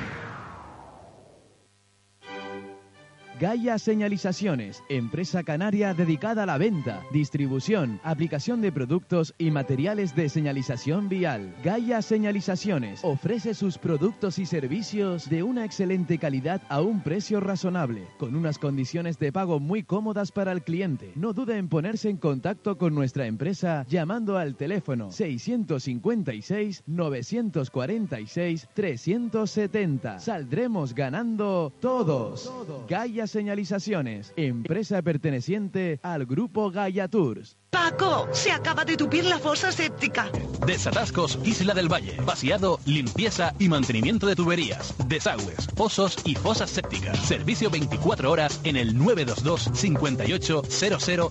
[SPEAKER 1] Gaia Señalizaciones, empresa canaria dedicada a la venta, distribución, aplicación de productos y materiales de señalización vial. Gaia Señalizaciones ofrece sus productos y servicios de una excelente calidad a un precio razonable, con unas condiciones de pago muy cómodas para el cliente. No dude en ponerse en contacto con nuestra empresa llamando al teléfono 656 946 370. Saldremos ganando todos. Gaia Señalizaciones, empresa perteneciente al grupo Gaia Tours.
[SPEAKER 8] Paco, se acaba de tupir la fosa séptica.
[SPEAKER 9] Desatascos Isla del Valle. Vaciado, limpieza y mantenimiento de tuberías, desagües, pozos y fosas sépticas. Servicio 24 horas en el 922 58 0000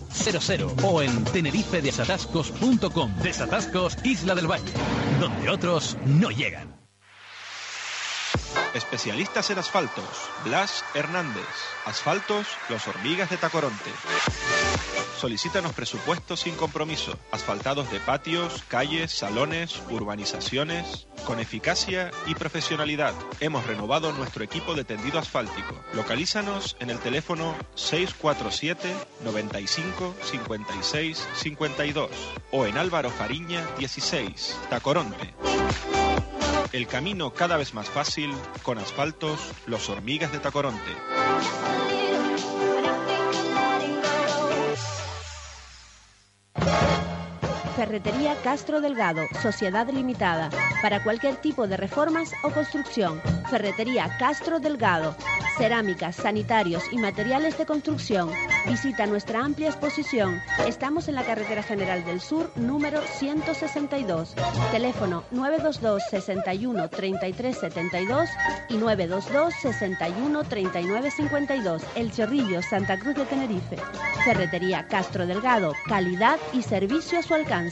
[SPEAKER 9] o en tenerifedesatascos.com. Desatascos Isla del Valle, donde otros no llegan.
[SPEAKER 11] Especialistas en asfaltos, Blas Hernández. Asfaltos, Los Hormigas de Tacoronte. Solicítanos presupuestos sin compromiso. Asfaltados de patios, calles, salones, urbanizaciones. Con eficacia y profesionalidad, hemos renovado nuestro equipo de tendido asfáltico. Localízanos en el teléfono 647 95 56 52 o en Álvaro Fariña 16, Tacoronte. El camino cada vez más fácil con asfaltos Los Hormigas de Tacoronte.
[SPEAKER 18] Ferretería Castro Delgado, Sociedad Limitada. Para cualquier tipo de reformas o construcción. Ferretería Castro Delgado. Cerámicas, sanitarios y materiales de construcción. Visita nuestra amplia exposición. Estamos en la Carretera General del Sur, número 162. Teléfono 922 61 33 72 y 922 61 39 52. El Chorrillo, Santa Cruz de Tenerife. Ferretería Castro Delgado. Calidad y servicio a su alcance.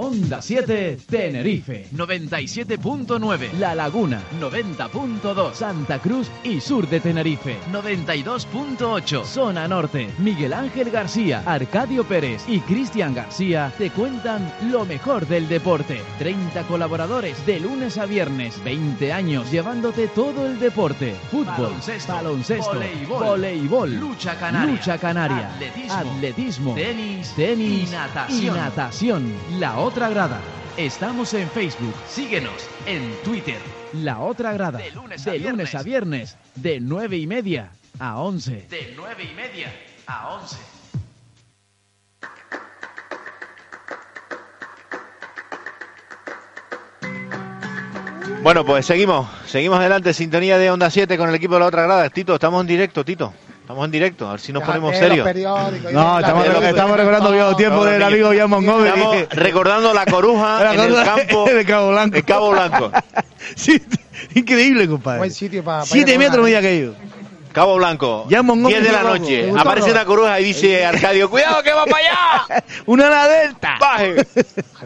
[SPEAKER 1] Onda 7, Tenerife. 97.9, La Laguna. 90.2, Santa Cruz y Sur de Tenerife. 92.8, Zona Norte. Miguel Ángel García, Arcadio Pérez y Cristian García te cuentan lo mejor del deporte. 30 colaboradores de lunes a viernes. 20 años llevándote todo el deporte. Fútbol,
[SPEAKER 23] Baloncesto,
[SPEAKER 1] baloncesto,
[SPEAKER 23] voleibol,
[SPEAKER 1] voleibol,
[SPEAKER 23] lucha canaria,
[SPEAKER 1] lucha canaria,
[SPEAKER 23] atletismo,
[SPEAKER 1] atletismo,
[SPEAKER 23] tenis,
[SPEAKER 1] tenis
[SPEAKER 23] y natación.
[SPEAKER 1] y natación. La otra grada. Estamos en Facebook. Síguenos en Twitter. La otra grada. De lunes a, viernes. De 9 y media a 11.
[SPEAKER 23] De 9 y media a 11.
[SPEAKER 3] Bueno, pues seguimos, seguimos adelante, sintonía de Onda 7 con el equipo de la otra grada. Tito, estamos en directo, Tito. Estamos en directo, a ver si nos ponemos
[SPEAKER 19] Déjate
[SPEAKER 3] serios.
[SPEAKER 19] los periódicos,
[SPEAKER 5] No,
[SPEAKER 19] ya
[SPEAKER 5] estamos,
[SPEAKER 19] está.
[SPEAKER 5] re- estamos recordando viejos tiempos del amigo Ian Montgomery.
[SPEAKER 3] Estamos recordando la coruja
[SPEAKER 5] La
[SPEAKER 3] en el
[SPEAKER 5] coruja
[SPEAKER 3] campo
[SPEAKER 5] de Cabo Blanco.
[SPEAKER 3] de Cabo Blanco.
[SPEAKER 5] Sí, increíble, compadre.
[SPEAKER 19] Buen sitio para.
[SPEAKER 5] Siete metros medía aquello.
[SPEAKER 3] Cabo Blanco.
[SPEAKER 5] Ya Montgomery
[SPEAKER 3] 10 de la
[SPEAKER 5] llegó,
[SPEAKER 3] noche.
[SPEAKER 5] ¿te gustó o
[SPEAKER 3] Aparece
[SPEAKER 5] no?
[SPEAKER 3] una coruja y dice Arcadio, cuidado que va para allá.
[SPEAKER 5] Una la delta.
[SPEAKER 3] Baje.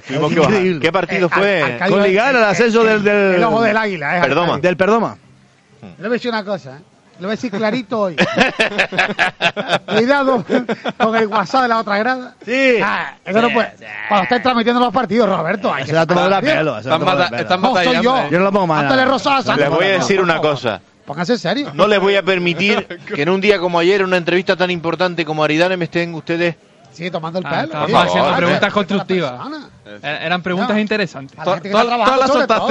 [SPEAKER 3] Tuvimos que bajar.
[SPEAKER 5] Increíble. Eh,
[SPEAKER 3] ¿Qué partido fue?
[SPEAKER 5] Con Ligana, el ascenso del, del.
[SPEAKER 19] el ojo del águila, eh,
[SPEAKER 3] Perdoma.
[SPEAKER 5] Del Perdoma.
[SPEAKER 19] Le voy a decir una cosa, ¿eh? le voy a decir clarito hoy. Cuidado con el WhatsApp de la otra grada.
[SPEAKER 5] Sí.
[SPEAKER 19] Ah, eso no puede. Cuando estés transmitiendo los partidos, Roberto, hay que
[SPEAKER 5] Se la ha tomado la
[SPEAKER 19] sacar
[SPEAKER 5] pelo.
[SPEAKER 19] bien.
[SPEAKER 5] se la ha tomado la pelo.
[SPEAKER 19] No, soy yo.
[SPEAKER 5] Yo no la pongo más.
[SPEAKER 19] Ándale, Rosas,
[SPEAKER 3] Les
[SPEAKER 19] ándale,
[SPEAKER 3] eh. voy a
[SPEAKER 19] Rosas.
[SPEAKER 3] decir una cosa.
[SPEAKER 19] Pónganse serios.
[SPEAKER 3] No les voy a permitir que en un día como ayer, en una entrevista tan importante como Aridane, me estén ustedes.
[SPEAKER 19] Sigue tomando el
[SPEAKER 3] Ah,
[SPEAKER 19] pelo.
[SPEAKER 3] estaba
[SPEAKER 19] tío.
[SPEAKER 3] haciendo
[SPEAKER 19] Ah,
[SPEAKER 3] preguntas
[SPEAKER 19] tío,
[SPEAKER 6] constructivas.
[SPEAKER 19] la persona.
[SPEAKER 6] Eh, Eran preguntas
[SPEAKER 19] No.
[SPEAKER 6] interesantes.
[SPEAKER 19] A la gente que está trabajando, sobre todo.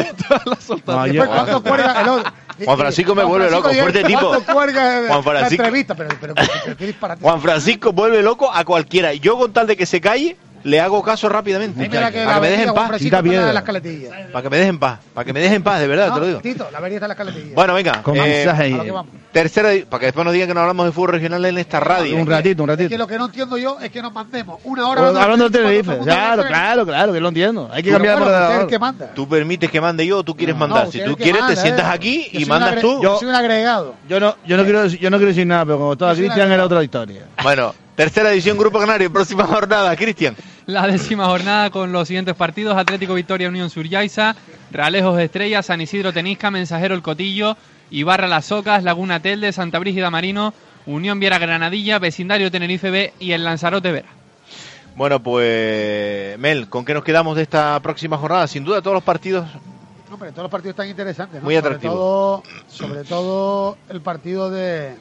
[SPEAKER 3] No,
[SPEAKER 19] Después,
[SPEAKER 3] yo-
[SPEAKER 19] ¿cuánto cuelga el otro?
[SPEAKER 3] Juan Francisco me vuelve loco, fuerte tipo.
[SPEAKER 19] ¿Cuánto cuelga
[SPEAKER 3] Juan
[SPEAKER 19] la
[SPEAKER 3] Francisco.
[SPEAKER 19] entrevista? Pero, pero, pero qué disparate.
[SPEAKER 3] Juan Francisco vuelve loco a cualquiera. Yo, con tal de que se calle, le hago caso rápidamente.
[SPEAKER 19] Ay, mira que
[SPEAKER 3] para que
[SPEAKER 19] la
[SPEAKER 3] me
[SPEAKER 19] avenida
[SPEAKER 3] dejen
[SPEAKER 19] Juan
[SPEAKER 3] paz.
[SPEAKER 19] Francisco está la de las caletillas.
[SPEAKER 3] Para que me dejen paz. Para que me dejen paz, de verdad, te lo digo.
[SPEAKER 19] No, Tito, la avenida está en las caletillas.
[SPEAKER 3] Bueno, venga.
[SPEAKER 5] Con mensaje ahí. A lo que vamos.
[SPEAKER 3] tercera, di- para que después nos digan que no hablamos de fútbol regional en esta radio.
[SPEAKER 5] Un ratito, un
[SPEAKER 19] Es
[SPEAKER 5] ratito.
[SPEAKER 19] que lo que no entiendo yo es que nos mandemos una hora
[SPEAKER 5] Hablando de Tenerife.
[SPEAKER 19] cuando todo el mundo
[SPEAKER 5] Claro,
[SPEAKER 19] dice-
[SPEAKER 5] claro, claro, que lo entiendo. Hay que
[SPEAKER 19] Pero
[SPEAKER 5] cambiar
[SPEAKER 19] bueno,
[SPEAKER 5] por
[SPEAKER 19] usted es el
[SPEAKER 5] la
[SPEAKER 19] que manda.
[SPEAKER 3] Tú permites que mande yo, o tú quieres mandar.
[SPEAKER 5] usted
[SPEAKER 3] si
[SPEAKER 5] es
[SPEAKER 3] tú
[SPEAKER 5] el que
[SPEAKER 3] quieres,
[SPEAKER 5] manda,
[SPEAKER 3] te sientas
[SPEAKER 5] eh.
[SPEAKER 3] aquí
[SPEAKER 5] Yo
[SPEAKER 3] y
[SPEAKER 5] soy
[SPEAKER 3] mandas
[SPEAKER 5] una
[SPEAKER 3] tú.
[SPEAKER 5] Yo-
[SPEAKER 19] Soy un agregado.
[SPEAKER 5] Yo no, yo no quiero, yo no quiero decir nada, pero como estaba
[SPEAKER 19] Eh. Yo soy una
[SPEAKER 5] Cristian era otra historia.
[SPEAKER 3] Bueno, tercera edición Grupo Canario, próxima jornada, Cristian.
[SPEAKER 6] La décima jornada con los siguientes partidos: Atlético Victoria Unión Suryaiza, Realejos Estrella, San Isidro Tenisca, Mensajero El Cotillo, Ibarra Las Ocas, Laguna Telde, Santa Brígida Marino, Unión Viera Granadilla, Vecindario Tenerife B y el Lanzarote Vera.
[SPEAKER 3] Bueno, pues Mel, ¿con qué nos quedamos de esta próxima jornada? Sin duda todos los partidos
[SPEAKER 19] No, pero todos los partidos están interesantes. ¿no?
[SPEAKER 3] Muy atractivo.
[SPEAKER 19] Sobre todo, sobre todo el partido de.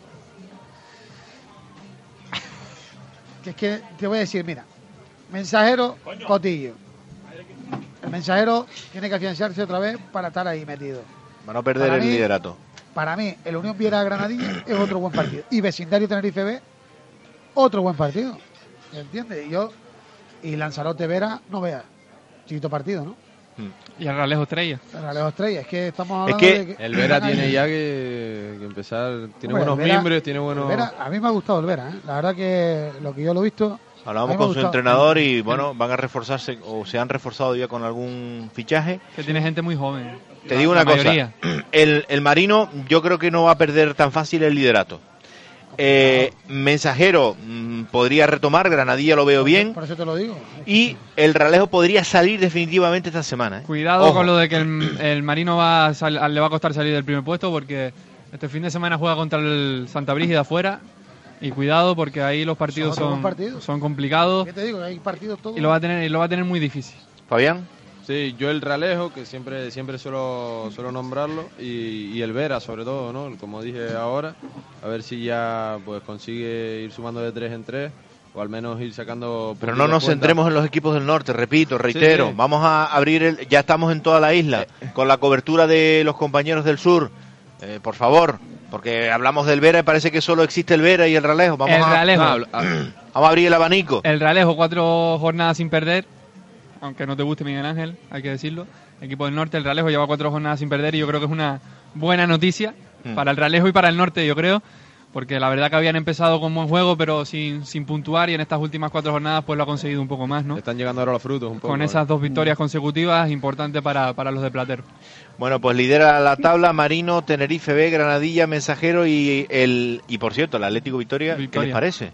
[SPEAKER 19] Que es que te voy a decir, mira, mensajero Cotillo. El mensajero tiene que afianzarse otra vez para estar ahí metido.
[SPEAKER 3] van a perder
[SPEAKER 19] Para
[SPEAKER 3] el
[SPEAKER 19] mí-
[SPEAKER 3] liderato.
[SPEAKER 19] Para mí, el Unión Viera Granadilla es otro buen partido. Y vecindario Tenerife B, otro buen partido. ¿Entiendes? Y yo, y Lanzarote Vera, no veas. Chiquito partido, ¿no?
[SPEAKER 6] Y el Realejos Estrella.
[SPEAKER 19] Realejos Estrella, es que estamos hablando de que.
[SPEAKER 7] el Vera
[SPEAKER 19] están ahí.
[SPEAKER 7] tiene ya que, que empezar, tiene
[SPEAKER 19] Hombre,
[SPEAKER 7] buenos
[SPEAKER 19] Vera-
[SPEAKER 7] miembros, tiene buenos...
[SPEAKER 19] Vera, a mí me ha gustado el Vera, ¿eh? la verdad que lo que yo lo he visto. a
[SPEAKER 3] Hablábamos
[SPEAKER 19] mí me
[SPEAKER 3] con
[SPEAKER 19] ha
[SPEAKER 3] su
[SPEAKER 19] gustado.
[SPEAKER 3] entrenador y bueno, van a reforzarse o se han reforzado ya con algún fichaje.
[SPEAKER 6] Que tiene gente muy joven.
[SPEAKER 3] Te digo
[SPEAKER 6] La
[SPEAKER 3] una cosa,
[SPEAKER 6] mayoría.
[SPEAKER 3] el, el Marino yo creo que no va a perder tan fácil el liderato. Eh, mensajero mm, podría retomar, Granadilla lo veo bien.
[SPEAKER 19] Por eso te lo digo.
[SPEAKER 3] Y el Ralejo podría salir definitivamente esta semana. ¿eh?
[SPEAKER 6] Cuidado
[SPEAKER 3] Ojo.
[SPEAKER 6] con lo de que el, el Marino va a sal- le va a costar salir del primer puesto porque este fin de semana juega contra el Santa Brígida afuera. Y cuidado porque ahí los partidos
[SPEAKER 19] Son otros
[SPEAKER 6] son,
[SPEAKER 19] partidos.
[SPEAKER 6] son complicados
[SPEAKER 19] ¿Qué te digo? Hay partidos todos.
[SPEAKER 6] y lo va a tener y lo va a tener muy difícil.
[SPEAKER 3] Fabián.
[SPEAKER 7] Sí, yo el Ralejo, que siempre siempre suelo, suelo nombrarlo, y, y el Vera sobre todo, ¿no? Como dije ahora, a ver si ya pues consigue ir sumando de tres en tres, o al menos ir sacando...
[SPEAKER 3] Pero no nos centremos en los equipos del norte, repito, reitero,
[SPEAKER 7] sí.
[SPEAKER 3] vamos a abrir, el, ya estamos en toda la isla,
[SPEAKER 6] Eh.
[SPEAKER 3] con la cobertura de los compañeros del sur, Eh, por favor, porque hablamos del Vera y parece que solo existe el Vera y el Ralejo. Vamos
[SPEAKER 6] El
[SPEAKER 3] a, Ah,
[SPEAKER 6] Ralejo.
[SPEAKER 3] Vamos a abrir el abanico.
[SPEAKER 6] El Realejo, cuatro jornadas sin perder, aunque no te guste Miguel Ángel, hay que decirlo. Equipo del Norte, el Realejo lleva cuatro jornadas sin perder y yo creo que es una buena noticia
[SPEAKER 12] Mm.
[SPEAKER 6] para el Realejo y para el Norte, yo creo, porque la verdad que habían empezado con buen juego, pero sin, sin puntuar y en estas últimas cuatro jornadas pues lo ha conseguido un poco más, ¿no?
[SPEAKER 7] Están llegando ahora los frutos un poco. ¿eh?
[SPEAKER 6] Con
[SPEAKER 7] ¿no?
[SPEAKER 6] esas dos victorias consecutivas, importante para, para los de Platero.
[SPEAKER 3] Bueno, pues lidera la tabla Marino, Tenerife B, Granadilla, Mensajero y el y por cierto, el Atlético Victoria, ¿qué les parece?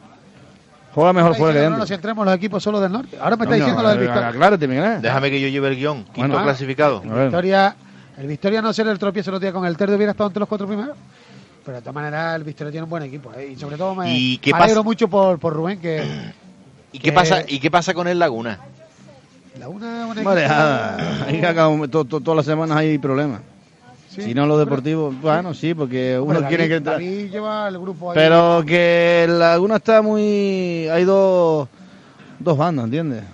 [SPEAKER 5] Juega mejor
[SPEAKER 19] Está
[SPEAKER 5] fuera que
[SPEAKER 19] diciendo,
[SPEAKER 5] dentro.
[SPEAKER 19] no nos centremos en los equipos solo del norte. Ahora me
[SPEAKER 5] Coño,
[SPEAKER 19] está diciendo lo del Victoria.
[SPEAKER 5] aclárate, Miguel Ángel.
[SPEAKER 3] Déjame que yo lleve el guión, quinto
[SPEAKER 5] Bueno.
[SPEAKER 3] clasificado.
[SPEAKER 5] A ver.
[SPEAKER 19] Victoria, el Victoria no ser el tropiezo el otro día con el Terdo hubiera estado entre los cuatro primeros. Pero de todas maneras el Victoria tiene un buen equipo. ¿eh? Y sobre todo me,
[SPEAKER 3] ¿Y qué
[SPEAKER 19] me alegro
[SPEAKER 3] pasa-
[SPEAKER 19] mucho por, por Rubén que
[SPEAKER 3] ¿Y qué pasa y qué pasa con el Laguna?
[SPEAKER 19] la una, una
[SPEAKER 5] Vale, ah, ahí acá, un- to- to- todas las semanas hay problemas. Si no, los deportivos, bueno, sí, porque uno
[SPEAKER 19] Hombre, David-
[SPEAKER 5] quiere que... tra-
[SPEAKER 19] David lleva el grupo ahí.
[SPEAKER 5] Pero que Laguna está muy... Hay dos, dos bandas, ¿entiendes?
[SPEAKER 19] Ah,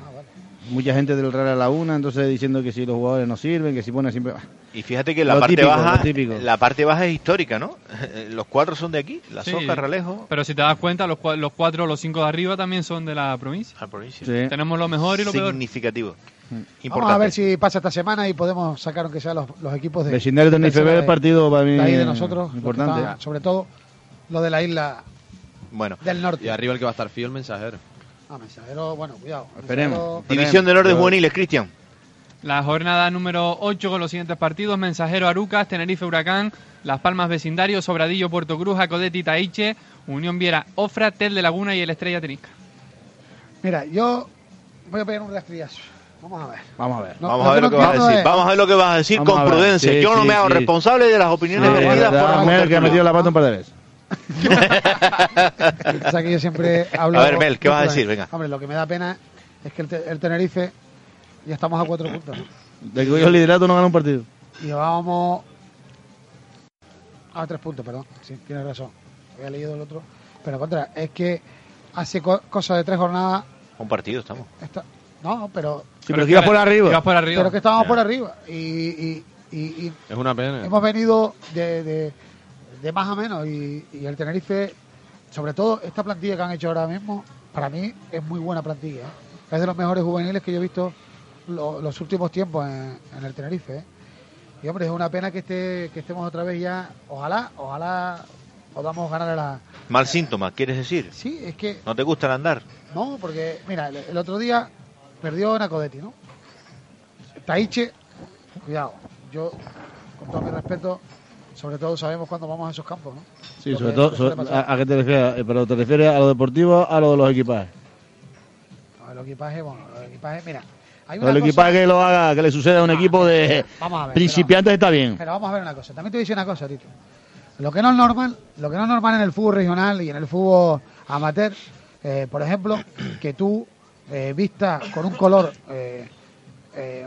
[SPEAKER 5] Mucha gente del Real a la una, entonces diciendo que si los jugadores no sirven, que si ponen siempre...
[SPEAKER 3] Y fíjate que la
[SPEAKER 5] Lo
[SPEAKER 3] parte
[SPEAKER 5] típico,
[SPEAKER 3] baja
[SPEAKER 5] lo típico.
[SPEAKER 3] la parte baja es histórica, ¿no? Los cuatro son de aquí, la
[SPEAKER 6] Sí,
[SPEAKER 3] Soca, Ralejo.
[SPEAKER 6] Pero si te das cuenta, los, cua- los cuatro, los cinco de arriba también son de la provincia.
[SPEAKER 3] Sí.
[SPEAKER 6] Tenemos lo mejor y lo peor.
[SPEAKER 3] Significativo.
[SPEAKER 19] Vamos a ver si pasa esta semana y podemos sacar aunque sea los, los equipos de
[SPEAKER 5] Vecindario de Tenerife
[SPEAKER 19] tercera
[SPEAKER 5] B, partido para mí
[SPEAKER 19] de ahí de nosotros, lo que
[SPEAKER 5] importante.
[SPEAKER 19] está- sobre todo lo de la isla
[SPEAKER 3] Bueno.
[SPEAKER 19] del norte.
[SPEAKER 7] Y arriba el que va a estar fiel, mensajero.
[SPEAKER 19] Ah, Mensajero, bueno, cuidado.
[SPEAKER 5] Esperemos.
[SPEAKER 3] División de Norte
[SPEAKER 7] Pero-
[SPEAKER 3] Juveniles, Cristian.
[SPEAKER 6] La jornada número 8 con los siguientes partidos: Mensajero Arucas, Tenerife Huracán, Las Palmas Vecindario, Sobradillo Puerto Cruz, Acodete Taiche, Unión Viera Ofra, Tel de Laguna y el Estrella Tenisca.
[SPEAKER 19] Mira, yo voy a pegar un rastrillazo. Vamos a ver.
[SPEAKER 5] Vamos a ver.
[SPEAKER 19] No, eh.
[SPEAKER 3] Vamos
[SPEAKER 19] lo
[SPEAKER 3] a ver
[SPEAKER 19] que
[SPEAKER 3] lo
[SPEAKER 19] no
[SPEAKER 3] que vas a
[SPEAKER 19] entiendo
[SPEAKER 3] decir.
[SPEAKER 19] es-
[SPEAKER 3] Vamos a ver lo que vas a decir
[SPEAKER 5] Vamos
[SPEAKER 3] con
[SPEAKER 5] a ver.
[SPEAKER 3] prudencia.
[SPEAKER 5] Sí,
[SPEAKER 3] Yo no
[SPEAKER 5] sí,
[SPEAKER 3] me hago
[SPEAKER 5] sí.
[SPEAKER 3] responsable de las opiniones
[SPEAKER 5] Sí,
[SPEAKER 3] vertidas
[SPEAKER 5] verdad,
[SPEAKER 3] por
[SPEAKER 5] Mel, que ha metido la pata un par de veces.
[SPEAKER 19] O sea, que yo siempre hablo.
[SPEAKER 3] A ver, Mel, ¿qué vas a decir? Venga.
[SPEAKER 19] Hombre, lo que me da pena es que el, Te- el Tenerife ya estamos a cuatro puntos. ¿no?
[SPEAKER 5] De que hoy el liderato no gana un partido.
[SPEAKER 19] Y llevábamos a tres puntos, perdón. Sí, tienes razón. Había leído el otro. Pero contra, es que hace co- cosa de tres jornadas.
[SPEAKER 3] Un partido estamos.
[SPEAKER 19] esta- no, pero.
[SPEAKER 5] Sí, pero que ibas por arriba.
[SPEAKER 6] ibas por arriba.
[SPEAKER 19] Pero que estábamos
[SPEAKER 7] Ya.
[SPEAKER 19] por arriba. Y, y- y- y
[SPEAKER 7] Es una pena.
[SPEAKER 19] hemos venido de, de- de más a menos. Y, y el Tenerife, sobre todo esta plantilla que han hecho ahora mismo, para mí es muy buena plantilla. ¿eh? Es de los mejores juveniles que yo he visto lo- los últimos tiempos en, en el Tenerife. ¿eh? Y hombre, es una pena que, esté, que estemos otra vez ya. Ojalá, ojalá podamos ganar a la.
[SPEAKER 3] Mal síntoma, ¿quieres decir?
[SPEAKER 19] Sí, es que.
[SPEAKER 3] ¿No te gusta el andar?
[SPEAKER 19] No, porque, mira, el, el otro día perdió Nacodetti, ¿no? Taiche, cuidado. Yo, con todo mi respeto, sobre todo sabemos cuándo vamos a esos campos, ¿no?
[SPEAKER 5] Sí,
[SPEAKER 19] Lo
[SPEAKER 5] sobre
[SPEAKER 19] que-
[SPEAKER 5] todo,
[SPEAKER 19] lo que
[SPEAKER 5] sobre-
[SPEAKER 19] suele pasar.
[SPEAKER 5] a, ¿a qué te refieres? Eh, Pero te refieres a lo deportivo, a lo de los equipajes.
[SPEAKER 19] No, El equipaje, bueno, el equipaje, mira. Hay
[SPEAKER 5] Lo del
[SPEAKER 19] cosa- Ah,
[SPEAKER 5] equipaje que lo haga, que le suceda a un equipo de
[SPEAKER 19] Vamos a ver,
[SPEAKER 5] principiantes está bien.
[SPEAKER 19] Pero vamos a ver una cosa. También te voy a decir una cosa, Tito. Lo que no es normal, lo que no es normal en el fútbol regional y en el fútbol amateur, eh, por ejemplo, que tú eh, vistas con un color eh, eh,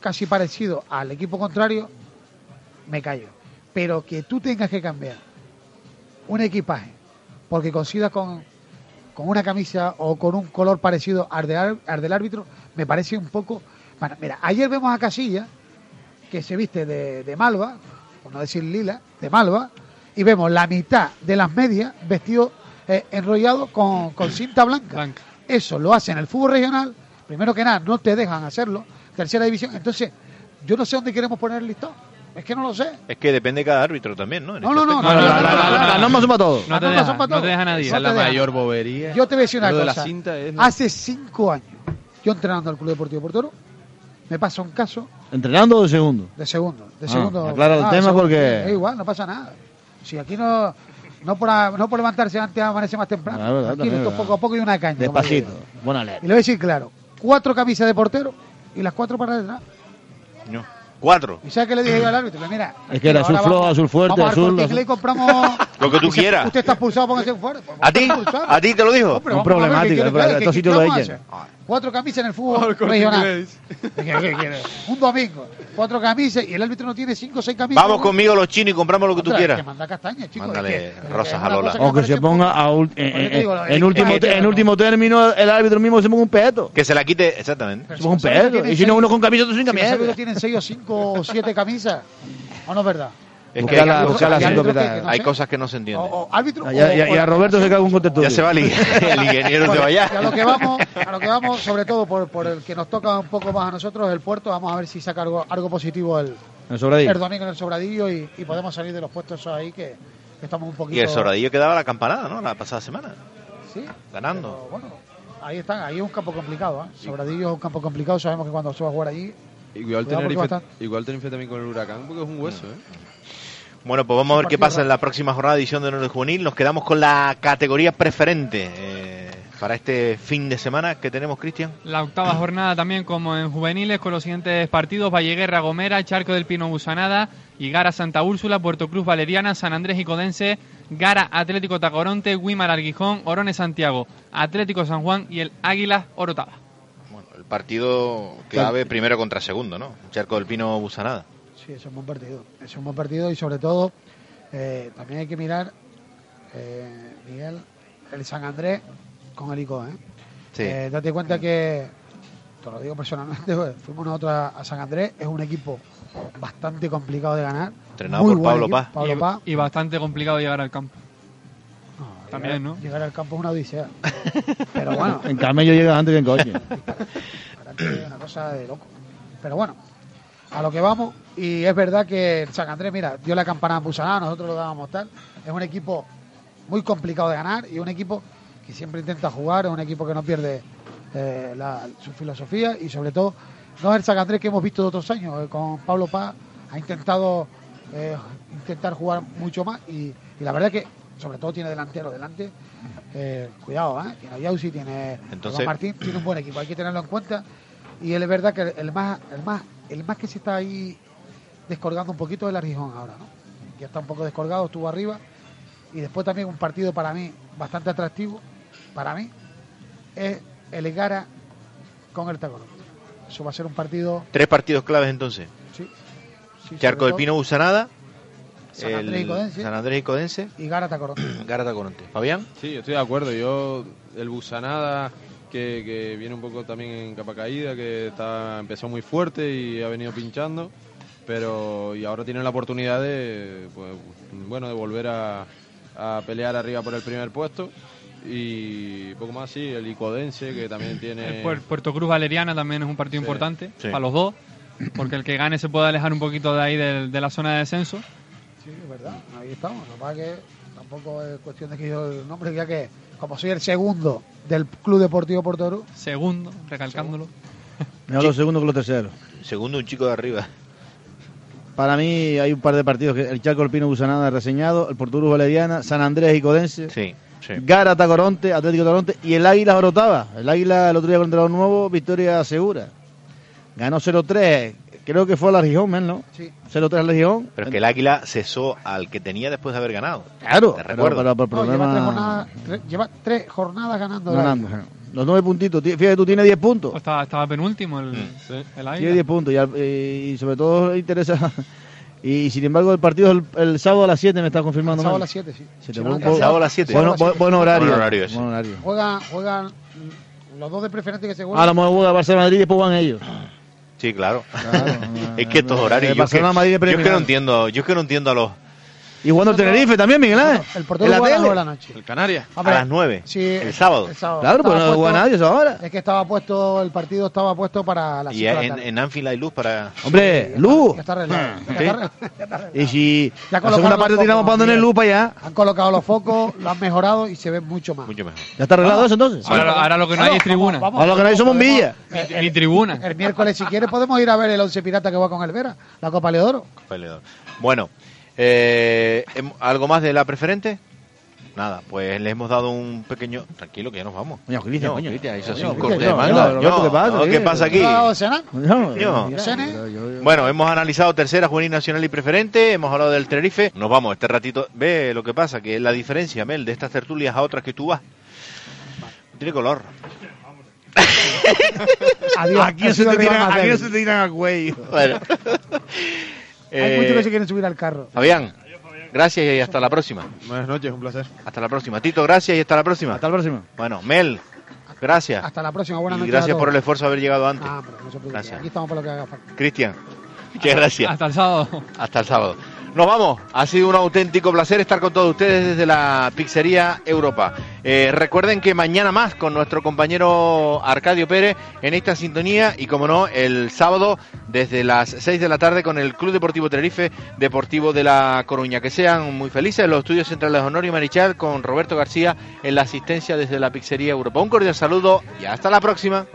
[SPEAKER 19] casi parecido al equipo contrario, me callo. Pero que tú tengas que cambiar un equipaje porque coincidas con, con una camisa o con un color parecido al del, ar- al del árbitro, me parece un poco... Bueno, mira, ayer vemos a Casilla que se viste de, de malva, por no decir lila, de malva, y vemos la mitad de las medias vestido eh, enrollado con, con cinta blanca. Eso lo hacen en el fútbol regional, primero que nada, no te dejan hacerlo, tercera división, entonces yo no sé dónde queremos poner el listón, es que no lo sé.
[SPEAKER 3] Es que depende de cada árbitro también, ¿no? En
[SPEAKER 19] No,
[SPEAKER 3] este
[SPEAKER 19] no, no,
[SPEAKER 3] aspecto.
[SPEAKER 19] no, no, no, no, no, no, no,
[SPEAKER 5] Las normas son para todos.
[SPEAKER 19] No te Las normas deja, son para no todos. te deja nadie.
[SPEAKER 7] Esa
[SPEAKER 19] No
[SPEAKER 7] es la
[SPEAKER 19] te deja.
[SPEAKER 7] mayor bobería.
[SPEAKER 19] Yo te voy a decir una
[SPEAKER 7] Lo de
[SPEAKER 19] cosa.
[SPEAKER 7] la cinta es...
[SPEAKER 19] Hace cinco años, yo entrenando al Club Deportivo Portoro, me pasa un caso
[SPEAKER 5] ¿Entrenando o de segundo?
[SPEAKER 19] de segundo. De
[SPEAKER 5] Ah,
[SPEAKER 19] segundo
[SPEAKER 5] aclara el
[SPEAKER 19] Ah,
[SPEAKER 5] tema
[SPEAKER 19] segundo.
[SPEAKER 5] porque-
[SPEAKER 19] Es igual, no pasa nada. Si aquí no. No por, a- no por levantarse antes, amanece más temprano.
[SPEAKER 5] Ah, verdad,
[SPEAKER 19] Tranquilo,
[SPEAKER 5] también,
[SPEAKER 19] esto
[SPEAKER 5] verdad.
[SPEAKER 19] poco a poco y una caña. como
[SPEAKER 5] Despacito.
[SPEAKER 19] digo.
[SPEAKER 5] Buena letra.
[SPEAKER 19] Y lo voy a decir claro. Cuatro camisas de portero y las cuatro para detrás.
[SPEAKER 3] No. Cuatro.
[SPEAKER 19] ¿Y sabes qué le dije yo al árbitro? Pues mira,
[SPEAKER 5] Es que era azul
[SPEAKER 19] ahora
[SPEAKER 5] flojo,
[SPEAKER 19] vamos-
[SPEAKER 5] azul fuerte,
[SPEAKER 19] vamos al
[SPEAKER 5] azul-
[SPEAKER 19] Corte Inglés y compramos...
[SPEAKER 3] Lo que tú
[SPEAKER 19] Dice,
[SPEAKER 3] quieras.
[SPEAKER 19] Usted está expulsado, póngase fuerte. Pues,
[SPEAKER 3] ¿A ti? Ah.
[SPEAKER 19] está expulsado.
[SPEAKER 3] ¿A ti te lo dijo?
[SPEAKER 19] No, pero
[SPEAKER 5] Un
[SPEAKER 19] vamos a ver,
[SPEAKER 5] problemático,
[SPEAKER 19] ¿qué quiere
[SPEAKER 5] es
[SPEAKER 19] que
[SPEAKER 5] verdad,
[SPEAKER 19] haga?
[SPEAKER 5] estos
[SPEAKER 19] ¿Qué-
[SPEAKER 5] sitios
[SPEAKER 19] qué
[SPEAKER 5] lo
[SPEAKER 19] vamos a
[SPEAKER 5] echan.
[SPEAKER 19] hacer? Cuatro camisas en el
[SPEAKER 5] Vamos
[SPEAKER 19] fútbol
[SPEAKER 5] al Corte
[SPEAKER 19] regional.
[SPEAKER 5] Inglés.
[SPEAKER 19] ¿Qué- qué quiere? Un domingo, cuatro camisas y el árbitro no tiene cinco o seis camisas.
[SPEAKER 3] Vamos conmigo los chinos y compramos lo que tú
[SPEAKER 19] Ostras,
[SPEAKER 3] quieras.
[SPEAKER 19] Que manda castaña, chicos.
[SPEAKER 3] Mándale
[SPEAKER 19] es que-
[SPEAKER 3] rosas
[SPEAKER 19] es
[SPEAKER 3] a
[SPEAKER 19] una
[SPEAKER 3] Lola.
[SPEAKER 19] cosa
[SPEAKER 5] O que se ponga a ul- en, en- en último,
[SPEAKER 3] paquete,
[SPEAKER 5] en último término, el árbitro mismo se ponga un peto.
[SPEAKER 3] Que se la quite, exactamente.
[SPEAKER 5] Se ponga un peto. Y si no, uno con camisa, otro sin
[SPEAKER 19] Si los
[SPEAKER 5] camisa.
[SPEAKER 19] árbitros tienen seis o cinco o siete camisas, ¿o no es verdad?
[SPEAKER 3] Es que
[SPEAKER 5] Buscar la-
[SPEAKER 3] hay,
[SPEAKER 5] buscar la
[SPEAKER 3] hay-
[SPEAKER 5] sintopiedad.
[SPEAKER 3] hay cosas que no se entienden.
[SPEAKER 19] O árbitro
[SPEAKER 5] Ah, ya- ya- y a Roberto se cae un contexto.
[SPEAKER 3] Ya se va el, ing- el ingeniero, se
[SPEAKER 19] Bueno,
[SPEAKER 3] va
[SPEAKER 19] y a
[SPEAKER 3] ya.
[SPEAKER 19] lo que vamos, a lo que vamos, sobre todo por, por el que nos toca un poco más a nosotros, el puerto, vamos a ver si saca algo, algo positivo el,
[SPEAKER 5] El sobradillo.
[SPEAKER 19] el domingo en el sobradillo y, y podemos salir de los puestos esos ahí que, que estamos un poquito.
[SPEAKER 3] Y el sobradillo quedaba la campanada, ¿no? La pasada semana.
[SPEAKER 19] Sí,
[SPEAKER 3] Ganando.
[SPEAKER 19] ahí están, ahí es un campo complicado, ¿eh? Sobradillo es un campo complicado, sabemos que cuando se va a jugar allí. Cuidado
[SPEAKER 7] Igual
[SPEAKER 19] porque
[SPEAKER 7] Tenerife,
[SPEAKER 19] va a estar-
[SPEAKER 7] igual Tenerife también con el huracán, porque es un hueso, ¿eh?
[SPEAKER 3] Bueno, pues vamos a ver qué
[SPEAKER 7] partido
[SPEAKER 3] pasa en la próxima jornada de edición de Honor Juvenil. Nos quedamos con la categoría preferente eh, para este fin de semana que tenemos, Cristian.
[SPEAKER 6] La octava jornada también como en juveniles con los siguientes partidos, Valleguerra, Gomera, Charco del Pino, Busanada, Igara, Santa Úrsula, Puerto Cruz, Valeriana, San Andrés y Codense, Gara, Atlético Tacoronte, Guimar, Arguijón, Orones, Santiago, Atlético San Juan y el Águila, Orotava.
[SPEAKER 3] El partido clave primero contra segundo, ¿no? Charco del Pino Busanada.
[SPEAKER 19] Sí, es un buen partido. Es un buen partido y sobre todo eh, también hay que mirar, eh, Miguel, el San Andrés con el ICO. ¿eh?
[SPEAKER 3] Sí.
[SPEAKER 19] Eh, date cuenta que, te lo digo personalmente, pues, fuimos nosotros a, a San Andrés, es un equipo bastante complicado de ganar.
[SPEAKER 3] Entrenado
[SPEAKER 19] Muy
[SPEAKER 3] por
[SPEAKER 19] buen
[SPEAKER 3] Pablo
[SPEAKER 19] equipo,
[SPEAKER 3] Paz.
[SPEAKER 19] Pablo
[SPEAKER 6] y,
[SPEAKER 19] Paz. Ah,
[SPEAKER 6] y bastante complicado llegar al campo. también, ¿no?
[SPEAKER 19] Llegar al campo es una odisea. Pero bueno,
[SPEAKER 5] En camello llegas antes que en coche.
[SPEAKER 19] es una cosa de loco. Pero bueno, a lo que vamos, y es verdad que el San Andrés, mira, dio la campana a Busaná, nosotros lo dábamos tal. Es un equipo muy complicado de ganar y un equipo que siempre intenta jugar, es un equipo que no pierde eh, la- su filosofía y sobre todo no es el San Andrés que hemos visto de otros años. eh, con Pablo Paz ha intentado eh, intentar jugar mucho más y, y la verdad que sobre todo tiene delantero delante. eh, cuidado, ¿eh? tiene a Yauzi, tiene a
[SPEAKER 3] Entonces-
[SPEAKER 19] Martín, tiene un buen equipo, hay que tenerlo en cuenta. Y él es verdad que el más, el más, el más que se está ahí descolgando un poquito es el Argijón ahora, ¿no? Ya está un poco descolgado, estuvo arriba. Y después también un partido para mí bastante atractivo, para mí, es el Gara con el Tacón. Eso va a ser un partido,
[SPEAKER 3] Tres partidos claves entonces.
[SPEAKER 19] sí, sí,
[SPEAKER 3] Charco
[SPEAKER 19] sobre
[SPEAKER 3] del
[SPEAKER 19] todo,
[SPEAKER 3] Pino Busanada.
[SPEAKER 19] San Andrés y
[SPEAKER 3] el
[SPEAKER 19] Codense.
[SPEAKER 3] San Andrés y Codense.
[SPEAKER 19] Y Gara Tacón.
[SPEAKER 3] Garata Coronte. ¿Fabián?
[SPEAKER 7] Sí, estoy de acuerdo. Yo, el Busanada, que, que viene un poco también en capa caída, que está, empezó muy fuerte y ha venido pinchando, pero y ahora tiene la oportunidad de, pues, bueno, de volver a, a pelear arriba por el primer puesto. Y poco más, sí, el Icodense, que también tiene...
[SPEAKER 6] El Puer- Puerto Cruz Valeriana también es un partido
[SPEAKER 7] Sí,
[SPEAKER 6] importante
[SPEAKER 7] sí.
[SPEAKER 6] para los dos, porque el que gane se puede alejar un poquito de ahí del- de la zona de descenso.
[SPEAKER 19] Sí, es verdad, ahí estamos. Lo que pasa es que tampoco es cuestión de que yo el nombre, ya que como soy el segundo del Club Deportivo Porto Cruz,
[SPEAKER 6] Segundo, recalcándolo.
[SPEAKER 5] Mejor los segundos que los terceros.
[SPEAKER 3] Segundo, un chico de arriba.
[SPEAKER 5] Para mí hay un par de partidos que el Chaco Alpino Busanada reseñado, el Porturus Valeriana, San Andrés y Codense.
[SPEAKER 3] Sí, sí.
[SPEAKER 5] Gara Tacoronte, Atlético Tacoronte y el Águila Orotava. El Águila el otro día contra los nuevos, victoria segura. Ganó 0-3, creo que fue a la Gijón, men, ¿no?
[SPEAKER 19] Sí.
[SPEAKER 5] 0-3 a la Gijón.
[SPEAKER 3] Pero es que el Águila cesó al que tenía después de haber ganado.
[SPEAKER 5] Claro,
[SPEAKER 3] Te
[SPEAKER 5] pero-
[SPEAKER 3] recuerdo.
[SPEAKER 5] pero por
[SPEAKER 19] no, lleva,
[SPEAKER 5] problema-
[SPEAKER 19] tres jornadas, tres- lleva tres jornadas ganando. la-
[SPEAKER 5] ganando. ajá. Los nueve puntitos, ti- fíjate, tú tienes 10 puntos.
[SPEAKER 6] Estaba, estaba penúltimo el, el Águila.
[SPEAKER 5] Tiene 10 puntos y, al- y sobre todo interesa. Y sin embargo, el partido es el, el sábado a las 7, me está confirmando.
[SPEAKER 19] El sábado
[SPEAKER 5] Manu.
[SPEAKER 19] a las 7, sí.
[SPEAKER 5] Se te
[SPEAKER 19] Sí,
[SPEAKER 5] fue un
[SPEAKER 19] el
[SPEAKER 5] poco-
[SPEAKER 19] sábado a las 7.
[SPEAKER 5] Bueno,
[SPEAKER 19] Sábado a
[SPEAKER 5] bu-
[SPEAKER 19] las
[SPEAKER 5] buen
[SPEAKER 19] 7.
[SPEAKER 5] horario.
[SPEAKER 19] Buen horario
[SPEAKER 5] buen horario.
[SPEAKER 19] Juegan, juegan mm, los dos de preferente que se
[SPEAKER 5] Ah,
[SPEAKER 19] juegan.
[SPEAKER 5] lo mejor juega Barcelona Madrid y después van ellos.
[SPEAKER 3] Sí, claro. es que estos horarios.
[SPEAKER 19] Eh,
[SPEAKER 5] el
[SPEAKER 3] Yo es que,
[SPEAKER 5] Barcelona, Madrid
[SPEAKER 3] yo es que
[SPEAKER 5] preliminar.
[SPEAKER 3] no entiendo, yo es que no entiendo a los.
[SPEAKER 5] Y jugando el Tenerife también, Miguel ¿eh? Ángel.
[SPEAKER 19] el
[SPEAKER 5] en
[SPEAKER 19] portero
[SPEAKER 5] la
[SPEAKER 19] juega a las
[SPEAKER 5] tele.
[SPEAKER 19] nueve de la noche.
[SPEAKER 7] El Canarias.
[SPEAKER 3] A las 9.
[SPEAKER 19] Sí,
[SPEAKER 3] el sábado.
[SPEAKER 19] el sábado.
[SPEAKER 5] Claro, pues
[SPEAKER 19] Estaba
[SPEAKER 5] no juega
[SPEAKER 19] puesto-
[SPEAKER 5] nadie a esa hora.
[SPEAKER 19] Es que estaba puesto, el partido estaba puesto para las
[SPEAKER 3] Y
[SPEAKER 19] 5 de la
[SPEAKER 3] en,
[SPEAKER 19] tarde.
[SPEAKER 3] en Anfield hay luz para.
[SPEAKER 5] Hombre, Luz.
[SPEAKER 19] Ya está arreglado. Ya
[SPEAKER 5] Sí.
[SPEAKER 19] está arreglado. Ya está arreglado.
[SPEAKER 5] Y si
[SPEAKER 19] Ya
[SPEAKER 5] la
[SPEAKER 19] colocaron
[SPEAKER 5] segunda
[SPEAKER 19] los
[SPEAKER 5] parte tiramos
[SPEAKER 19] focos,
[SPEAKER 5] para donde en el
[SPEAKER 19] Miguel.
[SPEAKER 5] Lupa ya.
[SPEAKER 19] Han colocado los focos, lo han mejorado y se ve mucho más.
[SPEAKER 3] Mucho mejor.
[SPEAKER 5] ¿Ya está arreglado eso entonces?
[SPEAKER 6] Ahora, ahora lo que no hay es tribuna.
[SPEAKER 5] Ahora lo que no hay son bombillas.
[SPEAKER 19] Eh,
[SPEAKER 6] Ni, ni tribuna.
[SPEAKER 19] El miércoles, si quieres, podemos ir a ver el once pirata que va con el Vera, la Copa Leodoro.
[SPEAKER 3] Peleador. Bueno, eh, em- ¿algo más de la preferente? Nada, pues le hemos dado un pequeño. Tranquilo, que ya nos vamos.
[SPEAKER 5] Coño, Cristian,
[SPEAKER 3] No,
[SPEAKER 5] coño.
[SPEAKER 3] Cristian, hizo así
[SPEAKER 5] Coño,
[SPEAKER 3] un corte
[SPEAKER 5] Cristian,
[SPEAKER 3] de
[SPEAKER 5] coño,
[SPEAKER 3] manga.
[SPEAKER 5] Roberto,
[SPEAKER 3] No,
[SPEAKER 5] ¿qué pasa,
[SPEAKER 3] no,
[SPEAKER 5] tío?
[SPEAKER 3] ¿Qué pasa aquí?
[SPEAKER 19] ¿Has cenado?
[SPEAKER 3] Coño.
[SPEAKER 19] ¿Has cenado?
[SPEAKER 3] Bueno, hemos analizado tercera juvenil nacional y preferente, hemos hablado del Tenerife. Nos vamos este ratito. Ve lo que pasa, que la diferencia, Mel, de estas tertulias a otras que tú vas. Tiene color.
[SPEAKER 19] Adiós.
[SPEAKER 5] Aquí
[SPEAKER 19] Ha
[SPEAKER 5] se
[SPEAKER 19] sido
[SPEAKER 5] te
[SPEAKER 19] el rival
[SPEAKER 5] tiran-
[SPEAKER 19] más
[SPEAKER 5] aquí
[SPEAKER 19] débil.
[SPEAKER 5] se te tiran al cuello.
[SPEAKER 3] Bueno.
[SPEAKER 19] Hay muchos
[SPEAKER 3] Eh,
[SPEAKER 19] que se quieren subir al carro.
[SPEAKER 3] Fabián, gracias y hasta la próxima.
[SPEAKER 7] Buenas noches, un placer.
[SPEAKER 3] Hasta la próxima. Tito, gracias y hasta la próxima. Hasta
[SPEAKER 5] la próxima.
[SPEAKER 3] Bueno, Mel, gracias.
[SPEAKER 19] Hasta la próxima. Buenas
[SPEAKER 3] y
[SPEAKER 19] noches.
[SPEAKER 3] gracias
[SPEAKER 19] a
[SPEAKER 3] por el
[SPEAKER 19] todos.
[SPEAKER 3] esfuerzo de haber llegado antes.
[SPEAKER 19] Ah, hombre, no se preocupe.
[SPEAKER 3] Gracias.
[SPEAKER 19] Aquí estamos para lo que haga falta.
[SPEAKER 3] Cristian, muchas gracias.
[SPEAKER 6] Hasta el sábado.
[SPEAKER 3] Hasta el sábado. Nos vamos. Ha sido un auténtico placer estar con todos ustedes desde la Pizzería Europa. Eh, recuerden que mañana más con nuestro compañero Arcadio Pérez en esta sintonía y, como no, el sábado desde las 6 de la tarde con el Club Deportivo Tenerife Deportivo de La Coruña. Que sean muy felices los estudios centrales de Honor y Marichal con Roberto García en la asistencia desde la Pizzería Europa. Un cordial saludo y hasta la próxima.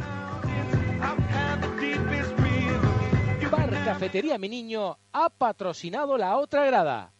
[SPEAKER 2] Bar Cafetería Mi Niño ha patrocinado la otra grada.